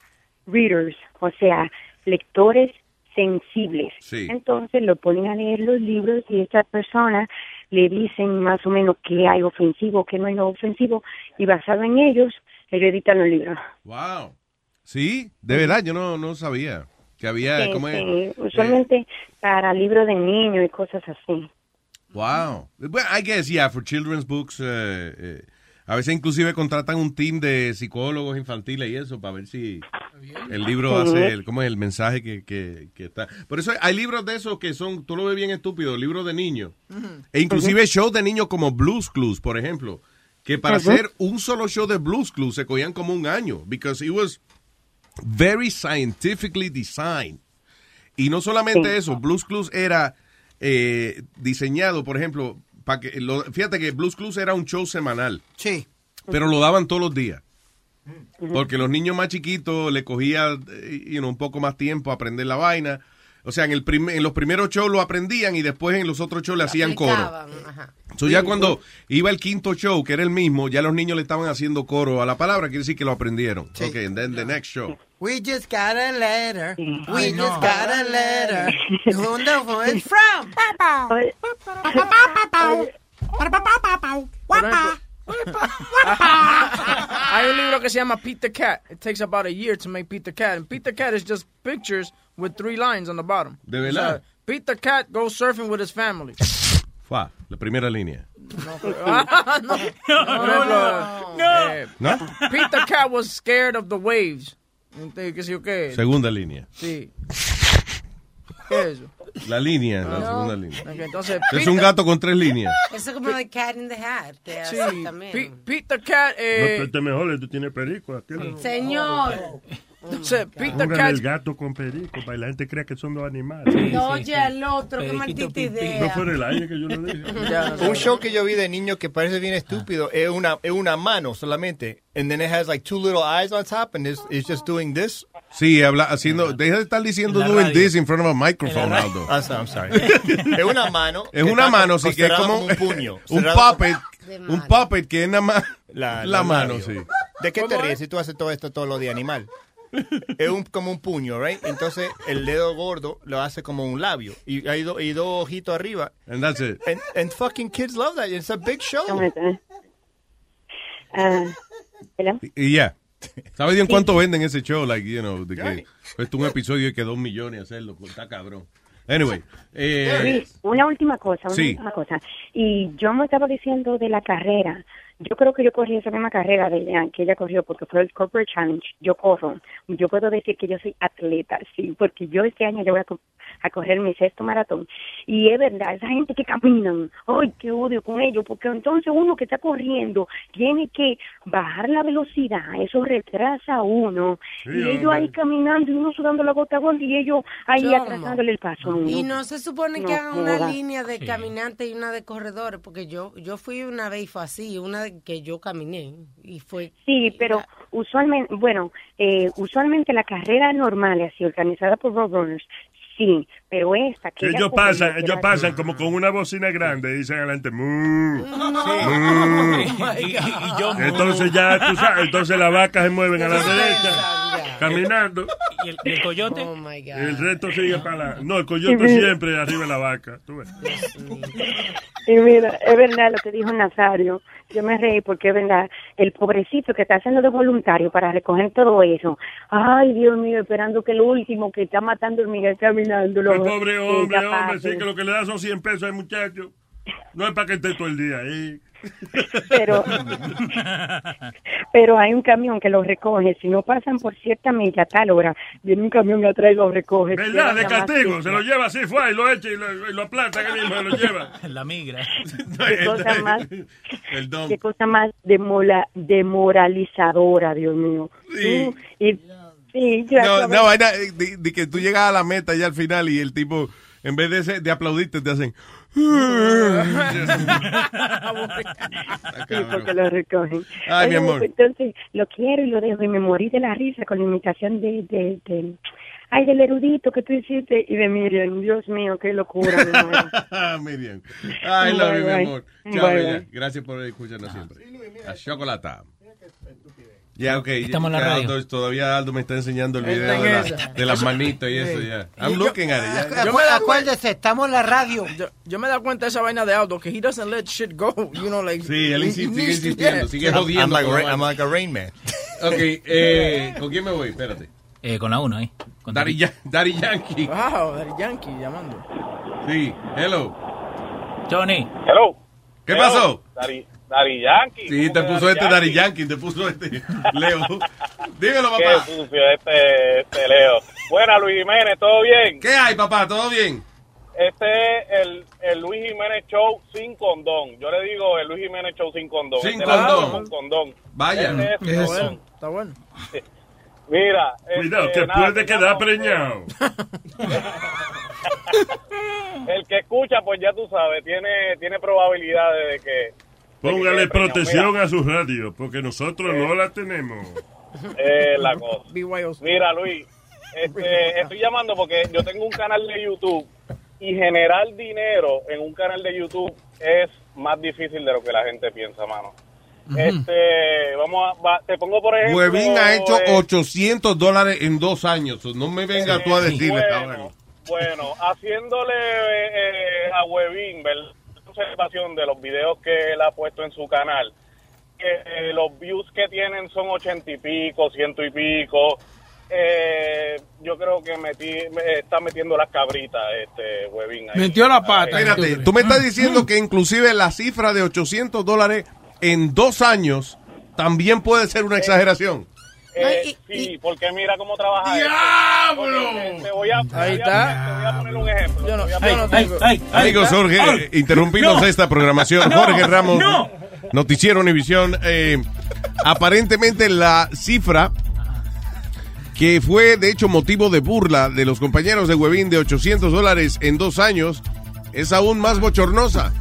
Speaker 29: readers, o sea, lectores sensibles.
Speaker 25: Sí.
Speaker 29: Entonces lo ponen a leer los libros y esta persona le dicen más o menos qué hay ofensivo, qué no hay ofensivo, y basado en ellos, ellos editan los libros.
Speaker 6: Wow. Sí, de verdad, yo no, no sabía que había.
Speaker 29: Sí,
Speaker 6: ¿cómo es? Eh,
Speaker 29: sí, usualmente para libros de niños y cosas así.
Speaker 6: Wow. Bueno, I guess, yeah, ah, for children's books. eh, eh, a veces inclusive contratan un team de psicólogos infantiles y eso para ver si el libro
Speaker 29: Sí.
Speaker 6: hace, el, cómo es el mensaje que, que- que está. Por eso hay libros de esos que son, tú lo ves bien estúpido, libros de niños. E inclusive shows de niños como Blues Clues, por ejemplo, que para
Speaker 11: Ujú.
Speaker 6: hacer un solo show de Blues Clues se cogían como un año, because it was very scientifically designed. Y no solamente eso, Blues Clues era eh, diseñado, por ejemplo, para que lo- fíjate que Blues Clues era un show semanal.
Speaker 14: Sí.
Speaker 6: Pero lo daban todos los días. Porque los niños más chiquitos le cogía eh, you know, un poco más tiempo a aprender la vaina. O sea, en, el prim- en los primeros shows lo aprendían y después en los otros shows le hacían coro. So, ya cuando
Speaker 13: pues.
Speaker 6: iba el quinto show, que era el mismo, ya los niños le estaban haciendo coro a la palabra, quiere decir que lo aprendieron. Ok, and then the next show.
Speaker 14: We just got a letter. We
Speaker 29: Ay, no.
Speaker 14: just got a letter. Who knows who it's from?
Speaker 8: Por ejemplo, Hay un libro que se llama Pete the Cat. It takes about a year to make Pete the Cat. And Pete the Cat is just pictures with three lines on the bottom.
Speaker 6: ¿De verdad?
Speaker 8: O sea, Pete the Cat goes surfing with his family.
Speaker 6: Fua, la primera línea.
Speaker 8: No, ah, no. Por ejemplo, eh,
Speaker 6: ¿No?
Speaker 8: Pete the Cat was scared of the waves. Entonces, ¿Qué sé yo qué?
Speaker 6: Segunda línea.
Speaker 8: Sí. ¿Qué es eso?
Speaker 6: La línea, la
Speaker 8: No.
Speaker 6: segunda línea.
Speaker 8: Ok, entonces,
Speaker 6: es
Speaker 8: Pete-
Speaker 6: un gato con tres líneas.
Speaker 9: Eso es como de Cat in the Hat. Que
Speaker 8: Sí.
Speaker 9: hacen también.
Speaker 8: Pete, Pete the Cat. eh,
Speaker 16: No, este tú te mejores, tú tienes perico. aquel no.
Speaker 9: Señor. Oh,
Speaker 8: Entonces, Peter
Speaker 16: Pongan
Speaker 8: Cat.
Speaker 16: el gato con perico, para que la gente crea que son dos animales.
Speaker 9: No, oye al otro, qué maldita
Speaker 16: No
Speaker 9: idea.
Speaker 16: fue en el aire que yo lo dije.
Speaker 13: Un show que yo vi de niño que parece bien estúpido es una, es una mano solamente. And then it has like two little eyes on top and it's, it's just doing this.
Speaker 6: Sí, habla, haciendo, deja de estar diciendo
Speaker 13: En la
Speaker 6: doing
Speaker 13: radio.
Speaker 6: this in front of a microphone, Aldo.
Speaker 13: Ah, so- I'm sorry. es una mano.
Speaker 6: Es una mano, sí, que es
Speaker 13: cerrada
Speaker 6: como
Speaker 13: un puño.
Speaker 6: Un
Speaker 13: cerrada
Speaker 6: puppet, un puppet que es nada más la,
Speaker 13: la
Speaker 6: mano,
Speaker 13: radio.
Speaker 6: sí.
Speaker 13: ¿De qué te ríes si tú haces todo esto todo lo de animal? Es un, como un puño, ¿right? Entonces el dedo gordo lo hace como un labio y hay do- y dos ojitos arriba.
Speaker 6: And that's it.
Speaker 13: And, and fucking kids love that. It's a big show.
Speaker 29: Ah, hello.
Speaker 6: Y ya. ¿Sabes bien
Speaker 29: Sí.
Speaker 6: cuánto venden ese show? Like, you know, de que esto es un episodio y que dos millones hacerlo, pues, está cabrón. Anyway, eh,
Speaker 29: Luis, una última cosa, una
Speaker 6: Sí.
Speaker 29: última cosa. Y yo me estaba diciendo de la carrera. Yo creo que yo corrí esa misma carrera de ella, que ella corrió porque fue el Corporate Challenge. Yo corro. Yo puedo decir que yo soy atleta, sí, porque yo este año yo voy a, co- a correr mi sexto maratón. Y es verdad, esa gente que caminan, ¡ay, qué odio con ellos! Porque entonces uno que está corriendo tiene que bajar la velocidad, eso retrasa a uno.
Speaker 9: Sí,
Speaker 29: y ellos
Speaker 9: hombre.
Speaker 29: ahí caminando y uno sudando la gota gorda y ellos ahí
Speaker 9: Chamo.
Speaker 29: atrasándole el paso. a uno.
Speaker 9: Y no se supone que
Speaker 29: No
Speaker 9: hagan una
Speaker 29: joda.
Speaker 9: línea de
Speaker 29: Sí.
Speaker 9: caminantes y una de corredores, porque yo yo fui una vez y fue así, una de que yo caminé y fue
Speaker 29: Sí, pero usualmente, bueno, eh, usualmente la carrera normal, así organizada por Roadrunners, sí, pero esta que... ella
Speaker 16: ellos
Speaker 29: corrió,
Speaker 16: pasan,
Speaker 29: que
Speaker 16: ellos
Speaker 29: la-
Speaker 16: pasan como con una bocina grande y dicen adelante, "Mu, mu". Entonces ya, tú sabes, entonces las vacas se mueven a la derecha, caminando.
Speaker 4: ¿Y el, y el coyote? Oh my
Speaker 16: Y el resto sigue para la... No, el coyote siempre arriba de la vaca. tú ves.
Speaker 29: Y mira, es verdad lo que dijo Nazario, yo me reí porque es verdad, el pobrecito que está haciendo de voluntario para recoger todo eso, ay Dios mío, esperando que lo último que está matando el Miguel caminando, lo
Speaker 16: El pobre hombre,
Speaker 29: incapaz.
Speaker 16: hombre, sí, que lo que le da son 100 pesos al muchacho. No es para que esté todo el día ahí.
Speaker 29: Pero, pero hay un camión que los recoge. Si no pasan por cierta milla a tal hora, viene un camión atrás y los recoge.
Speaker 16: ¿Verdad? De
Speaker 29: Cierra la
Speaker 16: castigo.
Speaker 29: máscara.
Speaker 16: Se lo lleva así, fue, y lo echa y lo, y lo aplasta que mismo, se lo lleva.
Speaker 15: La migra.
Speaker 29: Qué cosa más,
Speaker 16: Perdón.
Speaker 29: qué cosa más demola- demoralizadora, Dios mío.
Speaker 6: Sí.
Speaker 29: Tú, y, sí, yo
Speaker 6: No,
Speaker 29: acabo-
Speaker 6: no, vaina eh, de, de que tú llegas a la meta ya al final y el tipo, en vez de, ese- de aplaudirte, te hacen.
Speaker 29: Sí, porque lo recogen.
Speaker 6: Ay, mi amor.
Speaker 29: pues, Entonces, lo quiero y lo dejo y me morí de la risa con la imitación de, de, de- ay, del erudito que tú hiciste y de Miriam. Dios mío, qué locura. mi amor.
Speaker 6: Miriam. Ah, Ay, love you, mi
Speaker 29: Bye, bye.
Speaker 6: amor. Chao,
Speaker 29: Bye,
Speaker 6: bella.
Speaker 29: bye.
Speaker 6: Gracias por
Speaker 15: Ah,
Speaker 6: escucharnos siempre. La chocolata. Ya, ok.
Speaker 15: Estamos en la
Speaker 6: Ya,
Speaker 15: radio.
Speaker 6: to- Todavía Aldo me está enseñando el
Speaker 15: Está
Speaker 6: video
Speaker 15: en
Speaker 6: de, la-
Speaker 15: esa.
Speaker 6: de las manitos y eso,
Speaker 15: Sí.
Speaker 6: ya.
Speaker 15: Y
Speaker 6: I'm
Speaker 15: yo- Ah,
Speaker 6: looking at it. ya.
Speaker 30: Yo me da Acuérdese, estamos en la radio.
Speaker 8: Yo, yo me da cuenta de esa vaina de Aldo, que he doesn't let shit go, you know, like...
Speaker 6: Sí, él insi- sigue insistiendo, sigue
Speaker 8: Yeah.
Speaker 6: jodiendo.
Speaker 13: I'm like
Speaker 6: con la
Speaker 13: Ra- I'm
Speaker 6: vaina.
Speaker 13: like a rain man.
Speaker 6: Ok, eh, ¿con quién me voy? Espérate.
Speaker 15: Eh, con la uno ahí. Con
Speaker 6: Daddy, Ya- Daddy Yankee.
Speaker 8: Wow, el Yankee llamando.
Speaker 6: Sí, hello.
Speaker 15: Johnny.
Speaker 22: Hello.
Speaker 6: ¿Qué pasó?
Speaker 22: Dari, Dari Yankee.
Speaker 6: Sí, te puso este Daddy Yankee, te puso este Leo. Dímelo,
Speaker 22: Qué
Speaker 6: papá.
Speaker 22: sucio este, este Leo. Buena, Luis Jiménez, ¿todo bien?
Speaker 6: ¿Qué hay, papá? ¿Todo bien?
Speaker 22: Este es el, el Luis Jiménez Show sin condón. Yo le digo el Luis Jiménez Show sin condón.
Speaker 6: Sin
Speaker 22: Este la
Speaker 6: condón.
Speaker 22: hago Con condón.
Speaker 6: Vaya.
Speaker 22: Este es
Speaker 6: Eso.
Speaker 22: condón.
Speaker 8: Está bueno.
Speaker 22: Mira.
Speaker 16: Cuidado,
Speaker 22: este,
Speaker 16: que
Speaker 22: nada,
Speaker 16: puede quedar
Speaker 22: digamos,
Speaker 16: preñado.
Speaker 22: El que escucha, pues ya tú sabes, tiene, tiene probabilidades de que...
Speaker 16: Póngale
Speaker 22: Mira.
Speaker 16: protección a sus radios, porque nosotros no la tenemos.
Speaker 22: Eh, la cosa. Mira, Luis, este, estoy llamando porque yo tengo un canal de YouTube y generar dinero en un canal de YouTube es más difícil de lo que la gente piensa, mano. Este, vamos a, va- te pongo por ejemplo.
Speaker 6: Huevín ha hecho
Speaker 22: eh,
Speaker 6: 800 dólares en dos años. No me vengas tú a decirle.
Speaker 22: bueno, bueno, haciéndole eh, eh, a Huevín, ¿verdad? observación de los videos que él ha puesto en su canal, que, eh, los views que tienen son ochenta y pico, ciento y pico. Eh, yo creo que metí, me está metiendo las cabritas este Huevín ahí.
Speaker 6: Metió la pata.
Speaker 22: ¿tú
Speaker 6: Espérate,
Speaker 22: crees?
Speaker 6: tú me estás diciendo que inclusive la cifra de 800 dólares en dos años también puede ser una exageración.
Speaker 22: Eh, sí, porque mira cómo trabaja.
Speaker 16: ¡Diablo!
Speaker 22: Te voy a,
Speaker 8: Ahí
Speaker 22: está. Te voy a poner un ejemplo. Te voy a poner-
Speaker 6: Amigos, Jorge, eh, interrumpimos esta programación. Jorge Ramos, Noticiero Univisión. eh, aparentemente la cifra que fue de hecho motivo de burla de los compañeros de Huevín de 800 dólares en dos años es aún más bochornosa.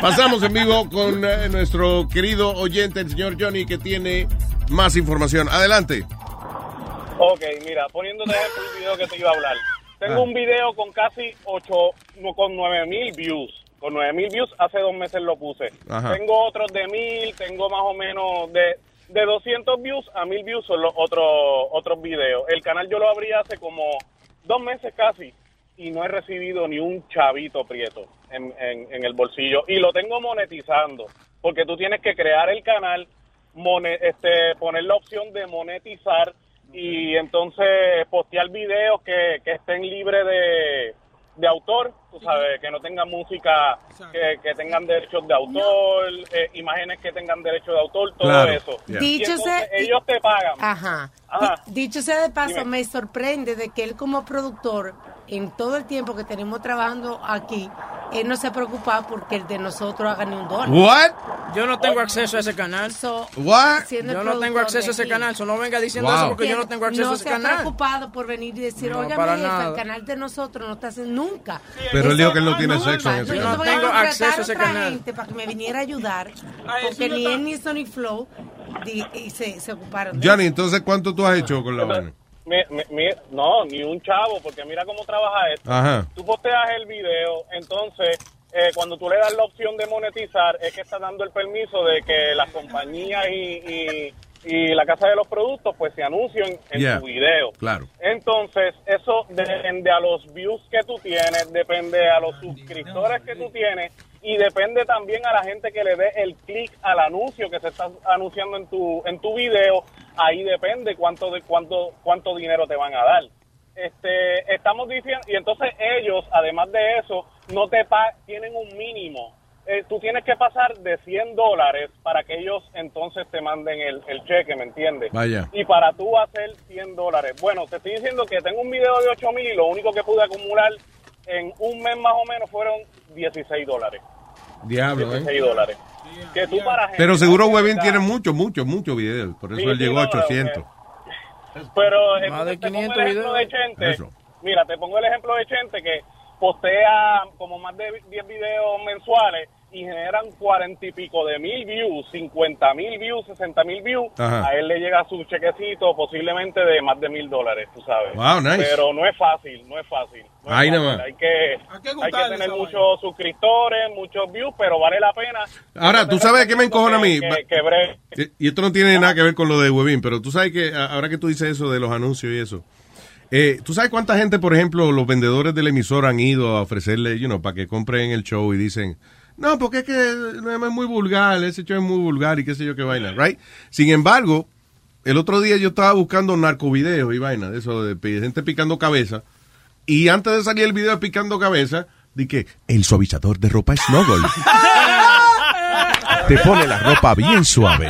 Speaker 6: Pasamos en vivo con eh, nuestro querido oyente, el señor Johnny, que tiene más información. Adelante.
Speaker 22: Ok, mira, poniéndote ejemplo el video que te iba a hablar. Tengo
Speaker 6: Ah.
Speaker 22: un video con casi 8, no, con 9 mil views. Con 9 mil views hace dos meses lo puse.
Speaker 6: Ajá.
Speaker 22: Tengo otros de mil, tengo más o menos de, de 200 views a mil views son los otros, otros videos. El canal yo lo abrí hace como dos meses casi y no he recibido ni un chavito prieto en, en- en el bolsillo. Y lo tengo monetizando, porque tú tienes que crear el canal, mone- este, poner la opción de monetizar y entonces postear videos que, que estén libres de, de autor, tú sabes, que no tengan música, que, que tengan derechos de autor, eh, imágenes que tengan derechos de autor, todo
Speaker 9: Claro,
Speaker 22: eso.
Speaker 9: yeah.
Speaker 22: Y
Speaker 9: Dicho
Speaker 22: entonces
Speaker 9: sea-
Speaker 22: ellos te pagan.
Speaker 9: Ajá.
Speaker 22: Ajá.
Speaker 9: Di- Dicho sea de paso,
Speaker 22: Dime.
Speaker 9: me sorprende de que él como productor, en todo el tiempo que tenemos trabajando aquí, él no se ha preocupado porque el de nosotros haga ni un dólar.
Speaker 8: Yo no tengo acceso a ese canal.
Speaker 6: What?
Speaker 9: Siendo
Speaker 8: Yo
Speaker 9: el
Speaker 8: no tengo
Speaker 9: productor
Speaker 8: acceso a
Speaker 9: de
Speaker 8: ese
Speaker 9: aquí.
Speaker 8: canal, so no venga diciendo
Speaker 9: Wow.
Speaker 8: eso porque yo no tengo acceso
Speaker 9: No
Speaker 8: a ese
Speaker 9: se ha
Speaker 8: canal.
Speaker 9: preocupado por venir y decir,
Speaker 8: No,
Speaker 9: oiga,
Speaker 8: para
Speaker 9: jefa,
Speaker 8: nada.
Speaker 9: el canal de nosotros no está haciendo nunca.
Speaker 6: Pero él dijo que él no tiene
Speaker 9: normal.
Speaker 6: sexo en ese
Speaker 9: Yo
Speaker 6: canal.
Speaker 9: voy a
Speaker 6: Tengo
Speaker 9: contratar
Speaker 6: acceso a ese
Speaker 9: otra
Speaker 6: canal.
Speaker 9: gente para que me viniera a ayudar, porque
Speaker 8: no
Speaker 9: ni
Speaker 8: está-
Speaker 9: él ni Sony Flow di- y se, se ocuparon de
Speaker 6: Johnny, entonces, ¿cuánto tú has hecho con la vaina?
Speaker 22: Mi- mi- mi- no, ni un chavo, porque mira cómo trabaja esto.
Speaker 6: Ajá.
Speaker 22: Tú posteas el video, entonces eh, cuando tú le das la opción de monetizar, es que está dando el permiso de que las compañías y, y- y la casa de los productos pues se anuncien en
Speaker 6: Yeah.
Speaker 22: tu video.
Speaker 6: Claro.
Speaker 22: Entonces, eso depende a los views que tú tienes, depende a los suscriptores que tú tienes y depende también a la gente que le dé el clic al anuncio que se está anunciando en tu en tu video, ahí depende cuánto de cuánto cuánto dinero te van a dar. Este, estamos diciendo y entonces ellos, además de eso, no te pa- tienen un mínimo eh, tú tienes que pasar de 100 dólares para que ellos entonces te manden el, el cheque, ¿me entiendes?
Speaker 6: Vaya.
Speaker 22: Y para tú hacer 100 dólares. Bueno, te estoy diciendo que tengo un video de 8 mil y lo único que pude acumular en un mes más o menos fueron 16 dólares.
Speaker 6: Diablo, ¿eh?
Speaker 22: 16 dólares. Que tú para
Speaker 6: Pero
Speaker 22: generar
Speaker 6: seguro Webin
Speaker 22: esta-
Speaker 6: tiene muchos, muchos, muchos videos. Por
Speaker 22: Sí,
Speaker 6: eso él
Speaker 22: sí,
Speaker 6: llegó a
Speaker 22: no, no,
Speaker 6: 800.
Speaker 22: Pero eh,
Speaker 8: Más de
Speaker 22: te pongo
Speaker 8: 500
Speaker 22: el ejemplo de
Speaker 8: videos.
Speaker 22: Chente.
Speaker 6: Eso.
Speaker 22: Mira, te pongo el ejemplo de Chente que postea como más de 10 videos mensuales y generan cuarenta y pico de mil views, 50 mil views, 60 mil views.
Speaker 6: Ajá.
Speaker 22: A él le llega su chequecito posiblemente de más de mil dólares, tú sabes.
Speaker 6: Wow, nice.
Speaker 22: Pero no es fácil, no es fácil. no es
Speaker 6: Ahí nada
Speaker 22: fácil.
Speaker 6: más.
Speaker 22: Hay que, hay que tener muchos suscriptores, muchos views, pero vale la pena.
Speaker 6: Ahora, tú sabes que me encojona a mí.
Speaker 22: Que, que bre-
Speaker 6: Eh, Y esto no tiene nada que ver con lo de Webin, pero tú sabes que a- ahora que tú dices eso de los anuncios y eso. eh, ¿Tú sabes cuánta gente, por ejemplo, los vendedores del emisor han ido a ofrecerle, you know, para que compren el show y dicen, No, porque es que no, es muy vulgar, ese show es muy vulgar y qué sé yo qué vaina, right? Sin embargo, el otro día yo estaba buscando narcovideos y vaina, de eso, de pi- gente picando cabeza. Y antes de salir el video de picando cabeza, dije, el suavizador de ropa Snuggle. Te pone la ropa bien suave.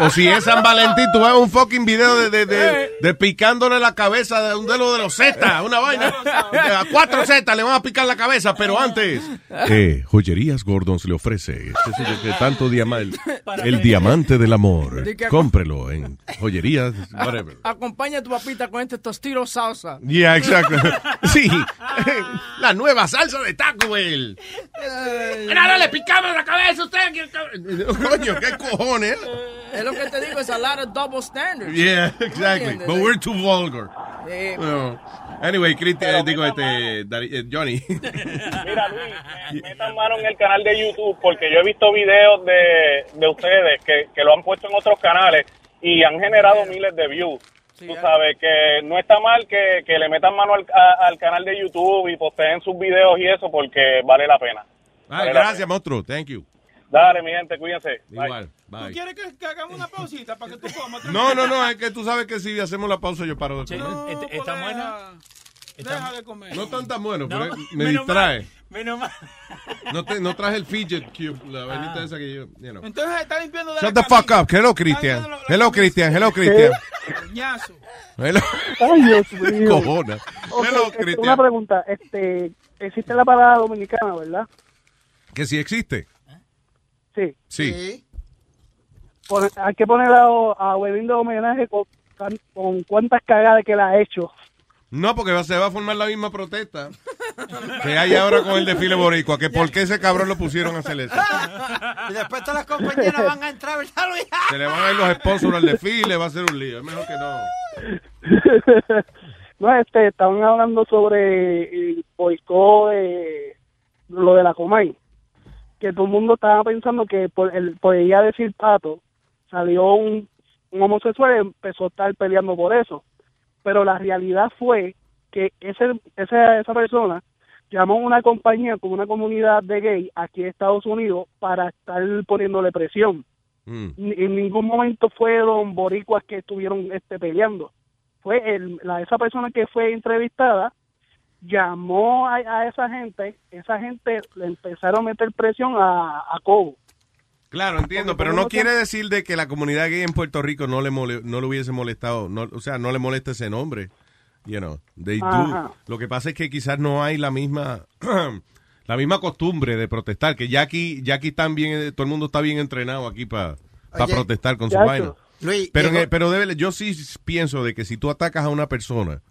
Speaker 6: O si es San Valentín, tú ves un fucking video de, de, de- de picándole la cabeza de un dedo de los Z, una vaina. A cuatro Z le van a picar la cabeza,
Speaker 11: Ah.
Speaker 6: pero antes. Eh, joyerías Gordons le ofrece qué sé yo, qué tanto diamante, el diamante del amor. Cómprelo en joyerías, whatever.
Speaker 8: Acompaña a tu papita con este tostiro salsa.
Speaker 6: Yeah, exacto. Sí, la nueva salsa de Taco Bell.
Speaker 8: Ahora le picamos la cabeza a usted.
Speaker 6: Coño, qué cojones.
Speaker 8: Es lo que te digo, es a lot of double standards.
Speaker 6: Yeah,
Speaker 8: ¿Tú me
Speaker 6: exactly.
Speaker 8: entiendes?
Speaker 6: But we're too vulgar.
Speaker 8: Eh,
Speaker 6: No. Anyway, Cristian, eh, digo, este, Dari- eh, Johnny.
Speaker 22: Mira, Luis, eh, metan mano en el canal de YouTube porque yo he visto videos de, de ustedes que, que lo han puesto en otros canales y han generado miles de views. Tú sabes que no está mal que, que le metan mano al, a- al canal de YouTube y posteen sus videos y eso porque vale la pena.
Speaker 6: Ah, gracias, monstruo. Thank you.
Speaker 22: Dale, mi gente, cuídense. Bye.
Speaker 6: Igual. Bye.
Speaker 7: ¿Quieres que, que hagamos una pausita para que tú comas?
Speaker 6: No, no, no, es que tú sabes que si hacemos la pausa yo paro de comer.
Speaker 7: No,
Speaker 11: ¿Está buena?
Speaker 7: Deja de comer.
Speaker 6: No tan tan bueno,
Speaker 11: No,
Speaker 6: pero me
Speaker 11: menos
Speaker 6: distrae.
Speaker 11: mal, menos mal.
Speaker 6: No, te- no traje el fidget cube, la vainita esa que yo... you know.
Speaker 7: Entonces está limpiando de
Speaker 6: Shut the fuck up. Hello, Cristian. Hello, Cristian. Hello, Cristian.
Speaker 7: Ñazo.
Speaker 6: Hello.
Speaker 31: Ay, Dios mío.
Speaker 6: Cojona.
Speaker 31: Ok,
Speaker 6: Hello,
Speaker 31: este, una
Speaker 6: Cristian.
Speaker 31: pregunta. Este, existe la parada dominicana, ¿verdad?
Speaker 6: Que si existe.
Speaker 31: Sí.
Speaker 6: Sí.
Speaker 31: Pon- hay que poner a, a Webin de homenaje con, can- con cuántas cagadas que la ha hecho.
Speaker 6: No, porque va- se va a formar la misma protesta que hay ahora con el desfile boricua. Que por qué ese cabrón lo pusieron a hacer eso.
Speaker 14: Y después todas las compañeras van a entrar, ¿verdad, Luis?
Speaker 6: Se le van a ir los sponsors al desfile, va a ser un lío. Es mejor que no.
Speaker 31: no, este, estaban hablando sobre el boicot de lo de la Comay. Que todo el mundo estaba pensando que por el, podía decir pato. Salió un, un homosexual y empezó a estar peleando por eso. Pero la realidad fue que ese, ese- esa persona llamó a una compañía con una comunidad de gay aquí en Estados Unidos para estar poniéndole presión.
Speaker 6: Mm.
Speaker 31: Ni- en ningún momento fueron boricuas que estuvieron este, peleando. Fue el, la, esa persona que fue entrevistada, llamó a, a esa gente, esa gente le empezaron a meter presión a, a Cobo.
Speaker 6: Claro, entiendo, pero no quiere decir de que la comunidad gay en Puerto Rico no le mole- no le hubiese molestado, no, o sea, no le molesta ese nombre. You know, they do.
Speaker 31: Ajá.
Speaker 6: Lo que pasa es que quizás no hay la misma la misma costumbre de protestar, que ya aquí ya aquí están bien, eh, todo el mundo está bien entrenado aquí para
Speaker 14: Oye,
Speaker 6: protestar con su
Speaker 14: chacho.
Speaker 6: vaina.
Speaker 14: Luis,
Speaker 6: pero en
Speaker 14: llegó-
Speaker 6: el- pero debe- yo sí pienso de que si tú atacas a una persona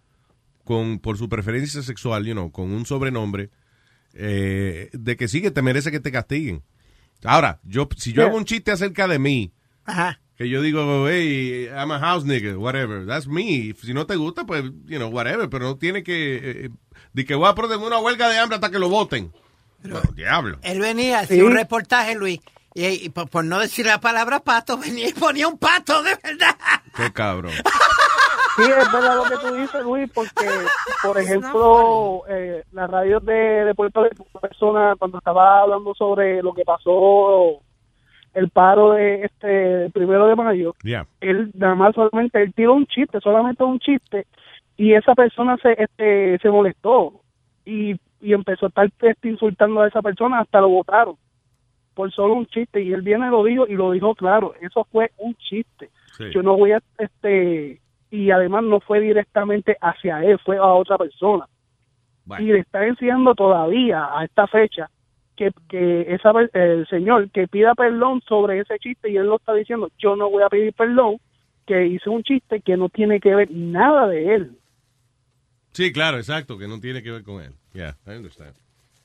Speaker 6: con por su preferencia sexual, you know, con un sobrenombre, eh, de que sí que te merece que te castiguen. Ahora, yo si yo
Speaker 31: Yeah.
Speaker 6: hago un chiste acerca de mí,
Speaker 13: Uh-huh.
Speaker 6: que yo digo, hey, I'm a house nigga, whatever, that's me. Si no te gusta, pues, you know, whatever, pero no tiene que... eh, de que voy a poner una huelga de hambre hasta que lo voten. No, diablo.
Speaker 14: Él venía, hacía un reportaje, Luis, y, y por, por no decir la palabra pato, venía y ponía un pato, de verdad.
Speaker 6: Qué cabrón.
Speaker 31: Sí, es verdad lo que tú dices, Luis, porque, por ejemplo, eh, las radios de, de Puerto Rico, una persona cuando estaba hablando sobre lo que pasó el paro de este primero de mayo,
Speaker 6: Yeah.
Speaker 31: él nada más solamente, él tiró un chiste, solamente un chiste, y esa persona se, este, se molestó. y, y empezó a estar este, insultando a esa persona, hasta lo votaron por solo un chiste. Y él viene y lo dijo, y lo dijo claro, eso fue un chiste.
Speaker 11: Sí.
Speaker 31: Yo no voy a, este, y además no fue directamente hacia él, fue a otra persona.
Speaker 11: Bueno.
Speaker 31: Y le están enseñando todavía a esta fecha que, que esa, per- el señor que pida perdón sobre ese chiste y él lo está diciendo, yo no voy a pedir perdón, que hice un chiste que no tiene que ver nada de él.
Speaker 6: Sí, claro, exacto, que no tiene que ver con él. Yeah, I understand.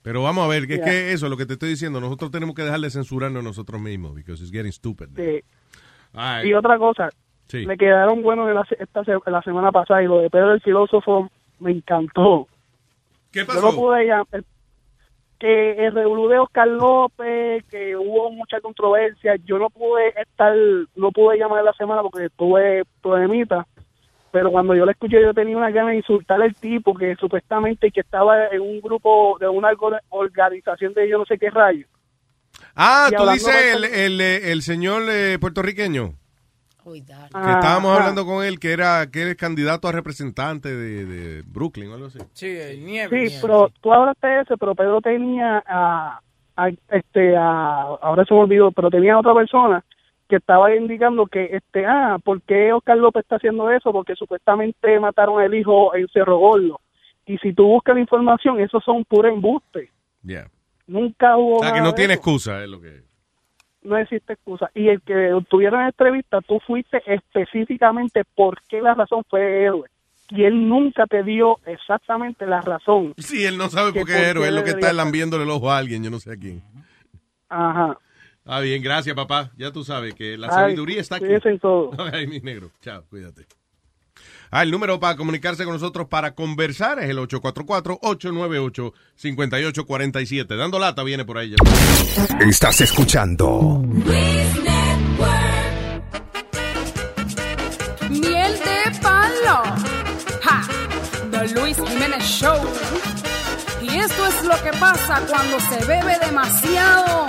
Speaker 6: Pero vamos a ver, que
Speaker 31: Yeah.
Speaker 6: es que eso, lo que te estoy diciendo, nosotros tenemos que dejar de censurarnos nosotros mismos, because it's getting stupid.
Speaker 31: de-
Speaker 6: All right.
Speaker 31: Y otra cosa,
Speaker 6: Sí.
Speaker 31: le quedaron buenos de la, se- esta, se- la semana pasada y lo de Pedro el filósofo me encantó.
Speaker 6: ¿Qué
Speaker 31: Yo no pude llam- el- que el revolú de Oscar López, que hubo mucha controversia, yo no pude estar, no pude llamar la semana porque tuve problemitas, pero cuando yo la escuché yo tenía una gana de insultar al tipo que supuestamente que estaba en un grupo de una orga- organización de yo no sé qué rayo.
Speaker 6: Ah,
Speaker 31: Y
Speaker 6: tú
Speaker 31: hablando
Speaker 6: dices
Speaker 31: de-
Speaker 6: el, el, eh, el señor eh, puertorriqueño, que
Speaker 31: Ah,
Speaker 6: estábamos
Speaker 31: ah.
Speaker 6: hablando con él, que era que era el candidato a representante de, de Brooklyn o algo así.
Speaker 32: Sí, el nieve.
Speaker 31: Sí, pero tú hablaste de eso, pero Pedro tenía a, a- este a, ahora se me olvidó, pero tenía a otra persona que estaba indicando que este ah, ¿por qué Oscar López está haciendo eso? Porque supuestamente mataron al hijo en Cerro Gordo. Y si tú buscas la información, esos son puro embuste.
Speaker 6: Yeah.
Speaker 31: Nunca hubo
Speaker 6: O sea, que
Speaker 31: nada
Speaker 6: no
Speaker 31: de
Speaker 6: tiene
Speaker 31: eso.
Speaker 6: excusa, es lo que...
Speaker 31: no existe excusa. Y el que tuvieron la entrevista, tú fuiste específicamente por qué la razón fue héroe. Y él nunca te dio exactamente la razón.
Speaker 6: Sí, él no sabe
Speaker 31: Que
Speaker 6: por qué
Speaker 31: por
Speaker 6: es
Speaker 31: qué
Speaker 6: héroe, es lo que
Speaker 31: debería
Speaker 6: está lambiéndole el ojo a alguien, yo no sé a quién.
Speaker 31: Ajá.
Speaker 6: Ah, bien, gracias, papá. Ya tú sabes que la
Speaker 31: Ay,
Speaker 6: sabiduría está aquí.
Speaker 31: cuídense en todo.
Speaker 6: Ay, mi negro. Chao, cuídate. Ah, el número para comunicarse con nosotros para conversar es el 844-898-5847. Dando lata viene por ahí. ya.
Speaker 28: Estás escuchando
Speaker 33: Miel de palo. Ja. The Luis Jiménez Show. Y esto es lo que pasa cuando se bebe demasiado.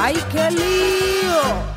Speaker 33: ¡Ay, qué lío!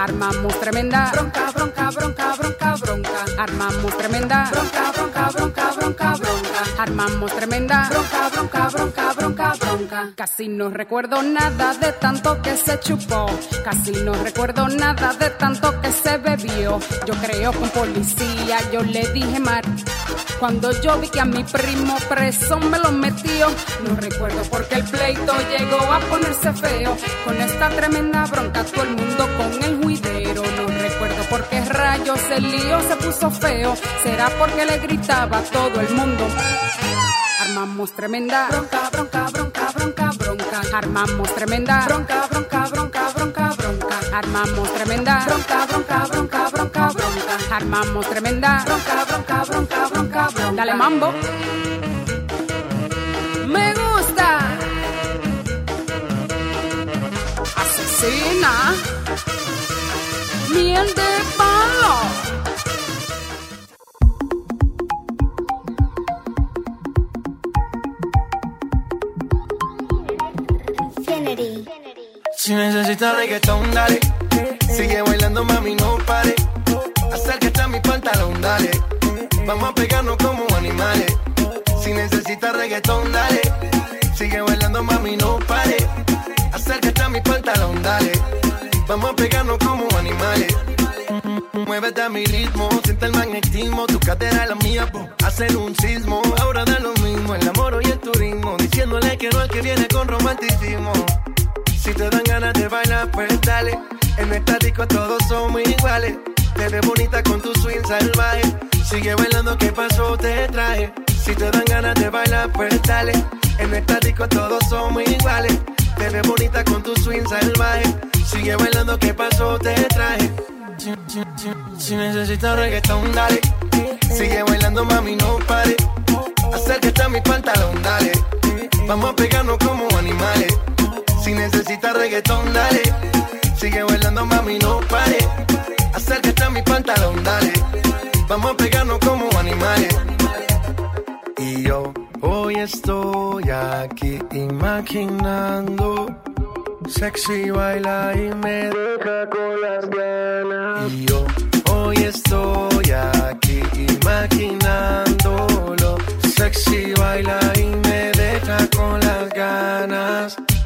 Speaker 33: Armamos tremenda bronca, bronca, bronca, bronca, bronca. Armamos tremenda bronca, bronca, bronca, bronca, bronca. Armamos tremenda bronca, bronca, bronca, bronca, bronca. Casi no recuerdo nada de tanto que se chupó. Casi no recuerdo nada de tanto que se bebió. Yo creo con policía, yo le dije mar. Cuando yo vi que a mi primo preso me lo metió, no recuerdo por qué el pleito llegó a ponerse feo. Con esta tremenda bronca todo el mundo con el juidero. No recuerdo por qué rayos el lío se puso feo. Será porque le gritaba a todo el mundo. Armamos tremenda bronca, bronca, bronca, bronca, bronca. Armamos tremenda bronca, bronca, bronca, bronca, bronca. Armamos tremenda bronca, bronca, bronca, bronca, bronca. Armamos tremenda bronca, bronca, bronca, bronca, bronca. Dale mambo. Me gusta. Asesina. Miel de palo.
Speaker 34: Si necesitas reggaetón, dale. Sigue bailando, mami, no pare. Acércate a mi pantalón, dale. Vamos a pegarnos como animales. Si necesitas reggaetón, dale. Sigue bailando, mami, no pare. Acércate a mi pantalón, dale. Vamos a pegarnos como animales. Muévete a mi ritmo, siente el magnetismo, tu cadera es la mía, boom. hacer un sismo. Ahora da lo mismo, el amor y el turismo, diciéndole que no al que viene con romanticismo. Si te dan ganas de bailar, pues dale. En esta disco todos somos iguales. Te ves bonita con tu swing salvaje. Sigue bailando, ¿qué pasó? Te traje. Si te dan ganas de bailar, pues dale. En esta disco todos somos iguales. Te ves bonita con tu swing salvaje. Sigue bailando, ¿qué pasó? Te traje. Si- si- si- Si necesitas reggaetón, dale. Sigue bailando, mami, no pare. Acércate a mi pantalón, dale. Vamos a pegarnos como animales. Si necesitas reggaetón, dale. Sigue bailando, mami, no pare. Acércate a mi pantalón, dale. Vamos a pegarnos como animales. Y yo hoy estoy aquí imaginando. Sexy baila y me deja con las ganas. Y yo hoy estoy aquí imaginándolo. Sexy baila y me deja con las ganas.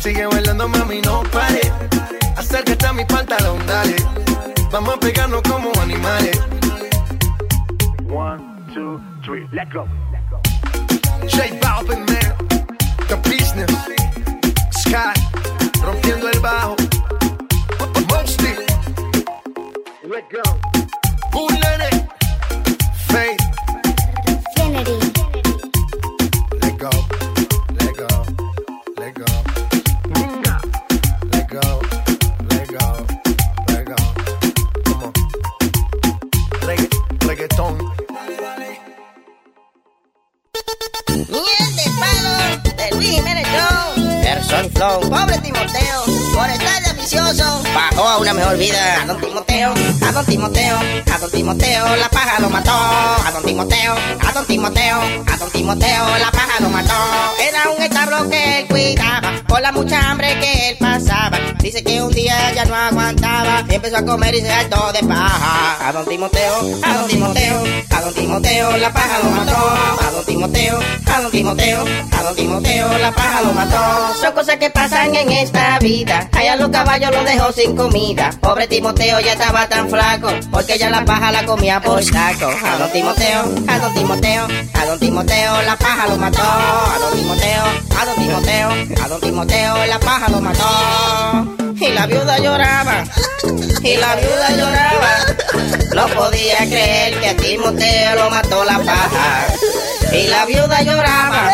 Speaker 34: Sigue bailando, mami, no pare. Acércate a mi pantalón, dale. Vamos a pegarnos como animales. One, two, three, let go. J Balvin, man. The business. Sky. Rompiendo el bajo. Mostly. Let go. Bullet. Faith. Infinity. Let go. Let go. Let go. Let go. Let go. Let go. Come on. Regga- reggaetón.
Speaker 2: Miel de palo de Luis Jiménez Show. Person Flow. Pobre Timoteo, por estar de ambicioso, bajó a una mejor vida. A don Timoteo, a don Timoteo, a don Timoteo, la paja lo mató. A don Timoteo, a don Timoteo, a don Timoteo, la paja lo mató. Era un establo que él cuidaba, por la mucha hambre que él pasaba. Dice que un día ya no aguantaba, y empezó a comer y se hartó de paja. A don Timoteo, a don Timoteo, a don Timoteo, la paja lo mató. A don Timoteo, a don Timoteo, a don Timoteo, la paja lo mató. Son cosas que pasan en esta vida. Allá los caballos lo dejó sin comida. Pobre Timoteo ya estaba tan flaco, porque ya la paja la comía por saco. A don Timoteo, a don Timoteo, a don Timoteo, la paja lo mató. A don Timoteo, a don Timoteo, a don Timoteo, la paja lo mató. Y la viuda lloraba, y la viuda lloraba. No podía creer que a Timoteo lo mató la paja. Y la viuda lloraba,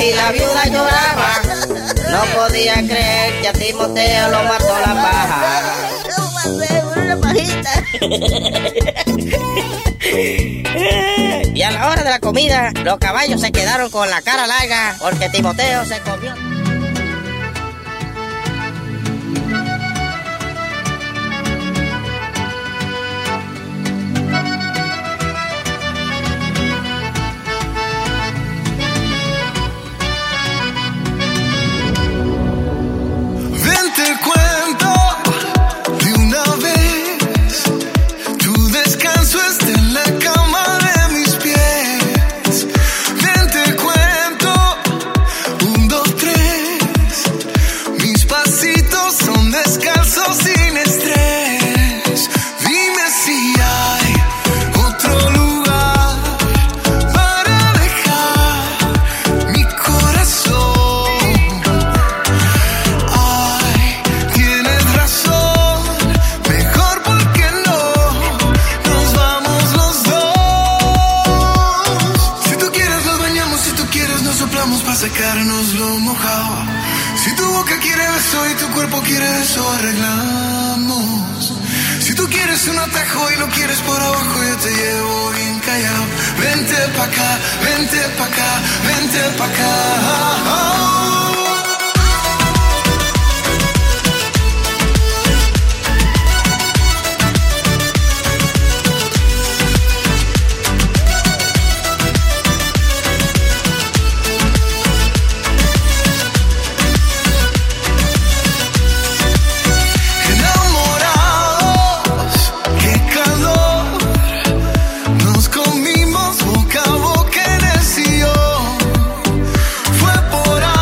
Speaker 2: y la viuda lloraba. No podía creer que a Timoteo lo mató la paja. Y a la hora de la comida, los caballos se quedaron con la cara larga porque Timoteo se comió.
Speaker 35: Ven te cuento de una vez, tu descanso está en la cama de mis pies. Ven te cuento, un, dos, tres, mis pasitos son descalzos sin estrés. Dime si hay otro lugar para dejar mi corazón. Ay, tienes razón, mejor porque no nos vamos los dos. Si tú quieres nos bañamos, si tú quieres nos soplamos para sacarnos lo mojado. Si tu boca quiere beso y tu cuerpo quiere eso, arreglamos. Si tú quieres un atajo y lo quieres por abajo, yo te llevo bien callado. Vente pa' acá, vente pa' acá, vente pa' acá. Enamorados, qué calor. Nos comimos boca a boca en el sillón. Fue por algo.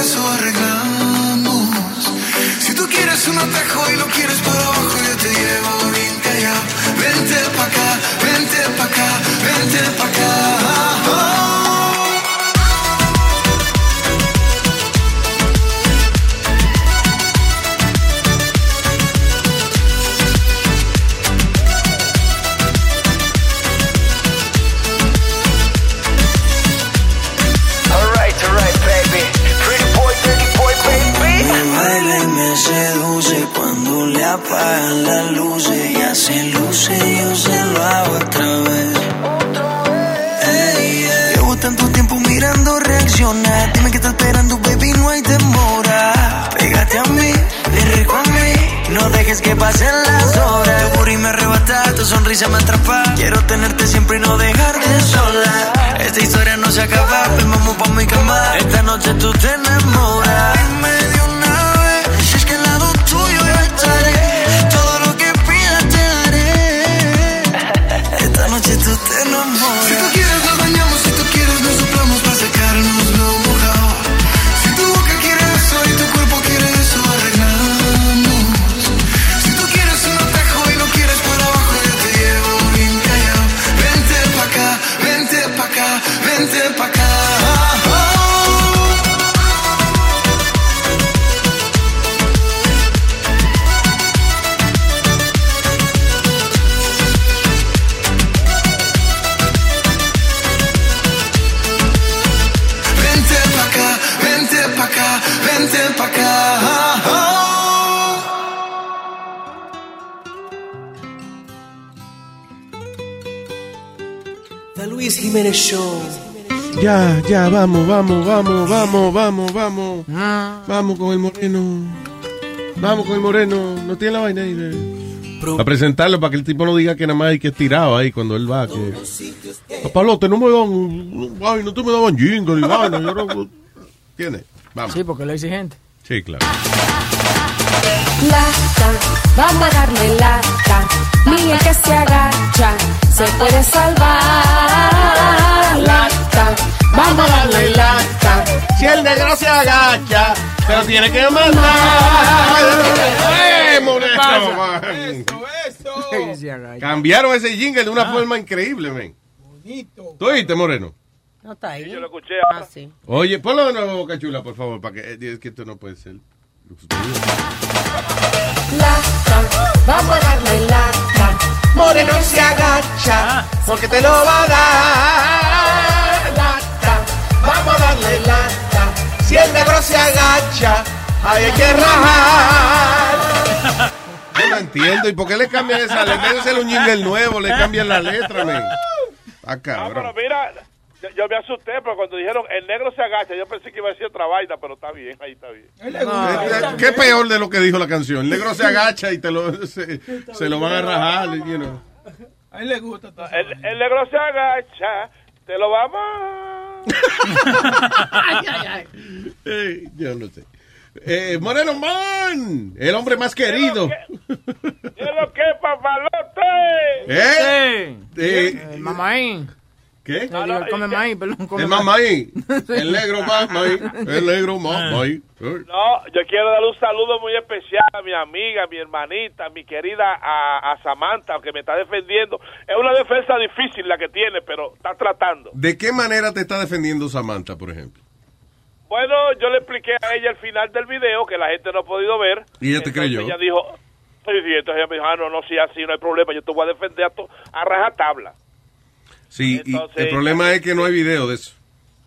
Speaker 35: eso arreglamos. Si tú quieres un atajo y lo quieres para abajo, yo te llevo. Vente allá, vente pa' acá, vente pa' acá, vente pa' acá.
Speaker 36: Alright, alright, baby. Pretty boy, dirty boy, baby.
Speaker 34: Me baila y me seduce cuando le apagan las luces. Ya se luce, yo se lo hago otra vez. Ey, ey. Llevo tanto tiempo mirando reaccionar. Dime que está esperando, baby, no hay demora. Pégate a mí, ven rico a mí. No dejes que pasen las horas. Tu y me arrebata, tu sonrisa me atrapa. Quiero tenerte siempre y no dejarte sola. Esta historia no se acaba, ven, vamos pa' mi cama. Esta noche tú te enamoras. Dime de una vez, si es que al lado tuyo yo estaré. Todo lo que pidas te daré. Esta noche tú te enamoras.
Speaker 35: Si tú quieres nos bañamos, si tú quieres nos soplamos para sacarnos lo mojado. Si tu boca quiere eso y tu cuerpo quiere eso, arreglamos. Si tú quieres un atajo y lo quieres para abajo, yo te llevo bien callado. Vente pa' acá, vente pa' acá, vente pa' acá. Vente pa' acá, vente pa' acá, vente pa' acá.
Speaker 11: The Luis Jiménez Show.
Speaker 6: Ya, ya, vamos, vamos, vamos, vamos, vamos, vamos.
Speaker 9: Ah.
Speaker 6: Vamos con el moreno. Vamos con el moreno. No tiene la vaina ahí de... A presentarlo para que el tipo no diga que nada más hay que estirado ahí cuando él va. Que... Pablote, no me dan. Ay, no te me daban jingle y vaina. yo no- ¿Entiendes? Vamos.
Speaker 8: Sí, porque lo exigente.
Speaker 6: Sí, claro.
Speaker 33: Lata, vamos a darle lata. Mía que se agacha, se puede salvar. Lata, vamos a darle lata.
Speaker 6: Si el negro se agacha, pero tiene que mandar. ¡Eh, moreno! Cambiaron ese jingle de una forma increíble, men. Bonito. ¿Tú oíste, Moreno?
Speaker 9: No está ahí. Yo lo
Speaker 18: escuché.
Speaker 9: Ah, sí.
Speaker 6: Oye, ponlo de nuevo, Boca Chula, por favor, para que eh, es que esto no puede ser.
Speaker 33: Lata, vamos a darle lata.
Speaker 11: Moreno se agacha porque te lo va a dar. Lata, vamos a darle lata. Si el negro se agacha, ahí hay que rajar.
Speaker 6: Yo no entiendo. ¿Y por qué le cambian esa letra? Debe ser un jingle nuevo, le cambian la letra, men. Ah,
Speaker 18: Pero
Speaker 6: cabrón.
Speaker 18: mira, yo, yo me asusté, pero cuando dijeron el negro se agacha, yo pensé que iba a decir otra vaina, pero está bien, ahí está bien.
Speaker 6: Eh, ¿Qué peor de lo que dijo la canción? El negro se agacha y te lo, se, se lo van a rajar. you know.
Speaker 18: A él le gusta. El, el negro se agacha, te lo vamos.
Speaker 6: Eh, yo no sé. Eh, Moreno Man, el hombre más querido.
Speaker 18: ¿Qué es lo que es, papalote?
Speaker 6: ¿Eh? Eh,
Speaker 8: El mamaín.
Speaker 6: ¿Qué?
Speaker 8: No, digo, come maíz, Ah. perdón. Come
Speaker 6: El mamaí. El negro mamaí. El negro mamaí. Eh.
Speaker 18: No, yo quiero darle un saludo muy especial a mi amiga, mi hermanita, mi querida a, a Samantha, que me está defendiendo. Es una defensa difícil la que tiene, pero está tratando.
Speaker 6: ¿De qué manera te está defendiendo Samantha, por ejemplo?
Speaker 18: Bueno, yo le expliqué a ella al final del video que la gente no ha podido ver.
Speaker 6: Y ella te creyó.
Speaker 18: Ella dijo, sí, sí, entonces ella me dijo, ah, no, no, sí, así no hay problema, yo te voy a defender a, to- a rajatabla.
Speaker 6: Sí, y
Speaker 18: Entonces,
Speaker 6: el problema es que no hay video de eso.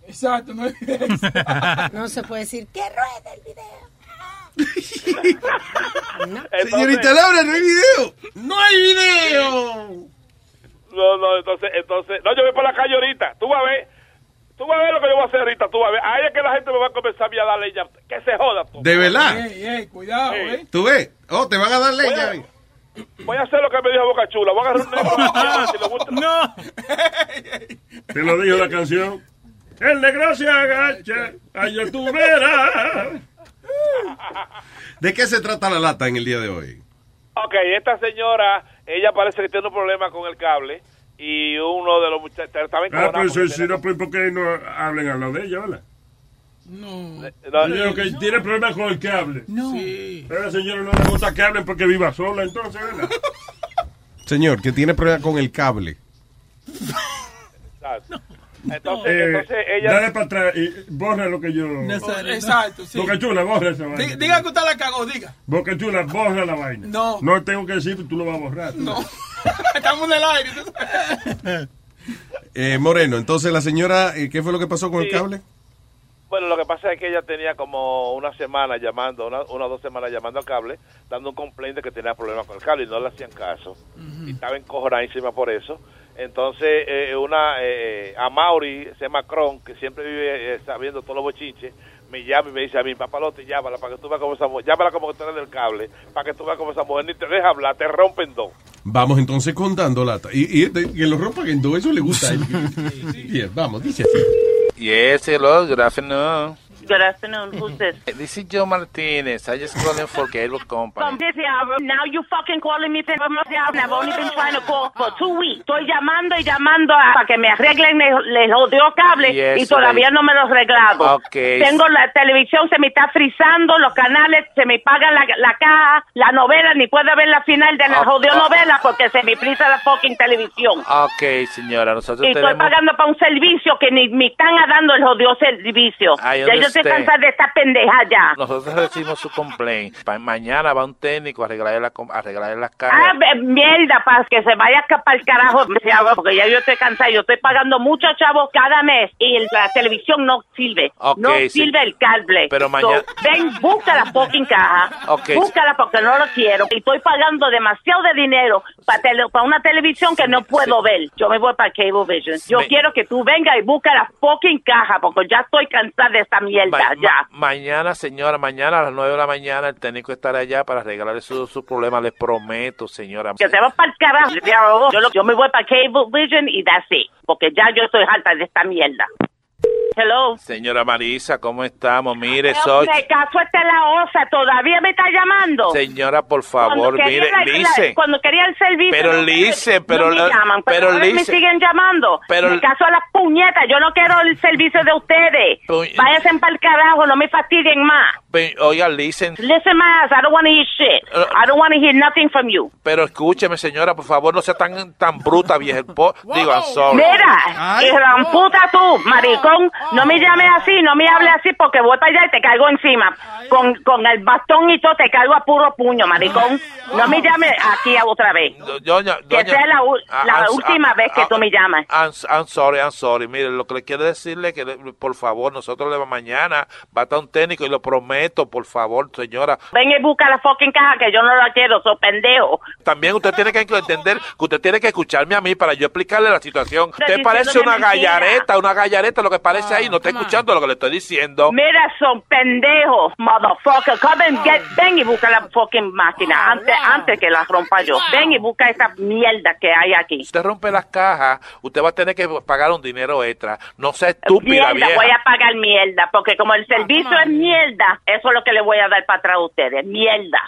Speaker 9: Exacto, no No se puede decir que rueda el video.
Speaker 18: Señorita
Speaker 6: Laura, no hay video. No hay video.
Speaker 18: No, no, entonces, entonces, no, yo voy para la calle ahorita, tú vas a ver. Tú vas a ver lo que yo voy a hacer ahorita, tú vas a ver. Ahí es que la gente me va a comenzar a mí a darle ya. Que se joda. tú.
Speaker 6: ¿De verdad?
Speaker 18: cuidado, eh.
Speaker 6: ¿Tú ves? Oh, te van a dar
Speaker 18: Voy a-
Speaker 6: leña.
Speaker 18: Voy a hacer lo que me dijo Boca Chula. Voy a agarrar un negro. si le gusta.
Speaker 16: Te lo dijo la canción. El negro se agacha. Ay, yo tú verás.
Speaker 6: ¿De qué se trata la lata en el día de hoy?
Speaker 18: Ok, esta señora, ella parece que tiene un problema con el cable y uno de los muchachos estaba
Speaker 16: Ah,
Speaker 18: encojonado
Speaker 16: pero eso
Speaker 18: porque
Speaker 16: sí, no, pues, porque no hablen a lo de ella, ¿verdad?
Speaker 18: tenía-
Speaker 16: No.
Speaker 10: Eh,
Speaker 7: la-
Speaker 16: que tiene problemas con el que hable. No. Pero la señora no le gusta que hablen porque viva sola, entonces, ¿verdad?
Speaker 11: Señor, que tiene problema con el cable.
Speaker 16: Eh,
Speaker 7: Entonces, entonces ella.
Speaker 16: Dale para atrás y borra lo que yo.
Speaker 7: Nazario, Exacto, sí.
Speaker 16: Boca Chula, borra esa vaina.
Speaker 7: Di- Diga que usted la cagó, diga.
Speaker 16: Boca Chula, borra la vaina.
Speaker 7: No.
Speaker 16: No tengo que decir, tú lo vas a borrar. No.
Speaker 7: Estamos en el aire. entonces-
Speaker 11: Eh, Moreno, entonces la señora, eh, ¿qué fue lo que pasó con el
Speaker 10: Sí.
Speaker 11: cable?
Speaker 10: Bueno, lo que pasa es que ella tenía como una semana llamando, una, una o dos semanas llamando al cable, dando un complaint de que tenía problemas con el cable y no le hacían caso. Y estaba encojonadísima por eso. Entonces, eh, una eh, a Mauri, se llama Cron, que siempre vive eh, sabiendo todos los bochinches, me llama y me dice a mí, papalote, llámala para que tú veas cómo esa mujer, llámala como que tú eres del cable, para que tú veas cómo esa mujer ni te deja hablar, te rompen dos.
Speaker 11: Vamos entonces contando lata. Y, y
Speaker 6: este,
Speaker 11: de- que lo rompan en dos, eso le gusta. a él. Bien, vamos, dice así.
Speaker 10: Yes, hello, good afternoon.
Speaker 12: Good afternoon. Who's this?
Speaker 10: This is Joe Martinez. I just calling for Cable Company.
Speaker 12: From this hour. Now you fucking calling me from this hour. I've only been trying to call for two weeks. Estoy llamando y llamando a, para que me arreglen el, el jodido cable
Speaker 10: Yes,
Speaker 12: y todavía
Speaker 10: right.
Speaker 12: no me lo han arreglado.
Speaker 10: Okay.
Speaker 12: Tengo la televisión, se me está frizando, los canales, se me paga la, la caja, la novela, ni puedo ver la final de la
Speaker 10: Oh,
Speaker 12: jodido
Speaker 10: oh.
Speaker 12: novela porque se me friza la fucking televisión.
Speaker 10: Ok, señora, nosotros
Speaker 12: Y estoy
Speaker 10: tenemos...
Speaker 12: pagando para un servicio que ni me están dando el jodido servicio.
Speaker 10: I
Speaker 12: Ya yo estoy
Speaker 10: understand.
Speaker 12: cansada de esta pendeja ya.
Speaker 10: Nosotros recibimos su complaint. Pa- mañana va un técnico a arreglar la, com- a arreglar las
Speaker 12: Ah,
Speaker 10: cajas.
Speaker 12: be- mierda, para que se vaya para el carajo, me decía, "Ah, porque ya yo estoy cansada, yo estoy pagando muchos chavos cada mes y el- la televisión no sirve.
Speaker 10: Ok,
Speaker 12: no
Speaker 10: sí.
Speaker 12: sirve el cable.
Speaker 10: Pero mañana-
Speaker 12: ven, busca la fucking caja.
Speaker 10: Ok, sí.
Speaker 12: Búscala porque no lo quiero. Y estoy pagando demasiado de dinero para una televisión que no puedo ver. Yo me voy para Cablevision. Yo
Speaker 10: Ve-
Speaker 12: quiero que tú vengas y busca la fucking caja porque ya estoy cansada de esta mierda,
Speaker 10: Ma-
Speaker 12: ya.
Speaker 10: ma- mañana, señora, mañana a las 9 de la mañana el técnico estará allá para arreglar su, su problema, les prometo, señora.
Speaker 12: Que se va para el carajo. Yo, lo- yo me voy para Cablevision y that's it. Porque ya yo estoy harta de esta mierda. Hello.
Speaker 10: Señora Marisa, ¿cómo estamos? Mire, soy...
Speaker 12: Me caso está la osa, todavía me está llamando.
Speaker 10: Señora, por
Speaker 12: Cuando
Speaker 10: favor,
Speaker 12: quería
Speaker 10: mire,
Speaker 12: la- la-
Speaker 10: dice...
Speaker 12: cuando quería el servicio.
Speaker 10: Pero
Speaker 12: no me-
Speaker 10: Lice,
Speaker 12: no
Speaker 10: pero
Speaker 12: me
Speaker 10: la-
Speaker 12: llaman, pero,
Speaker 10: pero
Speaker 12: ahora me
Speaker 10: Lice-
Speaker 12: siguen llamando.
Speaker 10: pero-
Speaker 12: me caso a las puñetas, yo no quiero el servicio de ustedes.
Speaker 10: Puñ-
Speaker 12: Váyanse para el carajo, no me fastidien más.
Speaker 10: pe- Oiga, listen,
Speaker 12: Listen, my ass, I don't want to hear shit. I don't want to hear nothing from you.
Speaker 10: pero escúcheme, señora, por favor, no sea tan, tan bruta, vieja. po- Digo, I'm sorry.
Speaker 12: Mira, gran puta tú, maricón, no me llames así, no me hables así porque voy para allá y te caigo encima. Con, con el bastón y todo te caigo a puro puño, maricón. No me llames aquí otra vez.
Speaker 10: Do- doña-
Speaker 12: Que
Speaker 10: doña-
Speaker 12: sea la, u-
Speaker 10: Ah,
Speaker 12: la
Speaker 10: I'm so-
Speaker 12: última
Speaker 10: ah,
Speaker 12: vez que
Speaker 10: ah,
Speaker 12: tú me llamas.
Speaker 10: I'm, I'm sorry, I'm sorry. Mire, lo que le quiero decirle es que, le- por favor, nosotros le mañana va a estar un técnico y lo prometo, por favor, señora.
Speaker 12: Ven y busca la fucking caja que yo no la quiero, so pendejo.
Speaker 10: También usted tiene que entender que usted tiene que escucharme a mí para yo explicarle la situación.
Speaker 12: Pero
Speaker 10: Usted parece
Speaker 12: diciéndome
Speaker 10: una
Speaker 12: mentira.
Speaker 10: gallareta, una gallareta lo que parece ahí. No está escuchando lo que le estoy diciendo.
Speaker 12: Mira, son pendejos, motherfucker. Come and get, ven y busca la fucking máquina antes, antes que la rompa yo. Ven y busca esa mierda que hay aquí.
Speaker 10: Usted rompe las cajas, usted va a tener que pagar un dinero extra. No sea
Speaker 12: mierda,
Speaker 10: estúpida, vieja.
Speaker 12: voy a pagar mierda, porque como el servicio es mierda, eso es lo que le voy a dar para atrás a ustedes, mierda.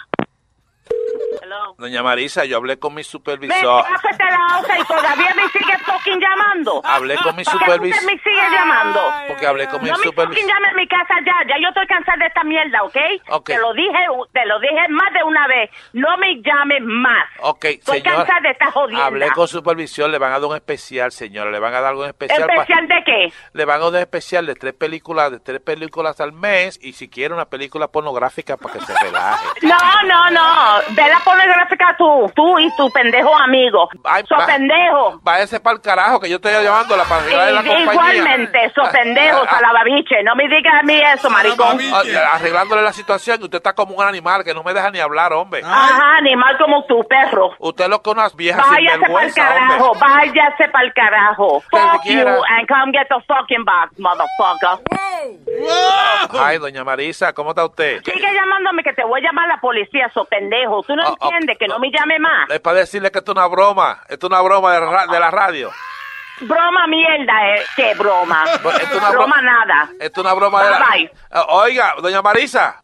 Speaker 10: Doña Marisa, yo hablé con mi
Speaker 12: Ven,
Speaker 10: supervisor.
Speaker 12: cásate la hoja y todavía me sigue fucking llamando.
Speaker 10: Hablé con mi
Speaker 12: ¿Por qué
Speaker 10: supervis-
Speaker 12: usted me sigue llamando?
Speaker 10: Porque hablé con mi
Speaker 12: No me fucking
Speaker 10: supervisor.
Speaker 12: llame a mi casa ya, ya yo estoy cansada de esta mierda, ¿ok?
Speaker 10: Ok.
Speaker 12: Te lo dije, te lo dije más de una vez, no me llames más.
Speaker 10: Ok,
Speaker 12: Estoy
Speaker 10: señora.
Speaker 12: cansada de esta jodienda.
Speaker 10: Hablé con supervisión, le van a dar un especial, señora. Le van a dar algo en especial. pa-
Speaker 12: ¿Especial de qué?
Speaker 10: Le van a dar un especial de tres películas, de tres películas al mes y si quiere una película pornográfica para que se relaje.
Speaker 12: No, no, no. Ve la pornográfica tú, tú y tu pendejo amigo. so
Speaker 10: va-
Speaker 12: pendejo.
Speaker 10: Váyase para el carajo que yo estoy llamando la para de la compañía.
Speaker 12: Igualmente, so pendejo, salababiche. No me digas a mí eso, maricón.
Speaker 10: Ah, Arreglándole la situación, usted está como un animal que no me deja ni hablar, hombre.
Speaker 12: Ajá, animal como tu perro.
Speaker 10: Usted lo que unas viejas
Speaker 12: Váyase para el
Speaker 10: sinvergüenza,
Speaker 12: carajo,
Speaker 10: hombre.
Speaker 12: váyase para el carajo. Fuck you
Speaker 10: quiera.
Speaker 12: and come get the fucking box, motherfucker.
Speaker 10: Ay, doña Marisa, ¿cómo está usted?
Speaker 12: Sigue llamándome que te voy a llamar a la policía, so pendejo. Tú no
Speaker 10: Ah, ah,
Speaker 12: entiendes que no me llame más.
Speaker 10: Es para decirle que esto es una broma, esto es una broma de, ra- de la radio.
Speaker 12: Broma mierda, eh. Qué broma.
Speaker 10: esto es una
Speaker 12: broma
Speaker 10: bro-
Speaker 12: nada.
Speaker 10: Esto es una broma de la...
Speaker 12: Bye, bye.
Speaker 10: Ah, Oiga, doña Marisa.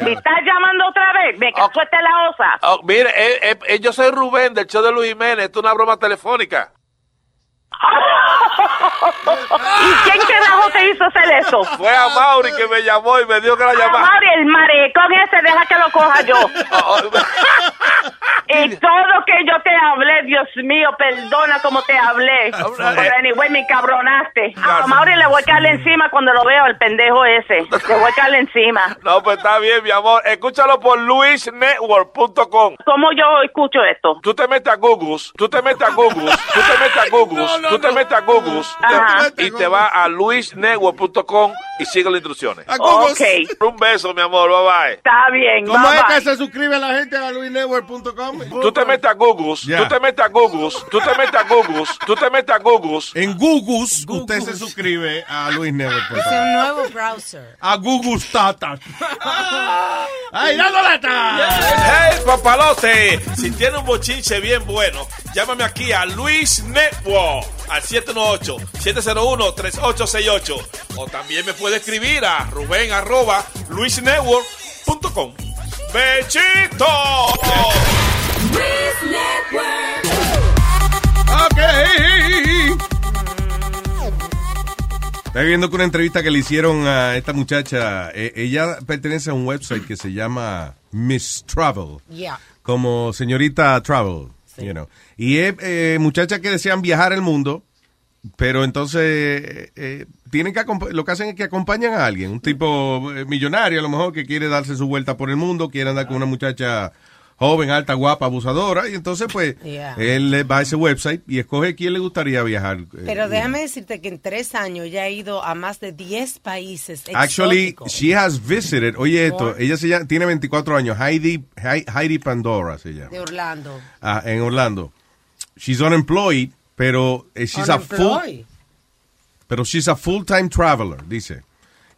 Speaker 12: ¿Me estás llamando otra vez? Me cachó esta la osa.
Speaker 10: Oh, mire, eh, eh, eh, yo soy Rubén del show de Luis Jiménez. Esto es una broma telefónica.
Speaker 12: ¿Y quién carajo te hizo hacer eso?
Speaker 18: Fue a Mauri que me llamó y me dio que la llamara.
Speaker 12: Amor, el maricón ese, deja que lo coja yo. y todo que yo te hablé, Dios mío, perdona como te hablé. Pero anyway, me cabronaste. A Mauri le voy a caerle encima cuando lo veo, el pendejo ese. Le voy a caerle encima.
Speaker 18: No, pues está bien, mi amor. Escúchalo por luisnetwork.com.
Speaker 12: ¿Cómo yo escucho esto?
Speaker 18: Tú te metes a Google, tú te metes a Google, tú te metes a Google, tú te metes a Google
Speaker 12: Ajá.
Speaker 18: te- y te vas a luisnetwork.com y sigue las instrucciones.
Speaker 12: A Google. Ok.
Speaker 18: Un beso, mi amor. Bye bye.
Speaker 12: Está bien,
Speaker 6: ¿Cómo
Speaker 12: bye,
Speaker 6: es
Speaker 12: bye.
Speaker 6: que se suscribe la gente a luisnetwork.com?
Speaker 18: Tú te metes a Google, tú te metes a Google, tú te metes a Google, tú te metes a Google.
Speaker 6: En Google, usted se suscribe a
Speaker 9: Es
Speaker 6: luisnetwork.com.
Speaker 9: un nuevo browser.
Speaker 6: A Google Tata. ¡Ay, dando lata!
Speaker 11: ¡Hey, papalote! Si tiene un bochinche bien bueno, llámame aquí a Luis Network al 718-701-3868. O también me puede escribir a Rubén arroba luisnetwork.com. ¡Bechito!
Speaker 6: Ok. Estaba viendo que una entrevista que le hicieron a esta muchacha, eh, ella pertenece a un website que se llama Miss Travel,
Speaker 9: Yeah.
Speaker 6: como señorita Travel, you know. Y es eh, muchachas que desean viajar el mundo, pero entonces eh, eh, tienen que acompa- lo que hacen es que acompañan a alguien, un tipo eh, millonario a lo mejor que quiere darse su vuelta por el mundo, quiere andar con una muchacha joven, alta, guapa, abusadora, y entonces pues
Speaker 9: Yeah.
Speaker 6: él eh, va a ese website y escoge quién le gustaría viajar. eh,
Speaker 9: Pero déjame decirte que en tres años ya ha ido a más de 10 países.
Speaker 6: Actually,
Speaker 9: exóticos.
Speaker 6: she has visited. Oye, esto,
Speaker 9: Por-
Speaker 6: ella se llama- tiene 24 años. Heidi, Hei- Heidi Pandora se llama.
Speaker 9: de Orlando.
Speaker 6: Ah, en Orlando. She's unemployed, pero eh, she's a full,
Speaker 9: Unemployed.
Speaker 6: pero she's a full-time traveler, dice.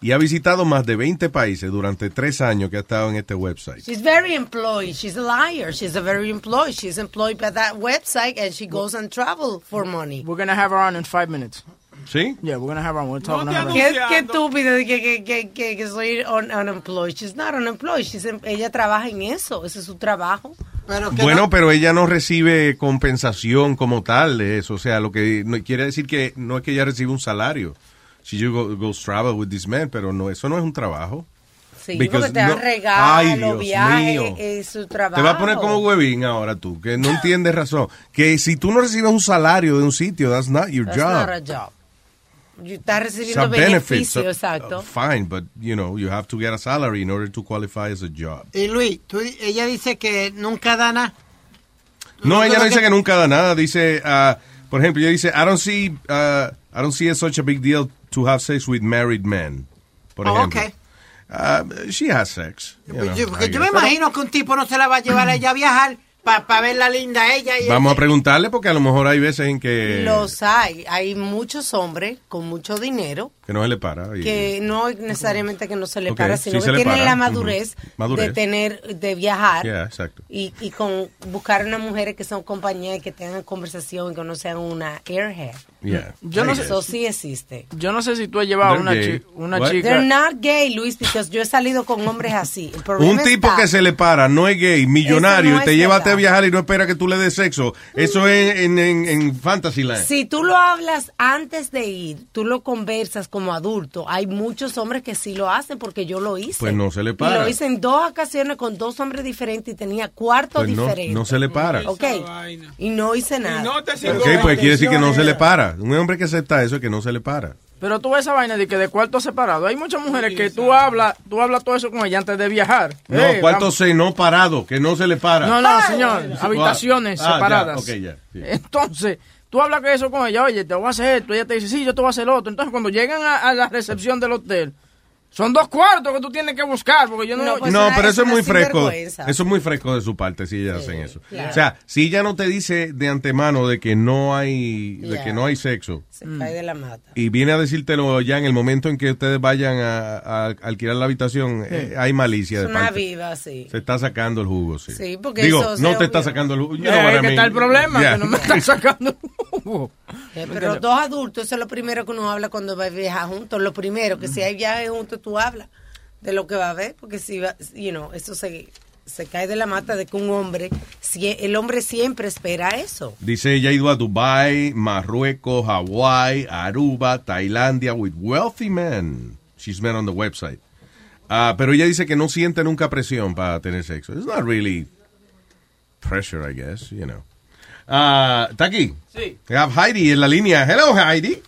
Speaker 6: Y ha visitado más de 20 países durante tres años que ha estado en este website.
Speaker 9: She's very employed. She's a liar. She's a very employed. She's employed by that website and she goes and travel for money.
Speaker 8: We're gonna have her on in five minutes.
Speaker 6: ¿Sí?
Speaker 8: Yeah, we're gonna have her on. We're talking about
Speaker 9: Qué, qué estúpido de que, que, que, que, que soy un- unemployed. She's not unemployed. She's em- ella trabaja en eso. Ese es su trabajo.
Speaker 6: Bueno, pero ella no recibe compensación como tal de eso. O sea, lo que no, quiere decir que no es que ella recibe un salario. Si you go, goes travel with this man, pero no, eso no es un trabajo.
Speaker 9: Sí,
Speaker 6: Because
Speaker 9: porque te dan
Speaker 6: no- Ay,
Speaker 9: regalos,
Speaker 6: Dios
Speaker 9: viajes,
Speaker 6: mío.
Speaker 9: es su trabajo.
Speaker 6: Te va a poner como huevín ahora tú, que no entiendes razón. Que si tú no recibes un salario de un sitio, that's not your
Speaker 9: That's
Speaker 6: job.
Speaker 9: not a job. You estás recibiendo
Speaker 6: Some benefits,
Speaker 9: beneficio,
Speaker 6: uh,
Speaker 9: exacto.
Speaker 6: uh, fine, but you know, you have to get a salary in order to qualify as a job.
Speaker 14: Y Luis, tú- ella dice que nunca da nada.
Speaker 6: No, ella no
Speaker 14: creo
Speaker 6: dice
Speaker 14: que-
Speaker 6: que nunca da nada. Dice, ah, por ejemplo, ella dice, I don't see, ah, I don't see it such a big deal to have sex with married men. Por
Speaker 14: Oh,
Speaker 6: ejemplo.
Speaker 14: ok.
Speaker 6: Ah, she has sex. you know,
Speaker 14: Yo, porque
Speaker 6: I
Speaker 14: yo me
Speaker 6: guess.
Speaker 14: imagino que un tipo no se la va a llevar a ella a viajar para ver la linda ella. Y
Speaker 6: Vamos a preguntarle porque a lo mejor hay veces en que,
Speaker 9: Los hay. Hay muchos hombres con mucho dinero
Speaker 6: que no se le para. y-
Speaker 9: que no necesariamente que no se le
Speaker 6: Ok,
Speaker 9: para,
Speaker 6: sí
Speaker 9: sino
Speaker 6: se
Speaker 9: que
Speaker 6: le
Speaker 9: tienen
Speaker 6: para.
Speaker 9: la
Speaker 6: Ujú.
Speaker 9: madurez, de
Speaker 6: Madurez.
Speaker 9: tener, de viajar
Speaker 6: Yeah, exacto.
Speaker 9: y, y con buscar unas mujeres que son compañías y que tengan conversación y que no sean una airhead.
Speaker 6: Yeah.
Speaker 8: Yo no sé-
Speaker 9: Eso sí existe.
Speaker 8: Yo no sé si tú has llevado
Speaker 6: They're
Speaker 8: una,
Speaker 6: gay.
Speaker 8: chi- una
Speaker 6: What?
Speaker 8: chica.
Speaker 9: They're not gay, Luis, because yo he salido con hombres así. El
Speaker 6: Un
Speaker 9: problema
Speaker 6: tipo
Speaker 9: está-
Speaker 6: que se le para, no es gay, millonario,
Speaker 9: Eso no
Speaker 6: y te
Speaker 9: es
Speaker 6: lleva a
Speaker 9: verdad.
Speaker 6: te viajar y no espera que tú le des sexo. Eso es en, en, en Fantasyland.
Speaker 9: Si tú lo hablas antes de ir, tú lo conversas como adulto. Hay muchos hombres que sí lo hacen porque yo lo hice.
Speaker 6: Pues no se le para.
Speaker 9: Y lo hice en dos ocasiones con dos hombres diferentes y tenía cuartos
Speaker 6: Pues no-
Speaker 9: diferentes.
Speaker 6: no se le para.
Speaker 9: Ok. Y no hice nada.
Speaker 6: Ok, pues quiere decir que no se le para. Un hombre que acepta eso es que no se le para.
Speaker 8: Pero tú ves esa vaina de que de cuarto separado. Hay muchas mujeres que tú hablas, tú hablas todo eso con ella antes de viajar.
Speaker 6: No,
Speaker 8: Eh,
Speaker 6: cuarto
Speaker 8: vamos-
Speaker 6: se no parado, que no se le para.
Speaker 8: No, no, señor. Habitaciones
Speaker 6: Ah, ya,
Speaker 8: separadas. Eh,
Speaker 6: ok, ya, sí.
Speaker 8: Entonces, tú hablas que eso con ella, oye, te voy a hacer esto. Ella te dice, sí, yo te voy a hacer lo otro. Entonces, cuando llegan a, a la recepción del hotel, son dos cuartos que tú tienes que buscar. Porque yo no.
Speaker 9: Pues
Speaker 6: no, pero eso es muy fresco. Eso es muy fresco de su parte si ellas hacen eso.
Speaker 8: claro.
Speaker 6: O sea, si ella no te dice de antemano de que no hay, de
Speaker 9: Yeah.
Speaker 6: que no hay sexo,
Speaker 9: Se cae de la mata.
Speaker 6: y viene a decírtelo ya en el momento en que ustedes vayan a, a alquilar la habitación,
Speaker 9: Sí.
Speaker 6: eh, hay malicia
Speaker 9: Hmm. Es
Speaker 6: de
Speaker 9: una
Speaker 6: parte.
Speaker 9: viva, sí.
Speaker 6: Se está sacando el jugo, sí.
Speaker 9: Sí, porque
Speaker 6: Digo,
Speaker 9: eso se
Speaker 6: no te
Speaker 9: obvia.
Speaker 6: está sacando el jugo. You
Speaker 8: Eh,
Speaker 6: know what I
Speaker 8: que está
Speaker 6: mean.
Speaker 8: el problema,
Speaker 6: Yeah.
Speaker 8: que no me están sacando jugo.
Speaker 9: Eh, pero
Speaker 8: Entiendo.
Speaker 9: dos adultos, eso es lo primero que uno habla cuando va a viajar juntos. Lo
Speaker 6: Mm.
Speaker 9: primero, que si hay viaje juntos, tú hablas de lo que va a ver, porque si va, you know, eso se, se cae de la mata de que un hombre, si- e, el hombre siempre espera eso.
Speaker 6: Dice, ella ha ido a Dubai, Marruecos, Hawái, Aruba, Tailandia, with wealthy men. She's met on the website. Ah, pero ella dice que no siente nunca presión para tener sexo. It's not really pressure, I guess, you know. Ah, ¿Está aquí?
Speaker 11: Sí.
Speaker 6: I have Heidi en la línea. Hello, Heidi.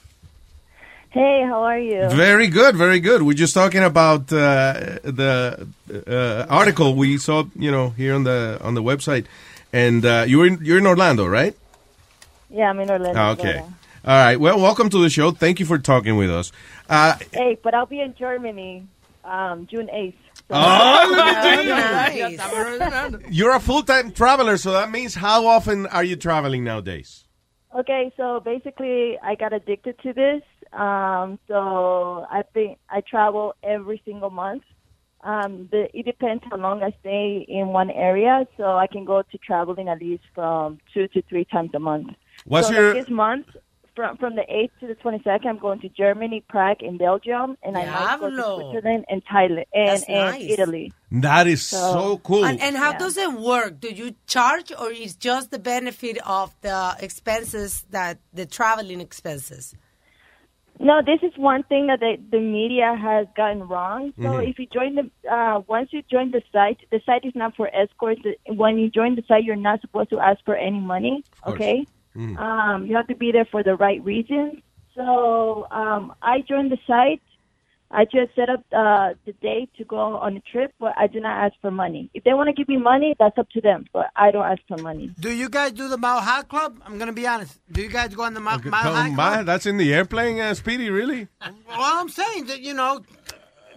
Speaker 3: Hey, how are you?
Speaker 6: Very good, very good. We're just talking about uh, the uh, article we saw, you know, here on the on the website, and uh, you're in, you're in Orlando, right? Ah,
Speaker 3: Yeah, I'm in Orlando.
Speaker 6: okay.
Speaker 3: Florida.
Speaker 6: All right. Well, welcome to the show. Thank you for talking with us. Uh,
Speaker 3: Hey, but I'll be in Germany um, June 8th.
Speaker 6: Oh, look
Speaker 11: at you.
Speaker 6: you're a full time traveler, so that means how often are you traveling nowadays?
Speaker 3: Okay, so basically, I got addicted to this. Um, so I think I travel every single month. Um, the, it depends how long I stay in one area, so I can go to traveling at least from two to three times a month.
Speaker 6: What's
Speaker 3: so like
Speaker 6: your-
Speaker 3: this month? From from the eighth to the twenty second, I'm going to Germany, Prague, and Belgium, and I might go to
Speaker 9: Diablo.
Speaker 3: Switzerland and Thailand and,
Speaker 9: That's
Speaker 3: and
Speaker 9: nice.
Speaker 3: Italy.
Speaker 6: That is
Speaker 3: So-
Speaker 6: so, cool.
Speaker 9: And, and how does it work? Do you charge or is just the benefit of the expenses that the traveling expenses?
Speaker 3: No, this is one thing that the, the media has gotten wrong. So
Speaker 9: Mhm.
Speaker 3: if you join the, uh, once you join the site, the site is not for escorts. When you join the site, you're not supposed to ask for any money.
Speaker 35: course.
Speaker 3: Okay,
Speaker 6: Hmm.
Speaker 35: Mm.
Speaker 3: um, you have to be there for the right reasons. So um, I joined the site. I just set up uh, the day to go on a trip, but I do not ask for money. If they want to give me money, that's up to them. But I don't ask for money.
Speaker 14: Do you guys do the Mile High Club? I'm going to be honest. Do you guys go on the Mile, Mile High
Speaker 6: Come
Speaker 14: Club?
Speaker 6: by. That's in the airplane, uh, Speedy, really?
Speaker 14: Well, I'm saying that, you know,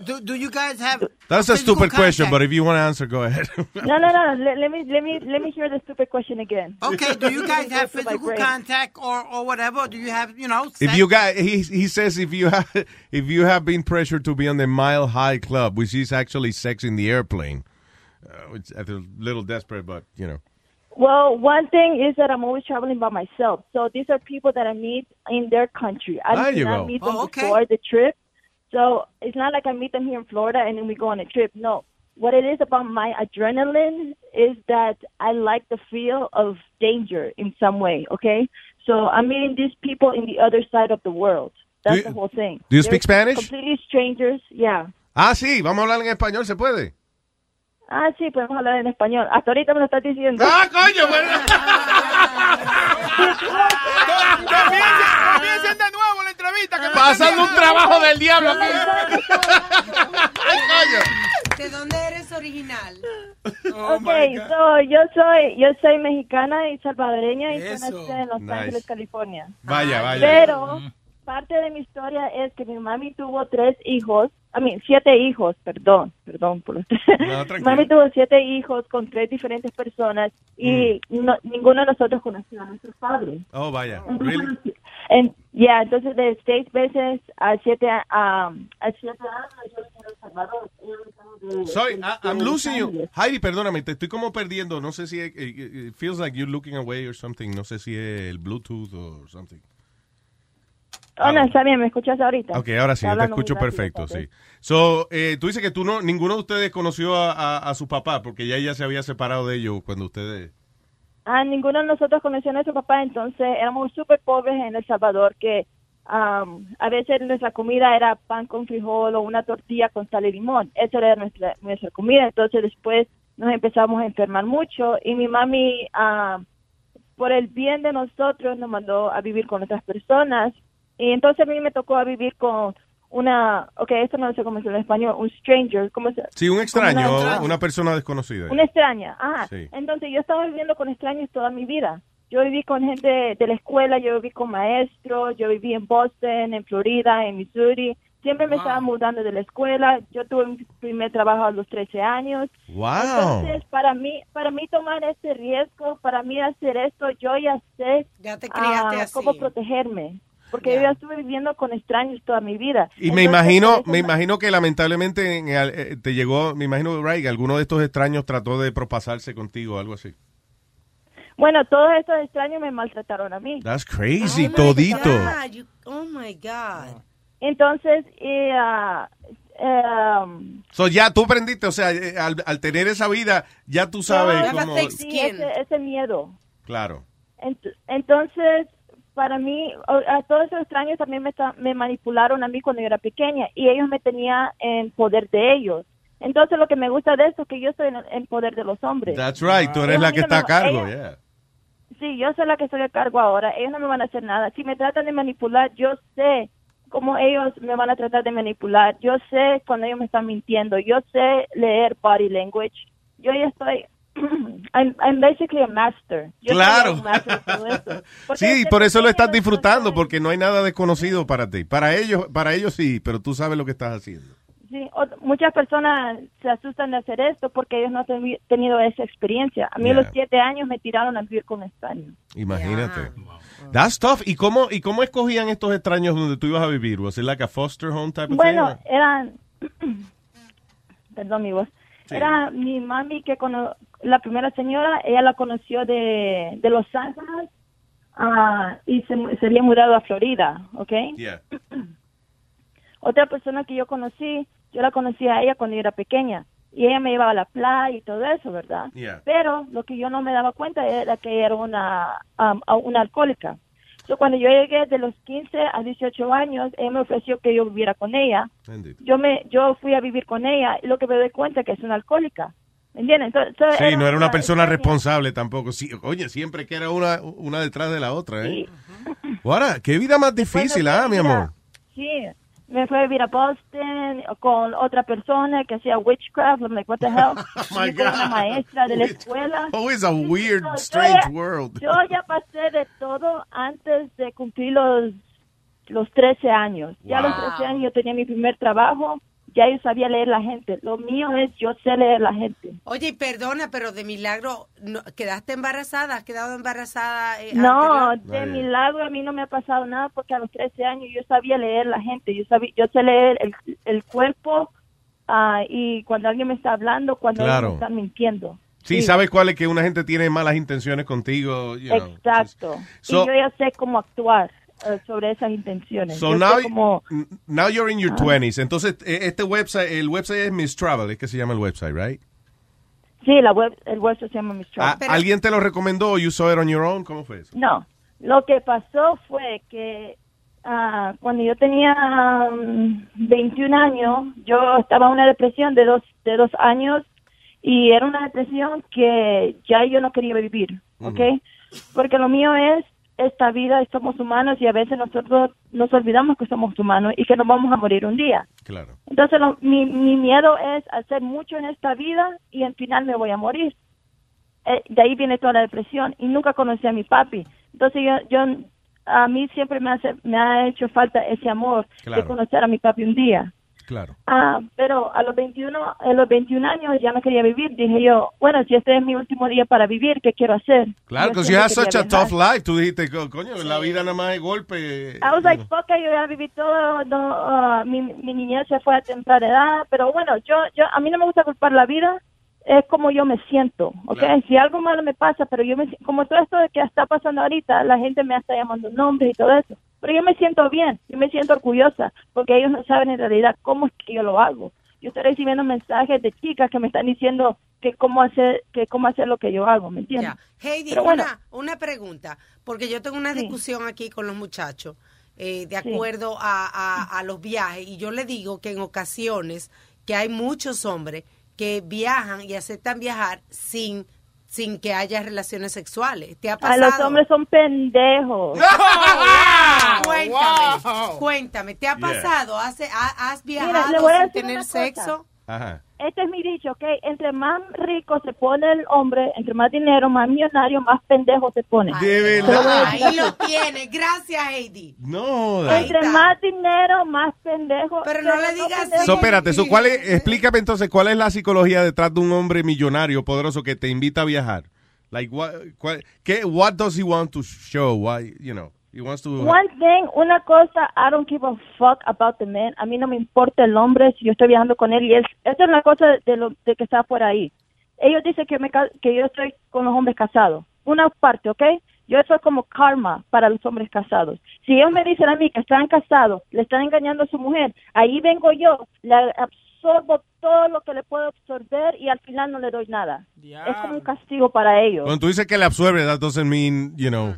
Speaker 14: do, do you guys have.
Speaker 6: That's a
Speaker 14: physical
Speaker 6: stupid question,
Speaker 14: contact?
Speaker 6: but if you want to answer, go ahead.
Speaker 3: No, no, no. Let, let me, let me, let me hear the stupid question again.
Speaker 14: Okay, do you guys have
Speaker 3: Through my
Speaker 14: physical
Speaker 3: brain.
Speaker 14: contact or, or whatever? Do you have, you know.
Speaker 6: If
Speaker 14: sex?
Speaker 6: you got, he he says if you have if you have been pressured to be on the Mile High Club, which is actually sex in the airplane, uh, which I feel a little desperate, but you know.
Speaker 3: Well, one thing is that I'm always traveling by myself. So these are people that I meet in their country. I
Speaker 6: There
Speaker 3: do
Speaker 6: you
Speaker 3: not
Speaker 6: go.
Speaker 3: meet them Oh, okay. before the trip. So it's not like I meet them here in Florida and then we go on a trip. No. What it is about my adrenaline is that I like the feel of danger in some way, okay? So I'm meeting these people in the other side of the world. That's
Speaker 6: Do you-
Speaker 3: the whole thing.
Speaker 6: do you
Speaker 3: They're
Speaker 6: speak Spanish?
Speaker 3: Completely strangers, yeah.
Speaker 6: Ah, sí, vamos a hablar en español, ¿se puede?
Speaker 3: Ah, sí, podemos hablar en español. Hasta ahorita me lo estás diciendo.
Speaker 6: ¡Ah, coño!
Speaker 11: Comiencen de nuevo la entrevista. Que me
Speaker 6: Pasando un trabajo del diablo
Speaker 9: ¿De dónde eres original? Oh
Speaker 3: Okay, so yo soy yo soy mexicana y salvadoreña y yo
Speaker 9: Eso.
Speaker 3: nací en Los
Speaker 6: Nice.
Speaker 3: Ángeles, California.
Speaker 6: Vaya, vaya.
Speaker 3: Pero parte de mi historia es que mi mami tuvo tres hijos, a mí siete hijos, perdón, perdón por los-
Speaker 6: No,
Speaker 3: Mami tuvo siete hijos con tres diferentes personas y no- ninguno de nosotros conoció a nuestros padres.
Speaker 6: Oh, vaya. Really?
Speaker 3: En- ya, entonces de seis veces a siete a, um, a siete años yo nací en El Salvador. Ellos son de-
Speaker 6: Soy, I- I'm
Speaker 3: de
Speaker 6: losing
Speaker 3: Los
Speaker 6: you.
Speaker 3: Ángeles.
Speaker 6: Heidi, perdóname, te estoy como perdiendo. No sé si. eh, eh, It feels like you're looking away or something. No sé si es el Bluetooth or something.
Speaker 3: Hola, está bien, ¿me escuchas ahorita?
Speaker 6: Ah, Ok, ahora sí,
Speaker 3: Estoy
Speaker 6: yo te
Speaker 3: hablando muy
Speaker 6: escucho
Speaker 3: rápido,
Speaker 6: perfecto,
Speaker 3: ¿sabes?
Speaker 6: sí. So, eh, tú dices que tú no, ninguno de ustedes conoció a, a- a su papá, porque ya ella se había separado de ellos cuando ustedes...
Speaker 3: Ah, ninguno de nosotros conoció a nuestro papá, entonces éramos súper pobres en El Salvador, que am, a veces nuestra comida era pan con frijol o una tortilla con sal y limón. Esa era nuestra, nuestra comida. Entonces después nos empezamos a enfermar mucho y mi mami, am, por el bien de nosotros, nos mandó a vivir con otras personas. Y entonces a mí me tocó a vivir con una, ok, esto no sé cómo se dice en español, un stranger. ¿cómo se,
Speaker 6: Sí, un
Speaker 3: como
Speaker 6: extraño,
Speaker 3: una-
Speaker 6: una, persona desconocida.
Speaker 3: una extraña, ajá.
Speaker 6: Sí.
Speaker 3: Entonces yo estaba viviendo con extraños toda mi vida. Yo viví con gente de la escuela, yo viví con maestros, yo viví en Boston, en Florida, en Missouri. Siempre me estaba mudando de la escuela. Yo tuve mi primer trabajo a los 13 años.
Speaker 6: Wow.
Speaker 3: Entonces, para mí, para mí tomar ese riesgo, para mí hacer esto, yo ya sé ah,
Speaker 9: Ya te criaste así.
Speaker 3: cómo protegerme. Porque yo ya estuve viviendo con extraños toda mi vida.
Speaker 6: Y me
Speaker 3: Entonces, por
Speaker 6: imagino,
Speaker 3: eso
Speaker 6: me imagino que lamentablemente en el- eh, te llegó, me imagino, Ray, que alguno de estos extraños trató de propasarse contigo o algo así.
Speaker 3: Bueno, todos estos extraños me maltrataron a mí.
Speaker 6: That's crazy, todito.
Speaker 9: Ah, you- oh my God.
Speaker 3: Entonces, eh, ah, em,
Speaker 6: So, ya tú aprendiste, o sea, eh, al, al tener esa vida, ya tú sabes cómo...
Speaker 3: Sí, ese, ese miedo.
Speaker 6: Claro.
Speaker 3: Ent- entonces, para mí, a, a todos esos extraños también me, ta- me manipularon a mí cuando yo era pequeña y ellos me tenían en poder de ellos. Entonces, lo que me gusta de esto es que yo estoy en, en poder de los hombres.
Speaker 6: That's right, tú
Speaker 3: Ellos
Speaker 6: eres
Speaker 3: a
Speaker 6: la
Speaker 3: mí
Speaker 6: que
Speaker 3: no me
Speaker 6: está a
Speaker 3: va-
Speaker 6: cargo,
Speaker 3: ellos-
Speaker 6: yeah.
Speaker 3: Sí, yo soy la que estoy a cargo ahora. Ellos no me van a hacer nada. Si me tratan de manipular, yo sé cómo ellos me van a tratar de manipular. Yo sé cuando ellos me están mintiendo. Yo sé leer body language. Yo ya estoy... I'm, I'm basically a master. Yo soy
Speaker 6: Claro.
Speaker 3: un master de todo eso. Porque
Speaker 6: Sí,
Speaker 3: desde
Speaker 6: por eso lo
Speaker 3: pequeña
Speaker 6: estás disfrutando, porque no hay nada desconocido para ti. Para ellos, para ellos sí, pero tú sabes lo que estás haciendo.
Speaker 3: Sí, ot- muchas personas se asustan de hacer esto porque ellos no han teni- tenido esa experiencia. A mí a
Speaker 6: Yeah.
Speaker 3: los siete años me tiraron a vivir con extraños.
Speaker 6: Imagínate. That's tough. ¿Y cómo, ¿Y cómo escogían estos extraños donde tú ibas a vivir? ¿Was it like a foster home type of
Speaker 3: Bueno,
Speaker 6: thing?
Speaker 3: eran, perdón mi voz, era mi mami que cono, la primera señora, ella la conoció de, de Los Ángeles ah, y se, mu- se había mudado a Florida, ¿ok?
Speaker 6: Yeah.
Speaker 3: Otra persona que yo conocí, yo la conocí a ella cuando yo era pequeña y ella me llevaba a la playa y todo eso, ¿verdad?
Speaker 6: Yeah.
Speaker 3: Pero lo que yo no me daba cuenta era que ella era una, am, a- una alcohólica. So, cuando yo llegué de los 15 a 18 años, ella me ofreció que yo viviera con ella. Yo me yo fui a vivir con ella y lo que me doy cuenta es que es una alcohólica. ¿Me entiendes? Entonces,
Speaker 6: Sí, no era una persona
Speaker 3: extraña.
Speaker 6: responsable tampoco. Sí, oye, siempre que era una, una detrás de la otra, ¿eh? Guara, qué vida más difícil, ¿ah, mi amor?
Speaker 3: Sí, me fui a vivir a Boston con otra persona que hacía witchcraft. I'm like, what the hell?
Speaker 6: Oh my
Speaker 3: Y con
Speaker 6: God.
Speaker 3: una maestra de la
Speaker 6: Witch-
Speaker 3: escuela.
Speaker 6: Always Oh, a weird,
Speaker 3: Ah, No, yo
Speaker 6: strange
Speaker 3: ya-
Speaker 6: world.
Speaker 3: Yo ya pasé de todo antes de cumplir los, los 13 años. Ya a los
Speaker 12: Wow.
Speaker 3: 13 años yo tenía mi primer trabajo, ya yo sabía leer la gente. Lo mío es yo sé leer la gente.
Speaker 9: Oye, y perdona, pero de milagro, no- ¿quedaste embarazada? ¿Has quedado embarazada? eh,
Speaker 3: No,
Speaker 9: anterior?
Speaker 3: de milagro a mí no me ha pasado nada porque a los 13 años yo sabía leer la gente, yo sabía, yo sé leer el, el cuerpo ah, y cuando alguien me está hablando, cuando
Speaker 6: Claro.
Speaker 3: alguien me está mintiendo.
Speaker 6: Sí, sabes cuál es que una gente tiene malas intenciones contigo. You know.
Speaker 3: Exacto.
Speaker 6: So-
Speaker 3: y yo ya sé cómo actuar eh, sobre esas intenciones.
Speaker 6: So
Speaker 3: Yo Ah.
Speaker 6: now,
Speaker 3: sé cómo-
Speaker 6: n- now you're in your 20s. Entonces, eh, este website, el website es Miss Travel, es que se llama el website, right?
Speaker 3: Sí, la web, el web se llama Miss Travel.
Speaker 6: Ah, ¿Alguien te lo recomendó o you saw it on your own? ¿Cómo fue eso?
Speaker 3: No, lo que pasó fue que ah, cuando yo tenía mm, 21 años, yo estaba en una depresión de dos, de dos años y era una depresión que ya yo no quería vivir, ¿ok? Porque lo mío es esta vida, y somos humanos y a veces nosotros nos olvidamos que somos humanos y que nos vamos a morir un día.
Speaker 6: Claro.
Speaker 3: Entonces lo- mi, mi miedo es hacer mucho en esta vida y al final me voy a morir. Eh, de ahí viene toda la depresión y nunca conocí a mi papi. Entonces yo, yo a mí siempre me, hace, me ha hecho falta ese amor
Speaker 6: Claro.
Speaker 3: de conocer a mi papi un día.
Speaker 6: Claro.
Speaker 3: Ah, pero a los 21, a los 21 años ya no quería vivir. Dije yo, bueno, si este es mi último día para vivir, ¿qué quiero hacer?
Speaker 6: Claro,
Speaker 3: Yo
Speaker 6: because you
Speaker 3: siempre
Speaker 6: have such
Speaker 3: quería
Speaker 6: a tough
Speaker 3: viajar. Ah,
Speaker 6: life. Tú dijiste, co- coño, la vida nada más es golpe.
Speaker 3: I was like, fuck, it, yo ya viví todo, no, ah, mi, mi niñez se fue a temprana edad, pero bueno, yo, yo, a mí no me gusta culpar la vida, es como yo me siento, ¿ok?
Speaker 12: Claro.
Speaker 3: Si algo malo me pasa, pero yo me si- como todo esto que está pasando ahorita, la gente me está llamando nombres y todo eso, pero yo me siento bien, yo me siento orgullosa, porque ellos no saben en realidad cómo es que yo lo hago. Yo estoy recibiendo mensajes de chicas que me están diciendo que cómo hacer, que cómo hacer lo que yo hago, ¿me entiendes?
Speaker 9: Heidi,
Speaker 3: Pero bueno.
Speaker 9: una, una pregunta, porque yo tengo una discusión aquí con los muchachos eh, de acuerdo a, a- a los viajes y yo le digo que en ocasiones que hay muchos hombres que viajan y aceptan viajar sin sin que haya relaciones sexuales. ¿Te ha
Speaker 3: A
Speaker 9: pasado?
Speaker 3: los hombres son pendejos.
Speaker 9: Cuéntame,
Speaker 3: Wow.
Speaker 9: cuéntame, ¿te ha
Speaker 3: Yeah.
Speaker 9: pasado? ¿Has, ha- has
Speaker 3: Mira,
Speaker 9: viajado
Speaker 3: le voy a
Speaker 9: sin
Speaker 3: decir una
Speaker 9: tener
Speaker 3: cosa.
Speaker 9: sexo?
Speaker 6: Ajá.
Speaker 3: Este es mi dicho, ¿ok? Entre más rico se pone el hombre, entre más dinero, más millonario, más pendejo se pone.
Speaker 6: De verdad.
Speaker 9: Ahí lo tienes. Gracias, Heidi.
Speaker 6: No, joda.
Speaker 3: Entre más dinero, más pendejo. Pero no le digas
Speaker 6: So, espérate, so, ¿cuál es- explícame entonces cuál es la psicología detrás de un hombre millonario poderoso que te invita a viajar. Like what, cuál- qué, what does he want to show? Why, you know, he wants to.
Speaker 3: One thing, una cosa, I don't give a fuck about the man. A mí no me importa el hombre si yo estoy viajando con él y es, esta es una cosa de lo de que está por ahí. Ellos dicen que me ca- que yo estoy con los hombres casados. Una parte, ¿ok? Yo soy como karma para los hombres casados. Si ellos me dicen a mí que están casados, le están engañando a su mujer, ahí vengo yo, le absorbo todo lo que le puedo absorber y al final no le doy nada. Es como un castigo para ellos.
Speaker 6: Cuando tú dices que le absorbe, that doesn't mean, you know,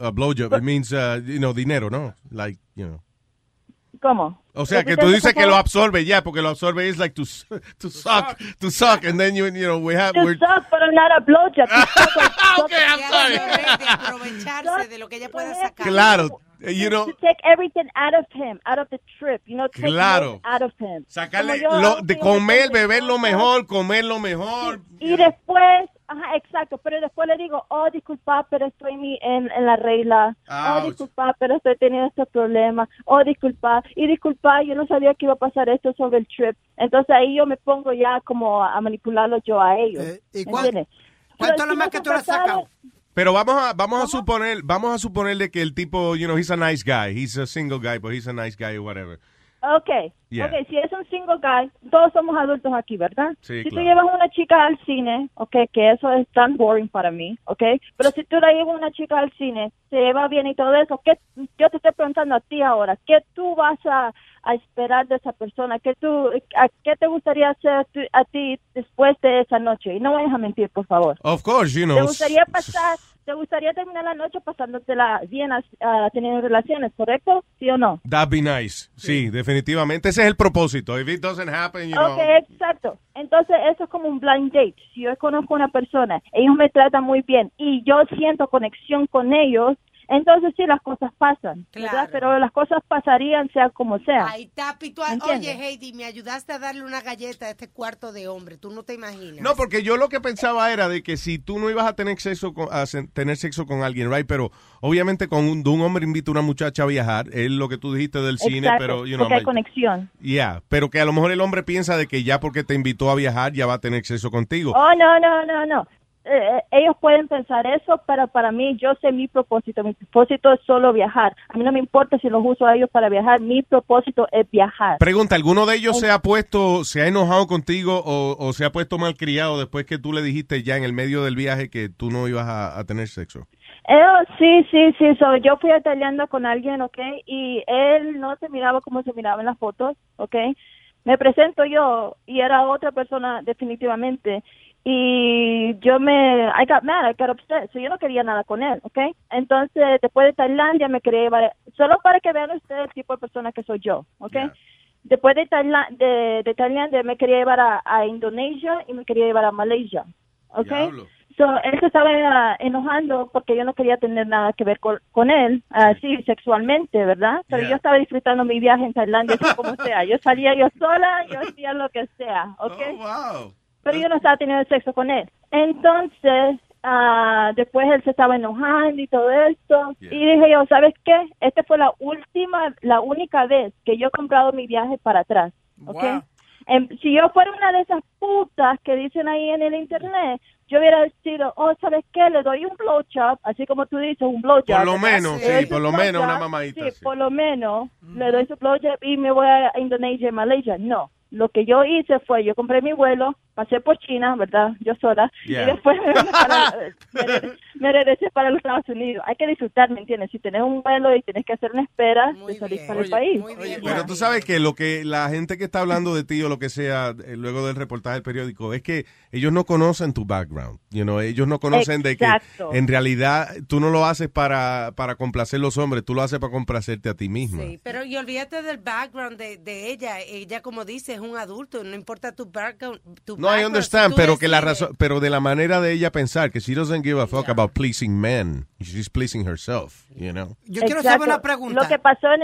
Speaker 6: a blowjob. It means, uh, you know, dinero, ¿no? Like, you know.
Speaker 3: ¿Cómo?
Speaker 6: O sea, que
Speaker 3: Repite
Speaker 6: tú
Speaker 3: eso,
Speaker 6: dices
Speaker 3: por
Speaker 6: que lo
Speaker 3: favor.
Speaker 6: absorbe, ya, porque lo absorbe es like to, to suck, to suck, and then you, you know, we have, we're,
Speaker 3: Suck, pero not a blowjob.
Speaker 6: okay, I'm sorry.
Speaker 9: aprovecharse de lo que ella pueda sacar.
Speaker 6: Claro, you know,
Speaker 3: To take everything out of him, out of the trip, you know, take
Speaker 6: Claro.
Speaker 3: it out of him.
Speaker 6: sacarle,
Speaker 3: Como yo
Speaker 6: lo,
Speaker 3: hago
Speaker 6: de
Speaker 3: que-
Speaker 6: comer, beber lo mejor, comer lo mejor.
Speaker 3: Y después, ajá, exacto, pero después le digo, oh, disculpa, pero estoy mi- en, en la regla.
Speaker 6: Ouch.
Speaker 3: Oh, disculpa, pero estoy teniendo estos problemas. Oh, disculpa. Y disculpa, yo no sabía que iba a pasar esto sobre el trip. Entonces ahí yo me pongo ya como a, a manipularlos yo a ellos. ¿me
Speaker 14: Eh, cuán-
Speaker 3: entiendes?
Speaker 14: ¿Cuánto
Speaker 3: Pero
Speaker 14: es lo
Speaker 3: si
Speaker 14: más
Speaker 3: no
Speaker 14: que
Speaker 3: se
Speaker 14: tú le has sacado?
Speaker 6: Pero vamos a vamos a suponer vamos a suponerle que el tipo you know he's a nice guy he's a single guy but he's a nice guy or whatever
Speaker 3: Okay,
Speaker 6: Yeah.
Speaker 3: okay, si es un single guy, todos somos adultos aquí, ¿verdad?
Speaker 6: Sí,
Speaker 3: si
Speaker 6: claro.
Speaker 3: tú llevas una chica al cine, okay, que eso es tan boring para mí, okay, pero si tú la llevas una chica al cine, se lleva bien y todo eso, ¿qué, yo te estoy preguntando a ti ahora, ¿qué tú vas a, a esperar de esa persona? ¿Qué, tú, a, ¿Qué te gustaría hacer tú- a ti después de esa noche? Y no vayas a mentir, por favor.
Speaker 6: of course you
Speaker 3: ¿Te
Speaker 6: know
Speaker 3: gustaría pasar, te gustaría terminar la noche pasándotela bien as- ah, teniendo relaciones, correcto? ¿Sí o no?
Speaker 6: that'd be nice sí definitivamente ese es el propósito if it doesn't happen you know
Speaker 3: Ok, exacto. Entonces, eso es como un blind date. Si yo conozco a una persona, ellos me tratan muy bien y yo siento conexión con ellos, entonces sí, las cosas pasan. ¿verdad? Pero las cosas pasarían, sea como sea.
Speaker 9: Ahí está, Pituá.
Speaker 3: ¿Entiendes?
Speaker 9: Oye, Heidi, me ayudaste a darle una galleta a este cuarto de hombre. Tú no te imaginas.
Speaker 6: No, porque yo lo que pensaba era de que si tú no ibas a tener sexo con, a sen- tener sexo con alguien, right, pero obviamente con un, de un hombre invita a una muchacha a viajar, es lo que tú dijiste del cine,
Speaker 3: Exacto,
Speaker 6: pero you know,
Speaker 3: porque hay
Speaker 6: like-
Speaker 3: conexión.
Speaker 6: yeah, pero que a lo mejor el hombre piensa de que ya porque te invitó a viajar ya va a tener sexo contigo.
Speaker 3: Oh, no, no, no, no. Eh, eh, ellos pueden pensar eso, pero para mí yo sé mi propósito. Mi propósito es solo viajar. A mí no me importa si los uso a ellos para viajar. Mi propósito es viajar.
Speaker 6: Pregunta, ¿alguno de ellos se ha puesto, se ha enojado contigo o, o se ha puesto malcriado después que tú le dijiste ya en el medio del viaje que tú no ibas a, a tener sexo?
Speaker 3: Eh, sí, sí, sí. So, yo fui italiando con alguien, ¿ok? Y él no se miraba como se miraba en las fotos, ¿ok? Me presento yo y era otra persona definitivamente. Y yo me... I got mad, I got upset. So, yo no quería nada con él, ¿ok? Entonces, después de Tailandia me creé... Solo para que vean ustedes el tipo de persona que soy yo, ¿ok? Después de, Taila- de, de Tailandia me quería llevar a, a Indonesia y me quería llevar a Malaysia, ¿ok? So, él se estaba ah, enojando porque yo no quería tener nada que ver con, con él, así sexualmente, ¿verdad? Pero
Speaker 31: Yeah.
Speaker 3: yo estaba disfrutando mi viaje en Tailandia, así como sea. Yo salía yo sola, yo hacía lo que sea, ¿ok? Pero yo no estaba teniendo sexo con él. Entonces, ah, después él se estaba enojando y todo esto. Y dije yo, ¿sabes qué? Esta fue la última, la única vez que yo he comprado mi viaje para atrás, ¿ok?
Speaker 31: Wow.
Speaker 3: Em, si yo fuera una de esas putas que dicen ahí en el internet, yo hubiera dicho, oh, ¿sabes qué? Le doy un blowjob, así como tú dices, un blowjob.
Speaker 6: Por lo
Speaker 3: ¿verdad?
Speaker 6: menos,
Speaker 3: Le doy
Speaker 6: sí,
Speaker 3: su
Speaker 6: por lo menos
Speaker 3: blowjob,
Speaker 6: una mamadita,
Speaker 3: Sí,
Speaker 6: sí.
Speaker 3: por lo menos le doy su blowjob y me voy a Indonesia y Malaysia. No, lo que yo hice fue, yo compré mi vuelo, pasé por China, ¿verdad? Yo sola,
Speaker 31: Yeah.
Speaker 3: y después me, vine para- me regre- me regresé para los Estados Unidos. Hay que disfrutar, ¿me entiendes? Si tenés un vuelo y tenés que hacer una espera de salir para el país.
Speaker 6: Pero tú sabes que lo que la gente que está hablando de ti o lo que sea eh, luego del reportaje del periódico es que ellos no conocen tu background, you know, ellos no conocen de
Speaker 3: Exacto.
Speaker 6: que en realidad tú no lo haces para, para complacer los hombres, tú lo haces para complacerte a ti misma.
Speaker 9: Sí, pero y olvídate del background de, de ella. Ella, como dice, es un adulto. No importa tu background. Tu
Speaker 14: Ah,
Speaker 6: No, I
Speaker 9: background,
Speaker 6: understand,
Speaker 9: si tú
Speaker 6: pero que la
Speaker 9: decides-
Speaker 6: razón, pero de la manera de ella pensar que she doesn't give a fuck about pleasing men, she's pleasing herself, you know.
Speaker 14: Yo quiero saber una
Speaker 3: Exacto.
Speaker 14: pregunta.
Speaker 3: Lo que pasó en...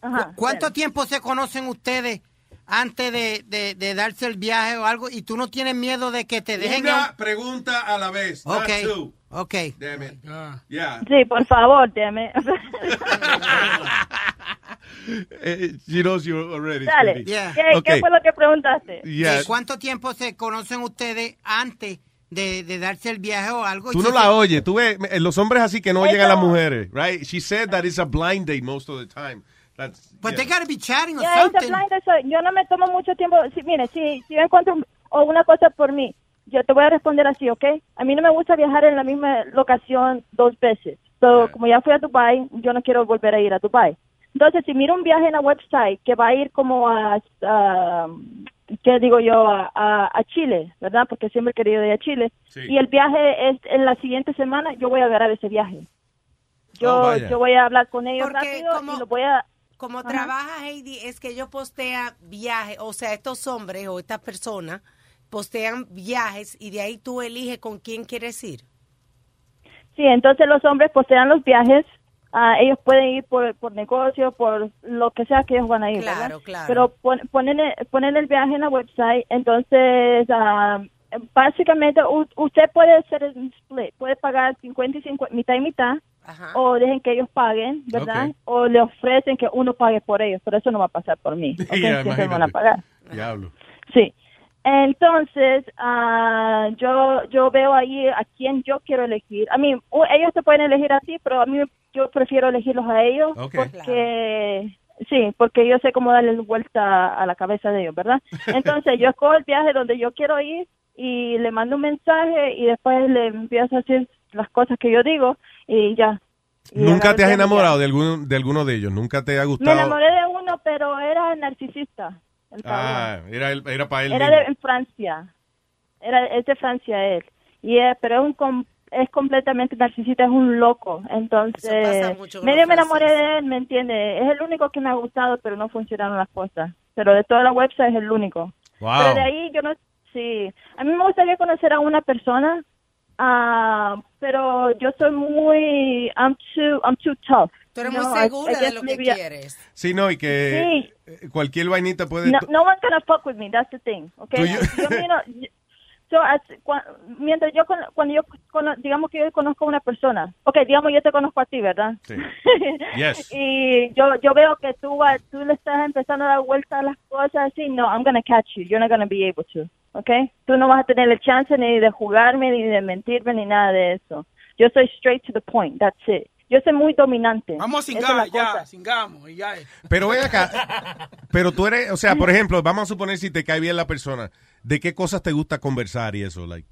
Speaker 14: ¿Cu- ¿Cuánto tiempo se conocen ustedes antes de, de- de darse el viaje o algo? ¿Y tú no tienes miedo de que te dejen?
Speaker 6: Una pregunta a la vez.
Speaker 14: Ok.
Speaker 6: not two.
Speaker 14: Ok.
Speaker 6: Damn it. Yeah.
Speaker 3: Sí, por favor, dame.
Speaker 6: Eh, She knows you already.
Speaker 14: Dale.
Speaker 6: Speedy.
Speaker 14: Yeah.
Speaker 3: ¿Qué,
Speaker 6: Okay.
Speaker 3: qué fue lo que preguntaste?
Speaker 6: Yeah.
Speaker 14: ¿Y ¿Cuánto tiempo se conocen ustedes antes de, de darse el viaje o algo?
Speaker 6: Tú
Speaker 14: Y
Speaker 6: no
Speaker 14: si-
Speaker 6: la oyes, tú ves eh, los hombres así que no
Speaker 14: Ella-
Speaker 6: oyen a las mujeres, right? She said that it's a blind date most of the time. That's,
Speaker 14: But
Speaker 6: yeah.
Speaker 14: they gotta be chatting or
Speaker 3: Ya,
Speaker 14: something.
Speaker 3: esa blind soy- Yo no me tomo mucho tiempo. Si, mire, si, si yo encuentro un- o una cosa por mí, yo te voy a responder así, ¿ok? A mí no me gusta viajar en la misma locación dos veces. So, Como ya fui a Dubai, yo no quiero volver a ir a Dubai. Entonces, si miro un viaje en la website que va a ir como a, a, ¿qué digo yo? A, a- a Chile, ¿verdad? Porque siempre he querido ir a Chile.
Speaker 31: Sí.
Speaker 3: Y el viaje es en la siguiente semana, yo voy a agarrar ese viaje. Yo,
Speaker 25: Ah,
Speaker 9: Oh, vaya.
Speaker 3: yo voy a hablar con ellos
Speaker 9: Porque
Speaker 3: rápido
Speaker 9: como,
Speaker 3: y lo voy a...
Speaker 9: como
Speaker 3: Ajá.
Speaker 9: trabaja Heidi, es que ellos postean viajes, o sea, estos hombres o estas personas postean viajes y de ahí tú eliges con quién quieres ir.
Speaker 3: Sí, entonces los hombres postean los viajes. ah, ellos pueden ir por, por negocio, por lo que sea que ellos van a ir.
Speaker 9: Claro,
Speaker 3: ¿verdad?
Speaker 9: claro.
Speaker 3: Pero pon- ponen, el- ponen el viaje en la website. Entonces, ah, básicamente, u- usted puede hacer el split. Puede pagar 50 y 50, mitad y mitad. O dejen que ellos paguen, ¿verdad?
Speaker 6: Ok.
Speaker 3: O le ofrecen que uno pague por ellos. Pero eso no va a pasar por mí. ¿ok?
Speaker 6: Ya,
Speaker 3: Siempre me van a
Speaker 6: imagínate.
Speaker 3: pagar.
Speaker 6: Diablo.
Speaker 3: Sí. Entonces, ah, yo yo veo ahí a quién yo quiero elegir. A mí, u- ellos te pueden elegir a ti, pero a mí yo prefiero elegirlos a ellos
Speaker 15: Ok.
Speaker 3: porque, sí, porque yo sé cómo darle vuelta a la cabeza de ellos, ¿verdad? Entonces, yo escojo el viaje donde yo quiero ir y le mando un mensaje y después le empiezo a decir las cosas que yo digo y ya. Y
Speaker 6: ¿Nunca te has
Speaker 3: agarro el viaje.
Speaker 6: enamorado de alguno de, alguno de ellos? ¿Nunca te ha
Speaker 3: Me
Speaker 6: gustado?
Speaker 3: enamoré de uno, pero era narcisista. el cabrón.
Speaker 6: Ah, era, él- era para él
Speaker 3: Era
Speaker 6: mismo.
Speaker 3: de en Francia. Era, es de Francia él. Y es, pero es, un, com- es completamente narcisista, es un loco. Entonces,
Speaker 9: mucho con
Speaker 3: medio
Speaker 9: los
Speaker 3: me enamoré de él, ¿me entiende? Es el único que me ha gustado, pero no funcionaron las cosas. Pero de toda la website es el único.
Speaker 31: Wow.
Speaker 3: Pero de ahí yo no... Sí. A mí me gustaría conocer a una persona, ah, pero yo soy muy... I'm too, I'm too tough.
Speaker 9: Tú eres
Speaker 3: You know,
Speaker 9: muy
Speaker 3: I- I
Speaker 9: segura de
Speaker 3: guess
Speaker 9: lo que
Speaker 3: maybe I-
Speaker 9: quieres.
Speaker 6: Sí, no, y que eh, cualquier vainita puede...
Speaker 3: no, no one's gonna fuck with me. That's the thing. Okay.
Speaker 6: Tú-
Speaker 3: Yo miro- yo- so, as- cua- mientras yo con- cuando yo cono- digamos que yo conozco a una persona. Okay, digamos yo te conozco a ti, ¿verdad?
Speaker 6: Sí. Yes.
Speaker 3: y yo yo veo que tú vas- tú le estás empezando a dar vuelta a las cosas así. No, I'm gonna catch you. You're not gonna be able to. Okay. Tú no vas a tener el chance ni de jugarme ni de mentirme ni nada de eso. Yo soy straight to the point. That's it. Yo soy muy dominante.
Speaker 8: Vamos a
Speaker 3: Esa es
Speaker 8: cingar,
Speaker 3: la
Speaker 8: ya,
Speaker 3: cosa.
Speaker 8: cingamos y ya. es.
Speaker 6: Pero ven acá, pero tú eres, o sea, por ejemplo, vamos a suponer si te cae bien la persona, ¿de qué cosas te gusta conversar y eso? Like?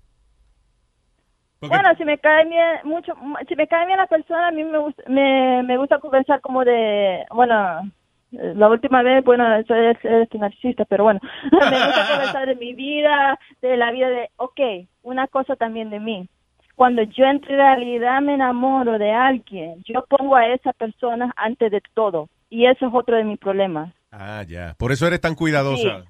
Speaker 3: Bueno, si me cae bien mucho, si me cae bien la persona, a mí me gusta, me, me gusta conversar como de, bueno, eh, la última vez, bueno, eso es, es narcisista, pero bueno, me gusta conversar de mi vida, de la vida de, ok, una cosa también de mí. Cuando yo en realidad me enamoro de alguien, yo pongo a esa persona antes de todo, y eso es otro de mis problemas.
Speaker 6: Ah, ya, por eso eres tan cuidadosa.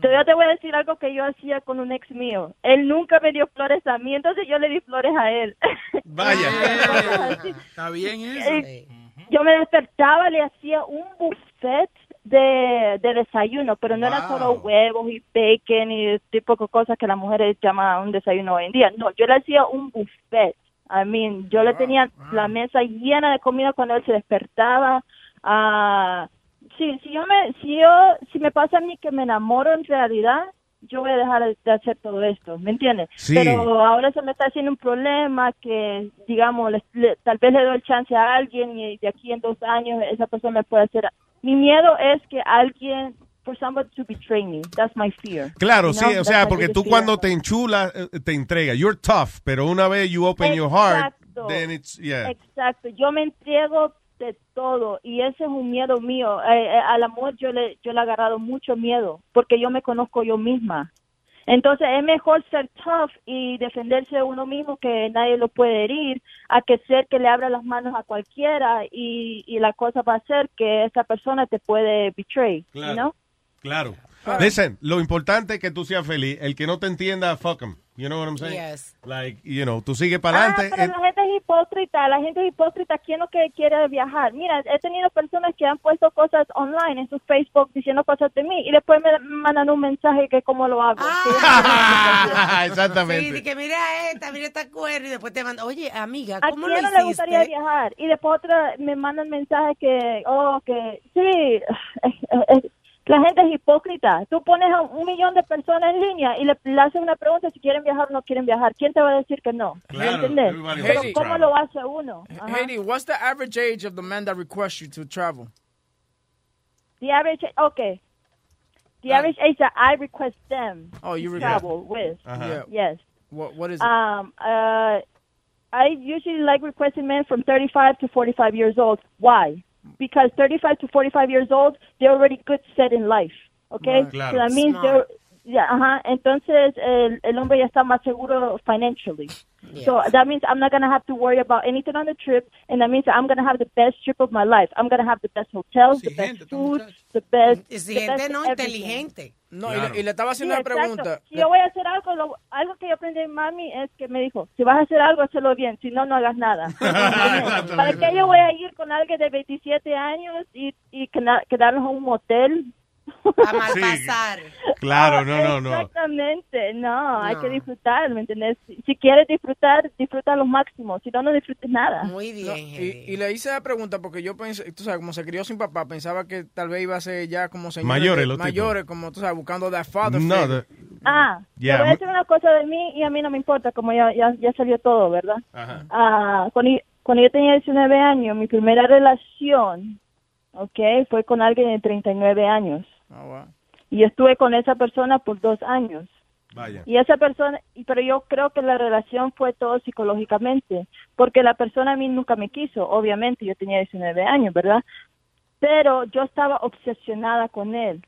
Speaker 3: Te, yo te voy a decir algo que yo hacía con un ex mío. Él nunca me dio flores a mí, entonces yo le di flores a él.
Speaker 8: Vaya. Está bien eso.
Speaker 3: Eh, Yo me despertaba, le hacía un buffet de, de desayuno, pero no era solo huevos y bacon y tipo de cosas que las mujeres llaman un desayuno hoy en día. No, yo le hacía un buffet. I mean, yo le tenía la mesa llena de comida cuando él se despertaba. Ah, sí, si yo me, si yo, si me pasa a mí que me enamoro en realidad, yo voy a dejar de hacer todo esto, ¿me entiendes?
Speaker 31: Sí.
Speaker 3: Pero ahora se me está haciendo un problema que, digamos, le- le- tal vez le doy el chance a alguien y de aquí en dos años esa persona me puede hacer. Mi miedo es que alguien, for somebody to betray me, that's my fear.
Speaker 6: Claro,
Speaker 3: You
Speaker 6: sí,
Speaker 3: know?
Speaker 6: o
Speaker 3: That's
Speaker 6: sea,
Speaker 3: my
Speaker 6: porque
Speaker 3: biggest
Speaker 6: tú
Speaker 3: fear.
Speaker 6: cuando te enchulas, eh, te entregas. You're tough, pero una vez you open your heart,
Speaker 3: Exacto.
Speaker 6: then it's, yeah.
Speaker 3: Exacto, yo me entrego de todo y ese es un miedo mío. Eh, eh, al amor yo le, yo le he agarrado mucho miedo porque yo me conozco yo misma. Entonces es mejor ser tough y defenderse de uno mismo que nadie lo puede herir a que ser que le abra las manos a cualquiera y, y la cosa va a ser que esa persona te puede betray,
Speaker 6: Claro.
Speaker 3: ¿no?
Speaker 6: Claro. Listen, lo importante es que tú seas feliz. El que no te entienda, fuck him. You know what I'm saying?
Speaker 3: Yes.
Speaker 6: Like, you know, tú sigue para adelante.
Speaker 3: Ah, pero la gente es hipócrita, la gente es hipócrita, ¿quién no que quiere viajar? Mira, he tenido personas que han puesto cosas online en su Facebook diciendo cosas de mí y después me mandan un mensaje que cómo lo hago.
Speaker 9: Ah. Sí,
Speaker 6: Exactamente.
Speaker 9: de que mira esta, mira esta cuerda y después te manda, oye, amiga,
Speaker 3: ¿A
Speaker 9: ¿cómo
Speaker 3: quién
Speaker 9: lo
Speaker 3: no le gustaría
Speaker 9: hiciste?
Speaker 3: viajar? Y después otra me mandan mensajes que, oh, que sí, la gente es hipócrita. Tú pones a un millón de personas en línea y le, le haces una pregunta si quieren viajar o no quieren viajar. ¿Quién te va a decir que no?
Speaker 8: Claro,
Speaker 3: ¿Entiendes?
Speaker 8: everybody
Speaker 3: Pero
Speaker 8: wants to
Speaker 3: ¿Cómo
Speaker 8: travel.
Speaker 3: lo hace uno?
Speaker 9: Eh,
Speaker 3: Ajá.
Speaker 8: Haiti, Eh, what's the average age of the man that requests you to travel?
Speaker 3: The average, okay. The average age that I request them
Speaker 8: Oh, you
Speaker 3: to
Speaker 8: request-
Speaker 3: travel with,
Speaker 8: Uh-huh. Yeah.
Speaker 3: yes.
Speaker 8: What what is it?
Speaker 3: Um, uh, I usually like requesting men from 35 to 45 years old. Why? Because 35 to 45 years old, they're already good set in life. Okay,
Speaker 31: Claro.
Speaker 3: so that means
Speaker 31: Smart.
Speaker 3: they're- yeah, ajá. Entonces el, el hombre ya está más seguro financially. So that means I'm not gonna have to worry about anything on the trip, and that means I'm gonna have the best trip of my life. I'm gonna have the best hotels, the best food, the best. the
Speaker 9: Exigente
Speaker 3: best
Speaker 9: no,
Speaker 3: everything.
Speaker 9: inteligente.
Speaker 8: No, y le- y, le estaba haciendo
Speaker 3: Sí,
Speaker 8: una
Speaker 3: exacto.
Speaker 8: pregunta.
Speaker 3: Si yo voy a hacer algo, lo- algo que yo aprendí de mami es que me dijo, si vas a hacer algo, hazlo bien, si no, no hagas nada. ¿Para qué yo voy a ir con alguien de 27 años y, y queda- quedarnos en un motel?
Speaker 9: A mal pasar.
Speaker 6: eh, Claro, no, no, no.
Speaker 3: Exactamente, no, hay que disfrutar, ¿me entiendes? Si, si quieres disfrutar, disfruta lo máximo, si no, no disfrutes nada.
Speaker 9: Muy
Speaker 8: No, y, y le hice la pregunta porque yo pensé, tú sabes, como se crió sin papá, pensaba que tal vez iba a ser ya como señores
Speaker 6: Mayores
Speaker 8: de-
Speaker 6: los tipos.
Speaker 8: mayores como tú sabes, buscando that father.
Speaker 6: No,
Speaker 8: figure.
Speaker 6: the-
Speaker 3: Ah,
Speaker 6: Yeah,
Speaker 3: te voy
Speaker 6: me-
Speaker 3: a decir una cosa de mí y a mí no me importa, como ya, ya, ya salió todo, ¿verdad?
Speaker 6: Ajá.
Speaker 3: Ah, cuando, yo- cuando yo tenía 19 años, mi primera relación, ¿ok? Fue con alguien de 39 años.
Speaker 8: Ah,
Speaker 3: Y yo estuve con esa persona por dos años.
Speaker 6: Vaya.
Speaker 3: Y esa persona, y- pero yo creo que la relación fue todo psicológicamente, porque la persona a mí nunca me quiso, obviamente, yo tenía 19 años, ¿verdad? Pero yo estaba obsesionada con él.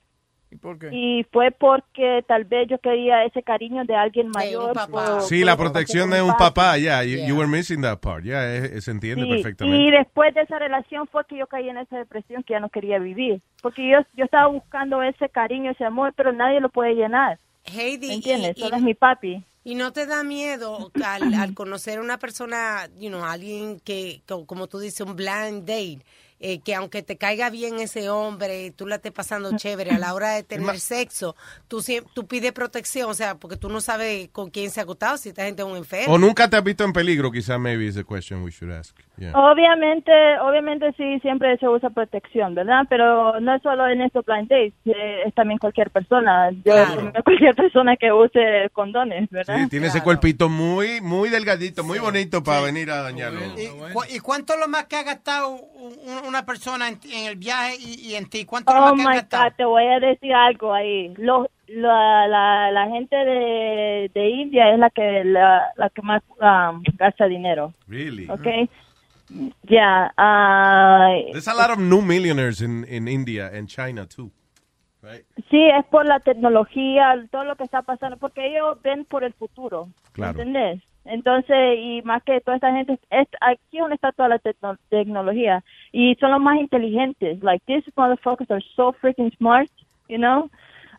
Speaker 8: ¿Y por qué?
Speaker 3: Y fue porque tal vez yo quería ese cariño de alguien mayor. por-
Speaker 6: Sí, la protección de un papá, ya. you, you were missing that part. Ya, eh, eh, se entiende
Speaker 3: Sí,
Speaker 6: perfectamente.
Speaker 3: Y después de esa relación fue que yo caí en esa depresión que ya no quería vivir. Porque yo, yo estaba buscando ese cariño, ese amor, pero nadie lo puede llenar.
Speaker 9: Heidi,
Speaker 3: ¿Me entiendes?
Speaker 9: y-
Speaker 3: Solo
Speaker 9: y-
Speaker 3: es mi papi.
Speaker 9: ¿Y no te da miedo al, al conocer a una persona, you know, alguien que, co- como tú dices, un blind date, eh, que aunque te caiga bien ese hombre, tú la estés pasando chévere, a la hora de tener sexo, tú, siem- tú pides protección, o sea, porque tú no sabes con quién se ha acostado, si esta gente es un enfermo.
Speaker 6: O nunca te has visto en peligro, quizá, maybe is the question we should ask. Yeah.
Speaker 3: Oh, Obviamente, obviamente sí, siempre se usa protección, ¿verdad? Pero no es solo en estos blind dates, eh, es también cualquier persona. Yo recomiendo a cualquier persona que use condones, ¿verdad?
Speaker 6: Sí, tiene ese cuerpito muy, muy delgadito, muy bonito para venir a dañarlo.
Speaker 14: ¿Y, cu- y cuánto es lo más que ha gastado un- un- una persona en, en el viaje y, y en ti? ¿Cuánto es lo
Speaker 3: Oh
Speaker 14: más que ha
Speaker 3: my
Speaker 14: gastado?
Speaker 3: God, te voy a decir algo ahí. Los, la, la, la gente de, de India es la que la, la que más um, gasta dinero.
Speaker 6: Really?
Speaker 3: Okay. Ya. ah, ay,
Speaker 6: There's a lot of new millionaires in, in India and China too.
Speaker 3: Sí, es por la tecnología, todo lo que está pasando, porque ellos ven por el futuro.
Speaker 6: Claro.
Speaker 3: ¿Entendés? Entonces, y más que toda esta gente, es, aquí es donde está toda la tecno- tecnología. Y son los más inteligentes. Like, these motherfuckers are so freaking smart, you know?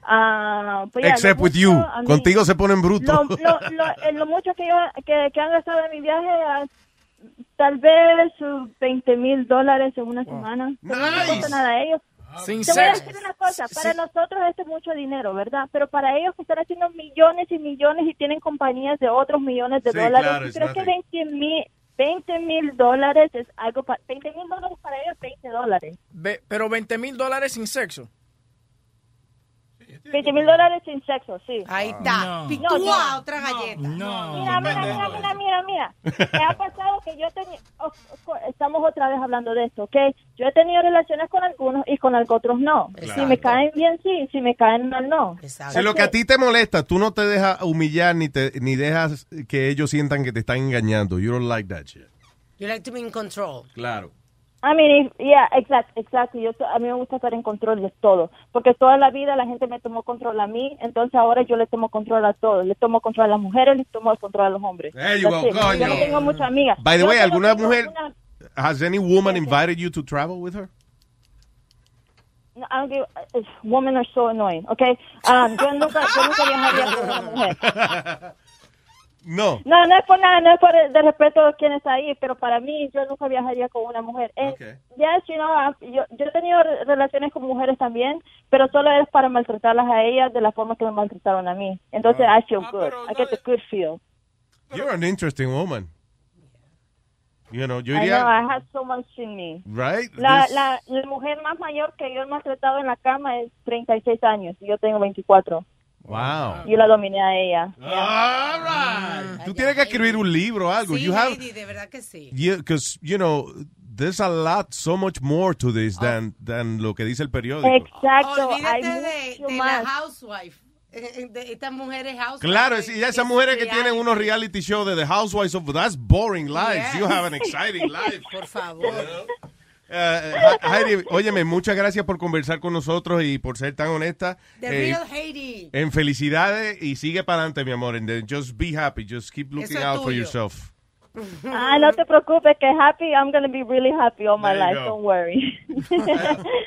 Speaker 3: Ah, pues ya,
Speaker 6: Except
Speaker 3: lo
Speaker 6: with
Speaker 3: mucho,
Speaker 6: you.
Speaker 3: a mí-
Speaker 6: Contigo se
Speaker 3: Lo,
Speaker 6: ponen brutos.
Speaker 3: lo, lo- eh, lo mucho que, yo, que, que han gastado en mi viaje, ah, tal vez sus 20 mil dólares en una semana. Pero No les cuesta nada a ellos.
Speaker 8: Sin
Speaker 3: Te voy a
Speaker 8: sexo.
Speaker 3: decir una cosa, para nosotros esto es mucho dinero, ¿verdad? Pero para ellos que están haciendo millones y millones y tienen compañías de otros millones de
Speaker 31: Sí,
Speaker 3: dólares,
Speaker 31: claro,
Speaker 3: yo
Speaker 31: it's
Speaker 3: creo que 20 mil, 20 mil dólares es algo, pa- 20 mil dólares para ellos, 20 dólares.
Speaker 8: Ve- pero 20 mil dólares sin sexo.
Speaker 3: 20 mil dólares sin sexo, sí.
Speaker 9: Ahí
Speaker 8: está. No.
Speaker 9: Picúa otra galleta.
Speaker 3: Mira, mira, mira, mira, mira, mira. Me ha pasado que yo tenía, o- o- estamos otra vez hablando de esto, ¿ok? Yo he tenido relaciones con algunos y con algo- otros no.
Speaker 6: Exacto.
Speaker 3: Si me caen bien, sí, si me caen mal, no.
Speaker 6: Si lo que a ti te molesta, tú no te dejas humillar ni te ni dejas que ellos sientan que te están engañando. You don't like that shit.
Speaker 9: You like to be in control.
Speaker 6: Claro.
Speaker 3: I mean, if- yeah, exact, exactly. Yo, a mí me gusta estar en control de todo, porque toda la vida la gente me tomó control a mí, entonces ahora yo le tomo control a todos. Le tomo control a las mujeres, le tomo el control a los hombres.
Speaker 6: There you go,
Speaker 3: That's it. Yo no
Speaker 6: coño.
Speaker 3: tengo muchas amigas.
Speaker 6: By the
Speaker 3: Yo
Speaker 6: way,
Speaker 3: solo
Speaker 6: ¿alguna
Speaker 3: tengo
Speaker 6: mujer-
Speaker 3: una-
Speaker 6: Has any woman invited you to travel with her?
Speaker 3: No, I don't give- uh, women are so annoying, okay? Um, yo nunca, yo nunca viajaría con una mujer.
Speaker 6: No.
Speaker 3: No, no es por nada, no es por el de respeto a quien está ahí, pero para mí yo nunca viajaría con una mujer. Eh, yes, you know, I've- ah, yo, yo he tenido re- relaciones con mujeres también, pero solo es para maltratarlas a ellas de la forma que me maltrataron a mí. Entonces,
Speaker 6: Ah.
Speaker 3: I
Speaker 9: Ah,
Speaker 3: feel good. I get the good feel.
Speaker 6: You're an interesting woman. You know, yo
Speaker 3: I know,
Speaker 6: diría,
Speaker 3: I have so much in me.
Speaker 6: right?
Speaker 3: La,
Speaker 6: This-
Speaker 3: la, la mujer más mayor que yo he maltratado en la cama es 36 años y yo tengo 24.
Speaker 6: Wow.
Speaker 3: Yo la dominé a ella.
Speaker 6: All right. Tú tienes que escribir un libro o algo.
Speaker 9: Sí,
Speaker 6: you have,
Speaker 9: Heidi, de verdad que sí.
Speaker 6: yeah, because you know, there's a lot, so much more to
Speaker 9: Oh.
Speaker 6: this than than lo que dice el periódico.
Speaker 3: Exacto. hay
Speaker 9: Olvídate de,
Speaker 3: mucho
Speaker 9: de
Speaker 3: más.
Speaker 9: la housewife, eh, eh, de estas mujeres housewife.
Speaker 6: Claro, sí, ya esas mujeres que tienen unos reality shows de The Housewives of That's boring lives. You have an exciting life.
Speaker 9: Por favor.
Speaker 6: Eh, Heidi, óyeme, muchas gracias por conversar con nosotros y por ser tan honesta.
Speaker 9: The
Speaker 6: Eh,
Speaker 9: real Haiti.
Speaker 6: En felicidades y sigue para adelante, mi amor. And then just be happy, just keep looking
Speaker 9: Eso es
Speaker 6: out for
Speaker 9: tuyo.
Speaker 6: yourself.
Speaker 3: Ah, no te preocupes, que happy, I'm going to be really happy all my
Speaker 6: There you
Speaker 3: life,
Speaker 6: go.
Speaker 3: don't worry.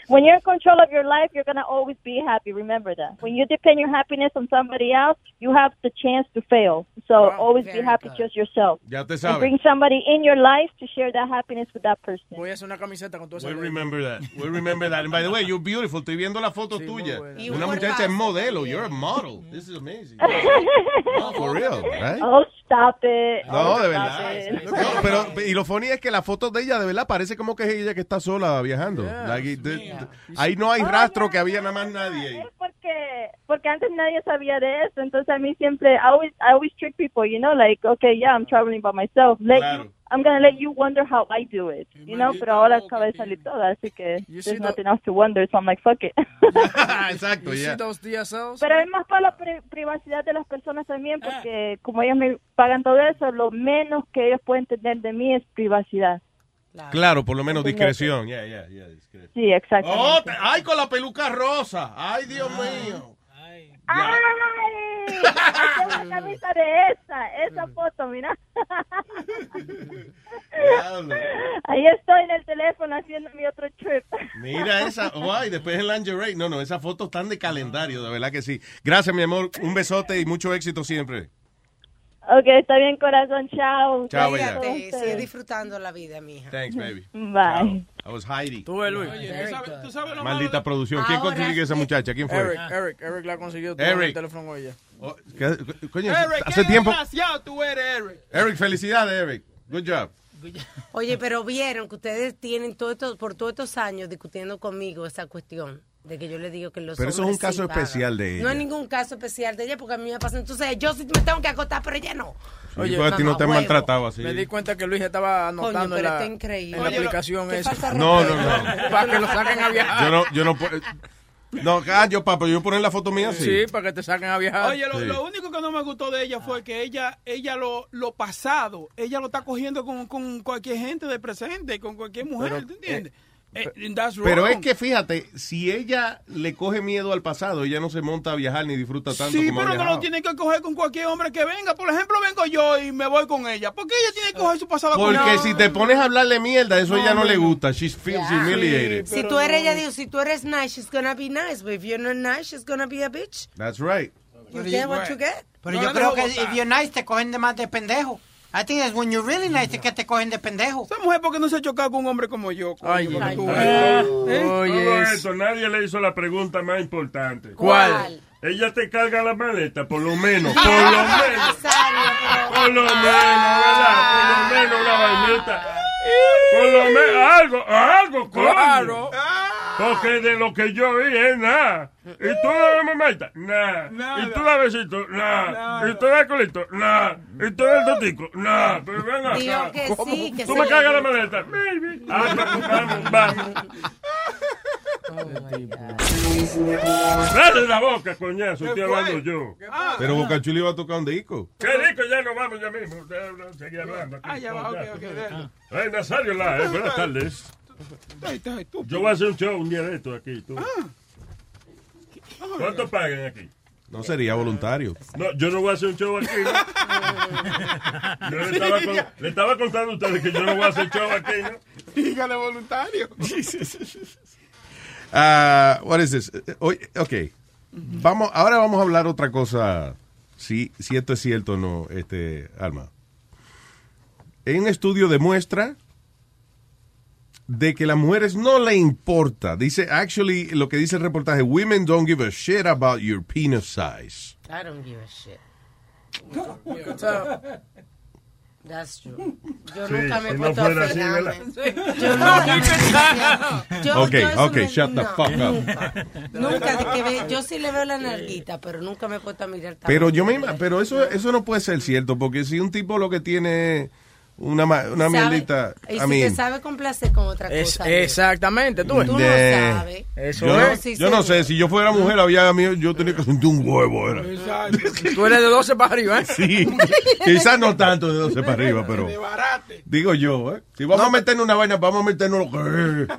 Speaker 3: when you're in control of your life, you're going to always be happy, remember that. When you depend your happiness on somebody else, you have the chance to fail. So always be happy just yourself.
Speaker 6: Ya te
Speaker 3: And
Speaker 6: sabes.
Speaker 3: bring somebody in your life to share that happiness with that person.
Speaker 8: Voy a hacer una camiseta con todo
Speaker 6: We remember that. We remember that. And by the way, you're beautiful. Estoy viendo la foto tuya.
Speaker 8: Y
Speaker 6: Una
Speaker 8: un
Speaker 6: muchacha
Speaker 8: cuerpazo
Speaker 6: es modelo. You're a model. This is amazing. No, for real, right?
Speaker 3: Oh, stop it.
Speaker 6: No,
Speaker 3: Oh,
Speaker 6: de
Speaker 3: stop
Speaker 6: verdad.
Speaker 3: it.
Speaker 6: No, pero y lo funny es que la foto de ella, de verdad, parece como que es ella que está sola viajando. Like, de- de- ahí Oh, no hay rastro que había nada más nadie. ahí.
Speaker 3: porque porque antes nadie sabía de eso, entonces a mí siempre I always I always trick people, you know, like okay, yeah, I'm traveling by myself. Let
Speaker 6: Claro.
Speaker 3: you, I'm gonna let you wonder how I do it, you know. Pero ahora acaba de salir toda, así que there's nothing else to wonder, so I'm like fuck it.
Speaker 6: Ah, Exacto,
Speaker 8: ya.
Speaker 6: ya.
Speaker 3: Pero es más para la pri- privacidad de las personas también, porque como ellos me pagan todo eso, lo menos que ellos pueden tener de mí es privacidad.
Speaker 6: Claro, por lo menos discreción. Yeah, yeah, yeah, discreción.
Speaker 3: Sí, exacto.
Speaker 6: Oh, te- ay, con la peluca rosa. Ay, Dios mío.
Speaker 3: ¡Ay! Tengo una camisa de esa, esa foto, mira. Ahí estoy en el teléfono haciendo mi otro trip.
Speaker 6: Mira esa, guay, después el lingerie. No, no, esas fotos están de calendario, de verdad que sí. Gracias, mi amor, un besote y mucho éxito siempre.
Speaker 3: Ok, está bien, corazón, chao.
Speaker 6: Chao,
Speaker 3: Gracias a
Speaker 6: bella.
Speaker 9: Te- Sigue
Speaker 3: ustedes.
Speaker 9: disfrutando la vida, mija.
Speaker 6: Thanks, baby.
Speaker 3: Bye.
Speaker 6: I was Heidi.
Speaker 8: Tú ves, Luis.
Speaker 9: Oye,
Speaker 8: Eric.
Speaker 6: Maldita producción. ¿Quién
Speaker 8: Ahora
Speaker 6: consiguió esa muchacha? ¿Quién fue?
Speaker 8: Eric, Eric, Eric la consiguió. Tú en
Speaker 6: Eric.
Speaker 8: el teléfono con ella.
Speaker 6: ¿Qué- coño,
Speaker 8: Eric,
Speaker 6: hace
Speaker 8: qué
Speaker 6: tiempo.
Speaker 8: desgraciado tú eres, Eric.
Speaker 6: Eric, felicidades, Eric. Good job.
Speaker 9: Oye, pero vieron que ustedes tienen todo esto, por todos estos años discutiendo conmigo esa cuestión de que yo le digo que los
Speaker 6: Pero eso es
Speaker 9: hombres
Speaker 6: un caso
Speaker 9: sí pagan.
Speaker 6: especial de
Speaker 9: No
Speaker 6: ella.
Speaker 9: es ningún caso especial de ella porque a mí me pasa. Entonces yo sí me tengo que acostar, pero ella no.
Speaker 6: Oye, a ti no te han
Speaker 8: huevo.
Speaker 6: maltratado así.
Speaker 8: Me di cuenta que Luis estaba anotando
Speaker 9: Coño,
Speaker 8: en
Speaker 9: pero
Speaker 8: la,
Speaker 9: está increíble.
Speaker 8: en la
Speaker 9: Oye, lo-
Speaker 8: aplicación
Speaker 9: qué
Speaker 8: eso.
Speaker 9: falta de
Speaker 6: No, no, no.
Speaker 8: Para que lo saquen a viajar.
Speaker 6: Yo no, yo no puedo. No, callo, papá, yo poner la foto mía
Speaker 8: Sí,
Speaker 6: así.
Speaker 8: para que te saquen a viajar.
Speaker 31: Oye, lo,
Speaker 6: Sí.
Speaker 31: lo único que no me gustó de ella fue que ella, ella lo, lo pasado, ella lo está cogiendo con, con cualquier gente de presente, con cualquier mujer,
Speaker 6: Pero,
Speaker 31: ¿te entiendes? Eh, that's
Speaker 6: Pero
Speaker 31: wrong.
Speaker 6: es que fíjate, si ella le coge miedo al pasado, ella no se monta a viajar ni disfruta tanto
Speaker 31: Sí,
Speaker 6: como ha
Speaker 31: pero no lo
Speaker 6: viajado.
Speaker 31: tienen que coger con cualquier hombre que venga. Por ejemplo, vengo yo y me voy con ella. ¿Por qué ella tiene que coger su pasado con
Speaker 6: Porque
Speaker 31: No.
Speaker 6: si te pones a hablarle mierda, eso a ella no,
Speaker 31: no,
Speaker 6: le
Speaker 31: no.
Speaker 6: gusta. She feels humiliated.
Speaker 9: Si tú eres, ella dijo, si tú eres nice, she's gonna be nice. But if you're not nice, she's gonna be a bitch.
Speaker 6: That's right.
Speaker 9: You get what you get.
Speaker 14: Pero
Speaker 9: No
Speaker 14: yo
Speaker 9: la dejo
Speaker 14: creo que
Speaker 9: votar.
Speaker 14: if you're nice te cogen de más de pendejo. I think it's when you're really nice que te cogen de pendejo.
Speaker 31: Esa mujer porque no se chocado con un hombre como yo.
Speaker 8: Ay,
Speaker 31: como
Speaker 8: ay,
Speaker 31: tú.
Speaker 8: ay.
Speaker 31: ¿Eh?
Speaker 16: Todo esto, nadie le hizo la pregunta más importante.
Speaker 8: ¿Cuál?
Speaker 16: Ella te carga la maleta, por lo
Speaker 8: Ah,
Speaker 16: menos, por lo menos. Por lo menos, ¿verdad? Por lo
Speaker 8: ah,
Speaker 16: menos una vainita. Por lo menos algo, algo, coño.
Speaker 31: Claro.
Speaker 16: Porque de lo que yo vi es nada. Y tú la mamita, nada. Y tú la besito, nada. Y tú la colito, nada. Y tú el totico, nada. Pero ven acá.
Speaker 9: Digo que sí, que
Speaker 16: Tú
Speaker 9: sí.
Speaker 16: me cargas la maleta. Maybe. Ah, vamos, vamos. Dale la boca, coñazo, estoy hablando yo.
Speaker 6: Pero Boca Chula iba a tocar un disco.
Speaker 16: Qué rico, ya nos vamos ya mismo. Ya, ya, Seguí hablando.
Speaker 31: Ah, ya va, ok, ok. dale.
Speaker 16: Ay, Nazario la, eh, buenas tardes.
Speaker 31: Ay, estás estúpido.
Speaker 16: Yo voy a hacer un show un día de esto aquí. Tú.
Speaker 31: Ah.
Speaker 16: ¿Cuánto pagan aquí?
Speaker 6: No
Speaker 9: Ah.
Speaker 6: sería voluntario.
Speaker 16: No, yo no voy a hacer un show aquí. ¿no? Yo le estaba, con- le estaba contando a ustedes que yo no voy a hacer show aquí, ¿no?
Speaker 31: Dígale voluntario.
Speaker 6: Ah, what is this? Eh, oye, ok. Vamos, ahora vamos a hablar otra cosa. Si, si esto es cierto o no, este, Alma. En un estudio demuestra de que las mujeres no le importa. Dice, actually, lo que dice el reportaje, women don't give a shit about your penis size.
Speaker 9: I don't give a shit. That's true. Yo
Speaker 6: Sí,
Speaker 9: nunca me he
Speaker 6: si no
Speaker 9: puesto
Speaker 6: fuera
Speaker 9: a
Speaker 6: así,
Speaker 9: frenarme.
Speaker 6: ¿verdad?
Speaker 9: Yo nunca
Speaker 6: Sí.
Speaker 9: yo-
Speaker 6: Ok,
Speaker 9: yo eso
Speaker 6: ok, shut the
Speaker 9: no,
Speaker 6: fuck up.
Speaker 9: nunca. Nunca, de que ve- yo sí le veo la narguita, pero nunca me he puesto a mirar tanto.
Speaker 6: Pero yo me ima- pero eso, eso no puede ser cierto, porque si un tipo lo que tiene una, ma- una
Speaker 9: Sabe-
Speaker 6: mierdita.
Speaker 9: Y
Speaker 6: a
Speaker 9: si
Speaker 6: mí.
Speaker 9: te sabe complacer con otra
Speaker 8: Es-
Speaker 9: cosa.
Speaker 8: exactamente, tú. ves.
Speaker 9: Tú no
Speaker 6: De-
Speaker 9: sabes.
Speaker 8: Eso
Speaker 6: yo
Speaker 8: es.
Speaker 6: no, yo no sé, si yo fuera mujer, había mío, yo tenía que sentir un huevo. Era.
Speaker 8: Tú eres de 12 para arriba, ¿eh?
Speaker 6: Sí, quizás no tanto de 12 para arriba, pero. Digo yo, ¿eh? Si vamos a meternos una vaina, vamos a meternos lo que. es.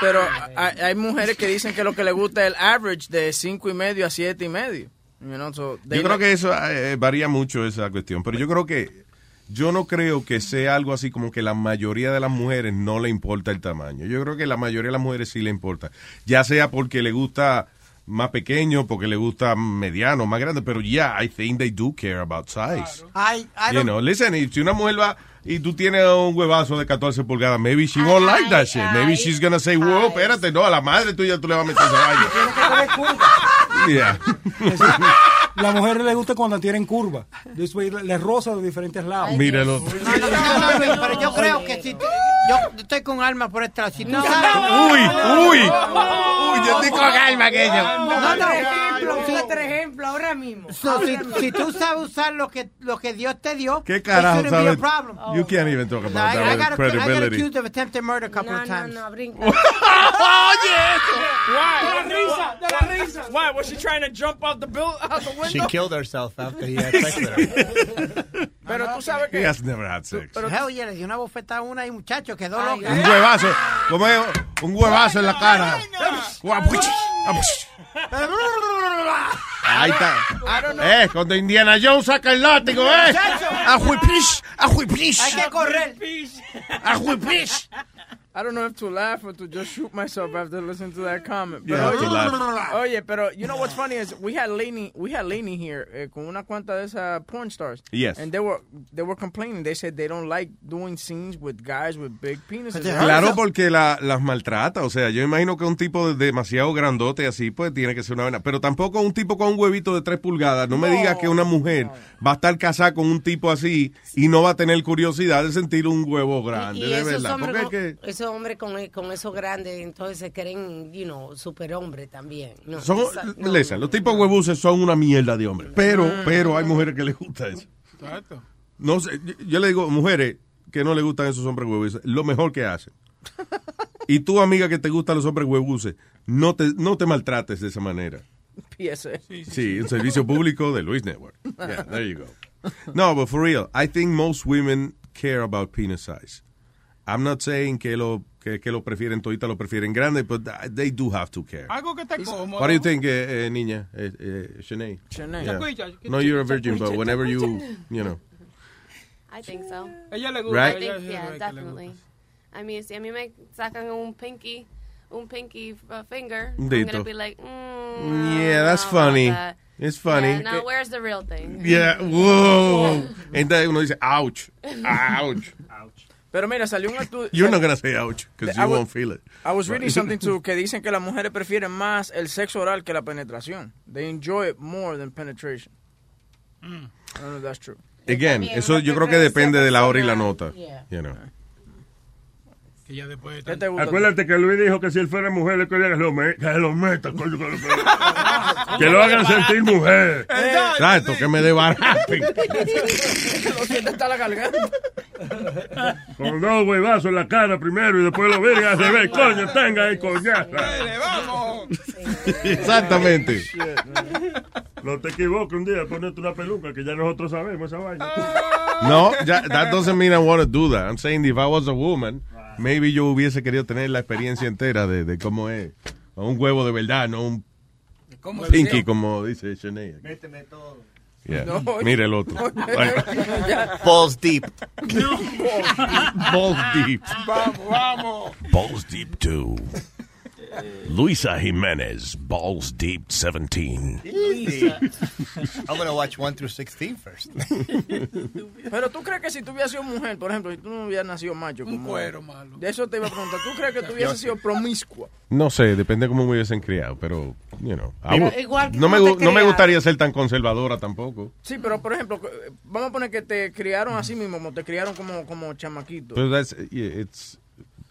Speaker 8: Pero hay, hay mujeres que dicen que lo que le gusta es el average de 5 y medio a 7 y medio. You know, so they
Speaker 6: Yo creo
Speaker 8: like-
Speaker 6: que eso eh, varía mucho esa cuestión, pero yo creo que yo no creo que sea algo así como que la mayoría de las mujeres no le importa el tamaño. Yo creo que la mayoría de las mujeres sí le importa, ya sea porque le gusta más pequeño, porque le gusta mediano, más grande, pero yeah, I think they do care about size.
Speaker 14: I, I
Speaker 6: You
Speaker 14: don't,
Speaker 6: know, listen, if si una mujer va y tú tienes un huevazo de 14 pulgadas, maybe she won't like that shit. Maybe she's gonna say, wow, espérate, no, a la madre tuya tú le vas a meter esa vaina. Yeah.
Speaker 15: La mujer le gusta cuando tienen curva. Después le roza de diferentes lados.
Speaker 6: Mira el otro.
Speaker 14: No, no, no, no, Luis, pero yo creo que si tú- yo estoy con alma por esta. Si tú sabes.
Speaker 6: Uy, uy.
Speaker 14: Uy,
Speaker 6: yo estoy con alma, que yo.
Speaker 14: No, no.
Speaker 9: Otro ejemplo, otro ejemplo, ahora mismo.
Speaker 14: So, si, si tú sabes usar lo que, lo que Dios te dio,
Speaker 6: ¿Qué carajo
Speaker 14: it shouldn't be a
Speaker 6: sabes?
Speaker 14: problem.
Speaker 6: You can't even talk
Speaker 14: No,
Speaker 6: about
Speaker 14: I, I
Speaker 6: that
Speaker 14: got,
Speaker 6: with
Speaker 14: I got accused
Speaker 6: credibility.
Speaker 14: of attempted murder a couple of times.
Speaker 9: No, no, brinca.
Speaker 8: Why? De la risa, de la risa. Why? Was she trying to jump out the, bill, out the window?
Speaker 17: She killed herself after he had sex with her.
Speaker 8: Pero tú sabes
Speaker 6: He
Speaker 8: que...
Speaker 6: has never had sex.
Speaker 14: Pero Hell yeah, le dio una bofetada a una y muchacho quedó loco.
Speaker 6: Un huevazo. Como es un huevazo en la cara. Guapuch, apuch. Ahí está. Eh, cuando Indiana Jones saca el látigo, eh. A huipish, a huipish.
Speaker 14: Hay que correr.
Speaker 6: A huipish.
Speaker 8: I don't know if to laugh or to just shoot myself after listening to that comment.
Speaker 6: Yeah, to
Speaker 8: Pero, oye,
Speaker 6: laugh.
Speaker 8: oye, pero you know what's funny is we had Lainey, we had Lainey here eh, con una cuanta de esas porn stars.
Speaker 6: Yes.
Speaker 8: And they were they were complaining. They said they don't like doing scenes with guys with big penises.
Speaker 6: Claro, porque la- las maltrata. O sea, yo imagino que un tipo de- demasiado grandote así, pues tiene que ser una vena. Pero tampoco un tipo con un huevito de tres pulgadas. No, me digas que una mujer va a estar casada con un tipo así y no va a tener curiosidad de sentir un huevo grande,
Speaker 9: Y
Speaker 6: de
Speaker 9: esos
Speaker 6: verdad.
Speaker 9: hombres,
Speaker 6: Porque
Speaker 9: con,
Speaker 6: es que-
Speaker 9: esos hombres con, e, con esos grandes, entonces se creen, you know, superhombre también. No,
Speaker 6: Son,
Speaker 9: esa- no,
Speaker 6: listen, los tipos huevuses son una mierda de hombres. Pero,
Speaker 14: Mm.
Speaker 6: pero hay mujeres que les gusta eso. No sé, yo- yo le digo, mujeres que no les gustan esos hombres huevuses, lo mejor que hacen. Y tú, amiga que te gustan los hombres huevuses, no te, no te maltrates de esa manera.
Speaker 8: PSA.
Speaker 6: Sí, el servicio público de Luis Network. Yeah, there you go. No, but for real, I think most women care about penis size. I'm not saying que lo, que, que lo prefieren todita, lo prefieren grande, but they do have to care.
Speaker 31: Algo que te cómodo.
Speaker 6: What do you think, eh, eh, niña? Eh, eh, Shanae.
Speaker 31: Shanae.
Speaker 6: Yeah.
Speaker 31: Chacuilla,
Speaker 6: No, you're a virgin,
Speaker 31: chacuilla,
Speaker 6: but whenever you,
Speaker 31: chacuilla.
Speaker 6: you know.
Speaker 18: I think so.
Speaker 31: Ella le
Speaker 6: gusta, Right?
Speaker 18: I
Speaker 6: ella
Speaker 18: think,
Speaker 31: es
Speaker 18: yeah,
Speaker 31: right que le
Speaker 18: definitely. I mean, si a mí me sacan un pinky, un pinky uh, finger,
Speaker 6: Un
Speaker 18: I'm
Speaker 6: dedito.
Speaker 18: gonna be like, mm,
Speaker 6: Yeah, that's funny.
Speaker 18: that.
Speaker 6: It's funny.
Speaker 18: Yeah, now where's the real thing?
Speaker 6: Yeah, whoa. Entonces uno dice, ouch, ouch.
Speaker 8: Pero mira, salió un estudio.
Speaker 6: You're not going to say ouch because
Speaker 8: I
Speaker 6: you
Speaker 8: was-
Speaker 6: won't feel it.
Speaker 8: I was reading
Speaker 6: Right.
Speaker 8: something too que dicen que las mujeres prefieren más el sexo oral que la penetración. They enjoy it more than penetration. I don't know if that's true.
Speaker 6: Again, eso yo creo que depende de la hora y la nota. You know.
Speaker 31: Que ya después de
Speaker 8: tanto-
Speaker 16: Acuérdate que Luis dijo que si él fuera mujer, le quería que lo, me- que lo meta, coño, que lo, meta. Que lo hagan sentir
Speaker 8: Eh,
Speaker 16: mujer.
Speaker 6: Exacto, que me desbaraten.
Speaker 8: Lo siento hasta la garganta.
Speaker 16: Con dos huevazos en la cara primero y después lo verga al revés. Coño, tenga ahí coñaza.
Speaker 31: vamos!
Speaker 6: Exactamente.
Speaker 16: No te equivoques un día, ponerte una peluca que ya nosotros sabemos esa vaina.
Speaker 8: Ah,
Speaker 6: No, ya, that doesn't mean I want to do that. I'm saying if I was a woman, maybe yo hubiese querido tener la experiencia entera de, de cómo es un huevo de verdad, no un
Speaker 1: cómo se
Speaker 6: pinky
Speaker 1: hace.
Speaker 6: como dice Shania.
Speaker 1: Méteme todo.
Speaker 6: Yeah.
Speaker 1: No, oye.
Speaker 6: Mira el otro.
Speaker 1: Oye.
Speaker 6: Ay.
Speaker 17: Balls deep.
Speaker 6: Balls deep.
Speaker 1: Vamos, vamos.
Speaker 13: Balls Deep 2. Luisa Jimenez, Balls Deep 17.
Speaker 17: Easy. I'm gonna watch 1 through 16 first.
Speaker 8: Pero tú crees que si tú hubieras sido mujer, por ejemplo, si tú no hubieras nacido macho, un
Speaker 31: cuero
Speaker 8: malo. De eso te iba a preguntar. ¿Tú crees que tú hubieses sido promiscua?
Speaker 6: No sé, depende cómo me hubiesen criado, pero, you know. I
Speaker 8: Mira,
Speaker 6: would-
Speaker 8: igual que
Speaker 6: no, me,
Speaker 8: cómo te
Speaker 6: gu- no me
Speaker 8: criaron.
Speaker 6: gustaría ser tan conservadora tampoco.
Speaker 8: Sí, pero por ejemplo, eh, vamos a poner que te criaron así mismo, como te criaron como, como chamaquito.
Speaker 6: Pero that's, yeah, it's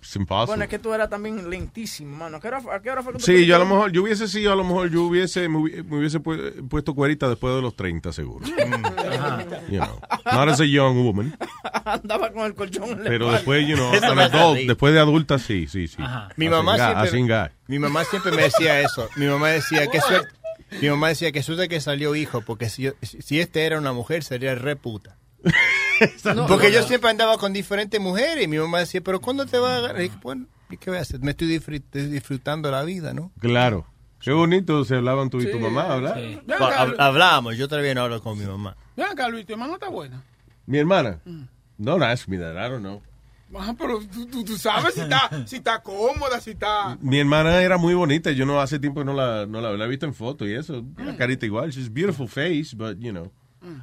Speaker 6: It's impossible.
Speaker 8: Bueno, es que tú eras también lentísimo, mano. ¿A qué hora, a qué hora fue que tú
Speaker 6: Sí, yo a lo mejor, yo hubiese sido, a lo mejor yo hubiese, me hubi- me hubiese pu- puesto cuerita después de los 30, seguro. Mm.
Speaker 8: Mm.
Speaker 6: You know, not as a young woman,
Speaker 8: Andaba con el colchón en la
Speaker 6: pero
Speaker 8: espalda.
Speaker 6: después, you know, as an
Speaker 13: Eso pasa
Speaker 6: adult,
Speaker 13: así.
Speaker 6: después de adulta, sí, sí, sí.
Speaker 13: Mi
Speaker 6: As
Speaker 13: mamá,
Speaker 6: a guy, as in
Speaker 13: siempre,
Speaker 6: guy.
Speaker 13: mi mamá siempre me decía eso. Mi mamá decía que suerte. Mi mamá decía que suerte que salió hijo, porque si, yo- si este era una mujer sería re puta. porque
Speaker 8: no,
Speaker 13: yo
Speaker 8: no.
Speaker 13: siempre andaba con diferentes mujeres y mi mamá decía, pero ¿cuándo te vas a agarrar? Y dije, bueno, ¿y ¿qué voy a hacer? Me estoy disfrut- disfrutando la vida, ¿no?
Speaker 6: Claro. Qué bonito se hablaban tú y tu mamá, ¿verdad?
Speaker 13: Sí.
Speaker 7: Ya,
Speaker 13: Bueno, hab-
Speaker 7: Carlos.
Speaker 13: hablábamos, yo todavía no hablo con mi mamá.
Speaker 7: Ven acá, Luis, tu hermano está buena.
Speaker 6: Mi hermana.
Speaker 13: Mm.
Speaker 6: Don't ask me that, I don't know.
Speaker 7: Ah, pero tú, tú- tú sabes si está, si está cómoda, si está...
Speaker 6: Mi hermana era muy bonita. Yo no hace tiempo que no la, no la, la he visto en foto y eso.
Speaker 13: Mm.
Speaker 6: La carita igual. She's beautiful face, but you know.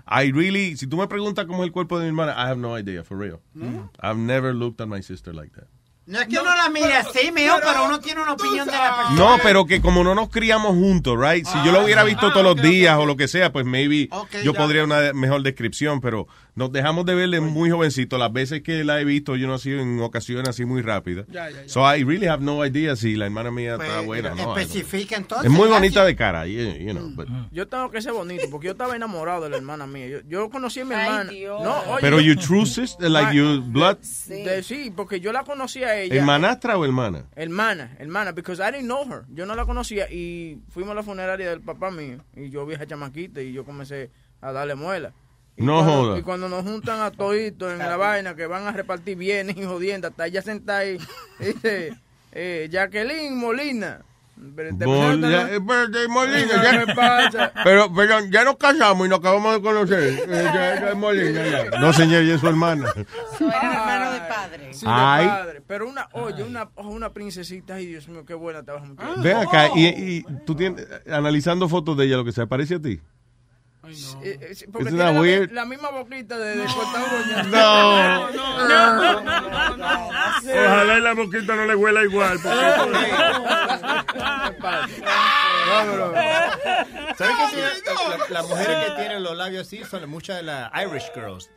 Speaker 6: I really, si tú me preguntas cómo es el cuerpo de mi hermana, I have no idea, for real.
Speaker 14: No.
Speaker 6: I've never looked at my sister like that.
Speaker 14: No es que uno la mire así, mijo, pero uno tiene una opinión de la persona.
Speaker 6: No, pero que como no nos criamos juntos, right? Si yo lo hubiera visto todos los días o lo que sea, pues maybe yo
Speaker 14: ya.
Speaker 6: podría una de- mejor descripción, pero nos dejamos de verle muy jovencito. Las veces que la he visto, yo no ha sido en ocasiones así muy rápidas.
Speaker 14: Ya, ya, ya.
Speaker 6: So I really have no idea si la hermana mía está
Speaker 8: eh,
Speaker 6: buena o no. I
Speaker 8: pues,
Speaker 6: don't know.
Speaker 14: Especifica entonces.
Speaker 6: Es muy
Speaker 14: Jackie.
Speaker 6: bonita de cara, you, you know, but-
Speaker 8: Yo tengo que ser bonito, porque yo estaba enamorado de la hermana mía. Yo, yo conocí a mi hermana. No, oye,
Speaker 6: pero your true sister, like your blood,
Speaker 8: de- sí, porque yo la conocí a ella.
Speaker 6: hermanastra o hermana?
Speaker 8: Hermana, hermana, because I didn't know her. Yo no la conocía y fuimos a la funeraria del papá mío y yo vi a esa chamaquita y yo comencé a darle muela. Y
Speaker 6: No
Speaker 8: cuando-
Speaker 6: joda.
Speaker 8: Y cuando nos juntan a toditos en la vaina que van a repartir bienes y jodiendo, hasta ella sentada ahí, dice, eh, Jacqueline Molina. Pero te
Speaker 6: Bol-
Speaker 8: presentan,
Speaker 6: ya-
Speaker 8: ¿no?
Speaker 6: eh, pero, eh, Molina,
Speaker 8: Ya
Speaker 6: ya-
Speaker 8: me pasa.
Speaker 6: pero, pero ya nos casamos y nos acabamos de conocer. Eh, ya- ya es Molina, ya. No, señor, ya es su hermana.
Speaker 8: hermano de padre. Sí, de
Speaker 6: Ay.
Speaker 8: padre. Pero una, oye, una, oh, una princesita, ay Dios mío, qué buena te vas a meter.
Speaker 6: Ve acá, y, y tú tienes, analizando fotos de ella, lo que se parece a ti.
Speaker 8: Eh, eh,
Speaker 6: It's
Speaker 8: sí, porque
Speaker 6: not
Speaker 8: tiene la, mi-
Speaker 6: weird.
Speaker 8: la misma boquita de, de cortadoña.
Speaker 6: No.
Speaker 8: no, no, no, no.
Speaker 16: Ojalá y la boquita no le huela igual.
Speaker 13: ¿Sabes qué tiene- la- la- Las mujeres que tienen los labios así son muchas de las Irish girls.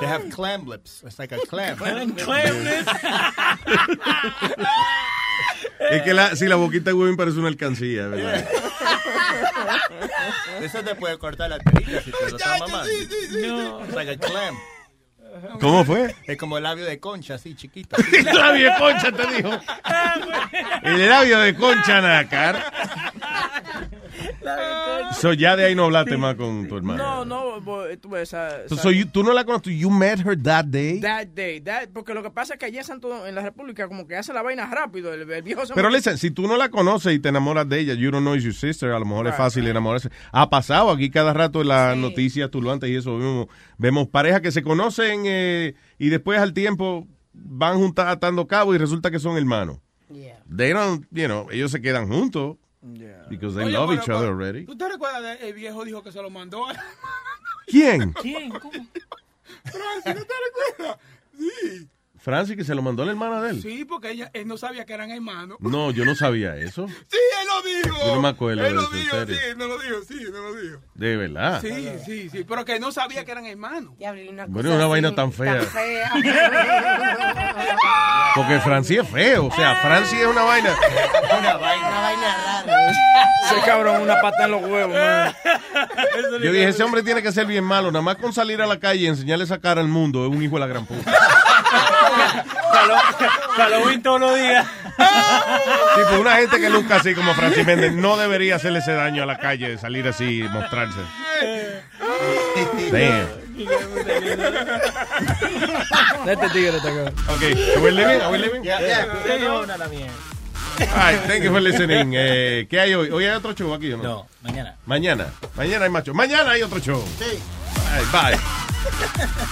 Speaker 13: They have clam lips. It's like a clam.
Speaker 11: Clam lips.
Speaker 6: Es que la, si la boquita de Webin parece una alcancía, ¿verdad?
Speaker 13: Eso te puede cortar la perilla si te lo está mamando. No. It's like a clam.
Speaker 6: ¿Cómo fue?
Speaker 13: Es como el labio de concha, así chiquito.
Speaker 6: El labio de concha, te dijo. El labio de concha, Nacar. So ya de ahí no hablaste más con tu hermana.
Speaker 8: No, no, bo- tú ves esa-
Speaker 6: So,
Speaker 8: esa-
Speaker 6: so you- tú no la conoces, you met her that day.
Speaker 8: That day, that- porque lo que pasa es que allá en Santo, en la República, como que hace la vaina rápido, el, el viejo se
Speaker 6: Pero listen, si tú no la conoces y te enamoras de ella, you don't know it's your sister, a lo mejor es
Speaker 8: Right,
Speaker 6: fácil enamorarse. Ha pasado aquí cada rato en las noticias turbantes y eso vemos, vemos parejas que se conocen eh, y después al tiempo van juntas atando cabos y resulta que son hermanos. They don't, you know, ellos se quedan juntos because they
Speaker 7: Oye,
Speaker 6: love
Speaker 7: pero-
Speaker 6: each other already.
Speaker 7: ¿Tú te recuerdas de- el viejo dijo que se lo mandó a...
Speaker 6: ¿Quién?
Speaker 7: ¿Quién? ¿Cómo? Francis, ¿no te recuerdas? Sí.
Speaker 6: Francis que se lo mandó la hermana de él.
Speaker 7: Sí, porque ella, él no sabía que eran hermanos.
Speaker 6: No, yo no sabía eso.
Speaker 7: Sí, él lo dijo.
Speaker 6: Yo no me acuerdo
Speaker 7: Él
Speaker 6: de
Speaker 7: lo
Speaker 6: eso, en
Speaker 7: dijo,
Speaker 6: serio.
Speaker 7: sí, no lo dijo, sí, no lo dijo.
Speaker 6: De verdad.
Speaker 7: Sí, sí, sí, pero que no sabía que eran hermanos.
Speaker 6: Bueno, es una vaina tan fea. Porque Francis es feo. O sea, Francis es una vaina.
Speaker 13: Una vaina.
Speaker 25: Una vaina rara.
Speaker 8: Ese cabrón, una pata en los
Speaker 7: Eh.
Speaker 8: huevos, man.
Speaker 6: Yo dije, ese hombre tiene que ser bien malo. Nada más con salir a la calle y enseñarle esa cara al mundo es un hijo de la gran puta.
Speaker 17: Halloween todos los días.
Speaker 6: Tipo, pues una gente que nunca así como Francis Méndez no debería hacerle ese daño a la calle de salir así y mostrarse. Damn.
Speaker 8: Este tigre está acá.
Speaker 6: Ok, ¿are we living? ¿Are we living?
Speaker 17: Ya, ya, ya, ya, una la mía.
Speaker 6: All right, thank you for listening. Eh, ¿Qué hay hoy? ¿Hoy hay otro show aquí o no? No,
Speaker 17: mañana.
Speaker 6: Mañana. Mañana hay más show. Mañana hay otro show.
Speaker 14: Sí.
Speaker 6: All right, bye.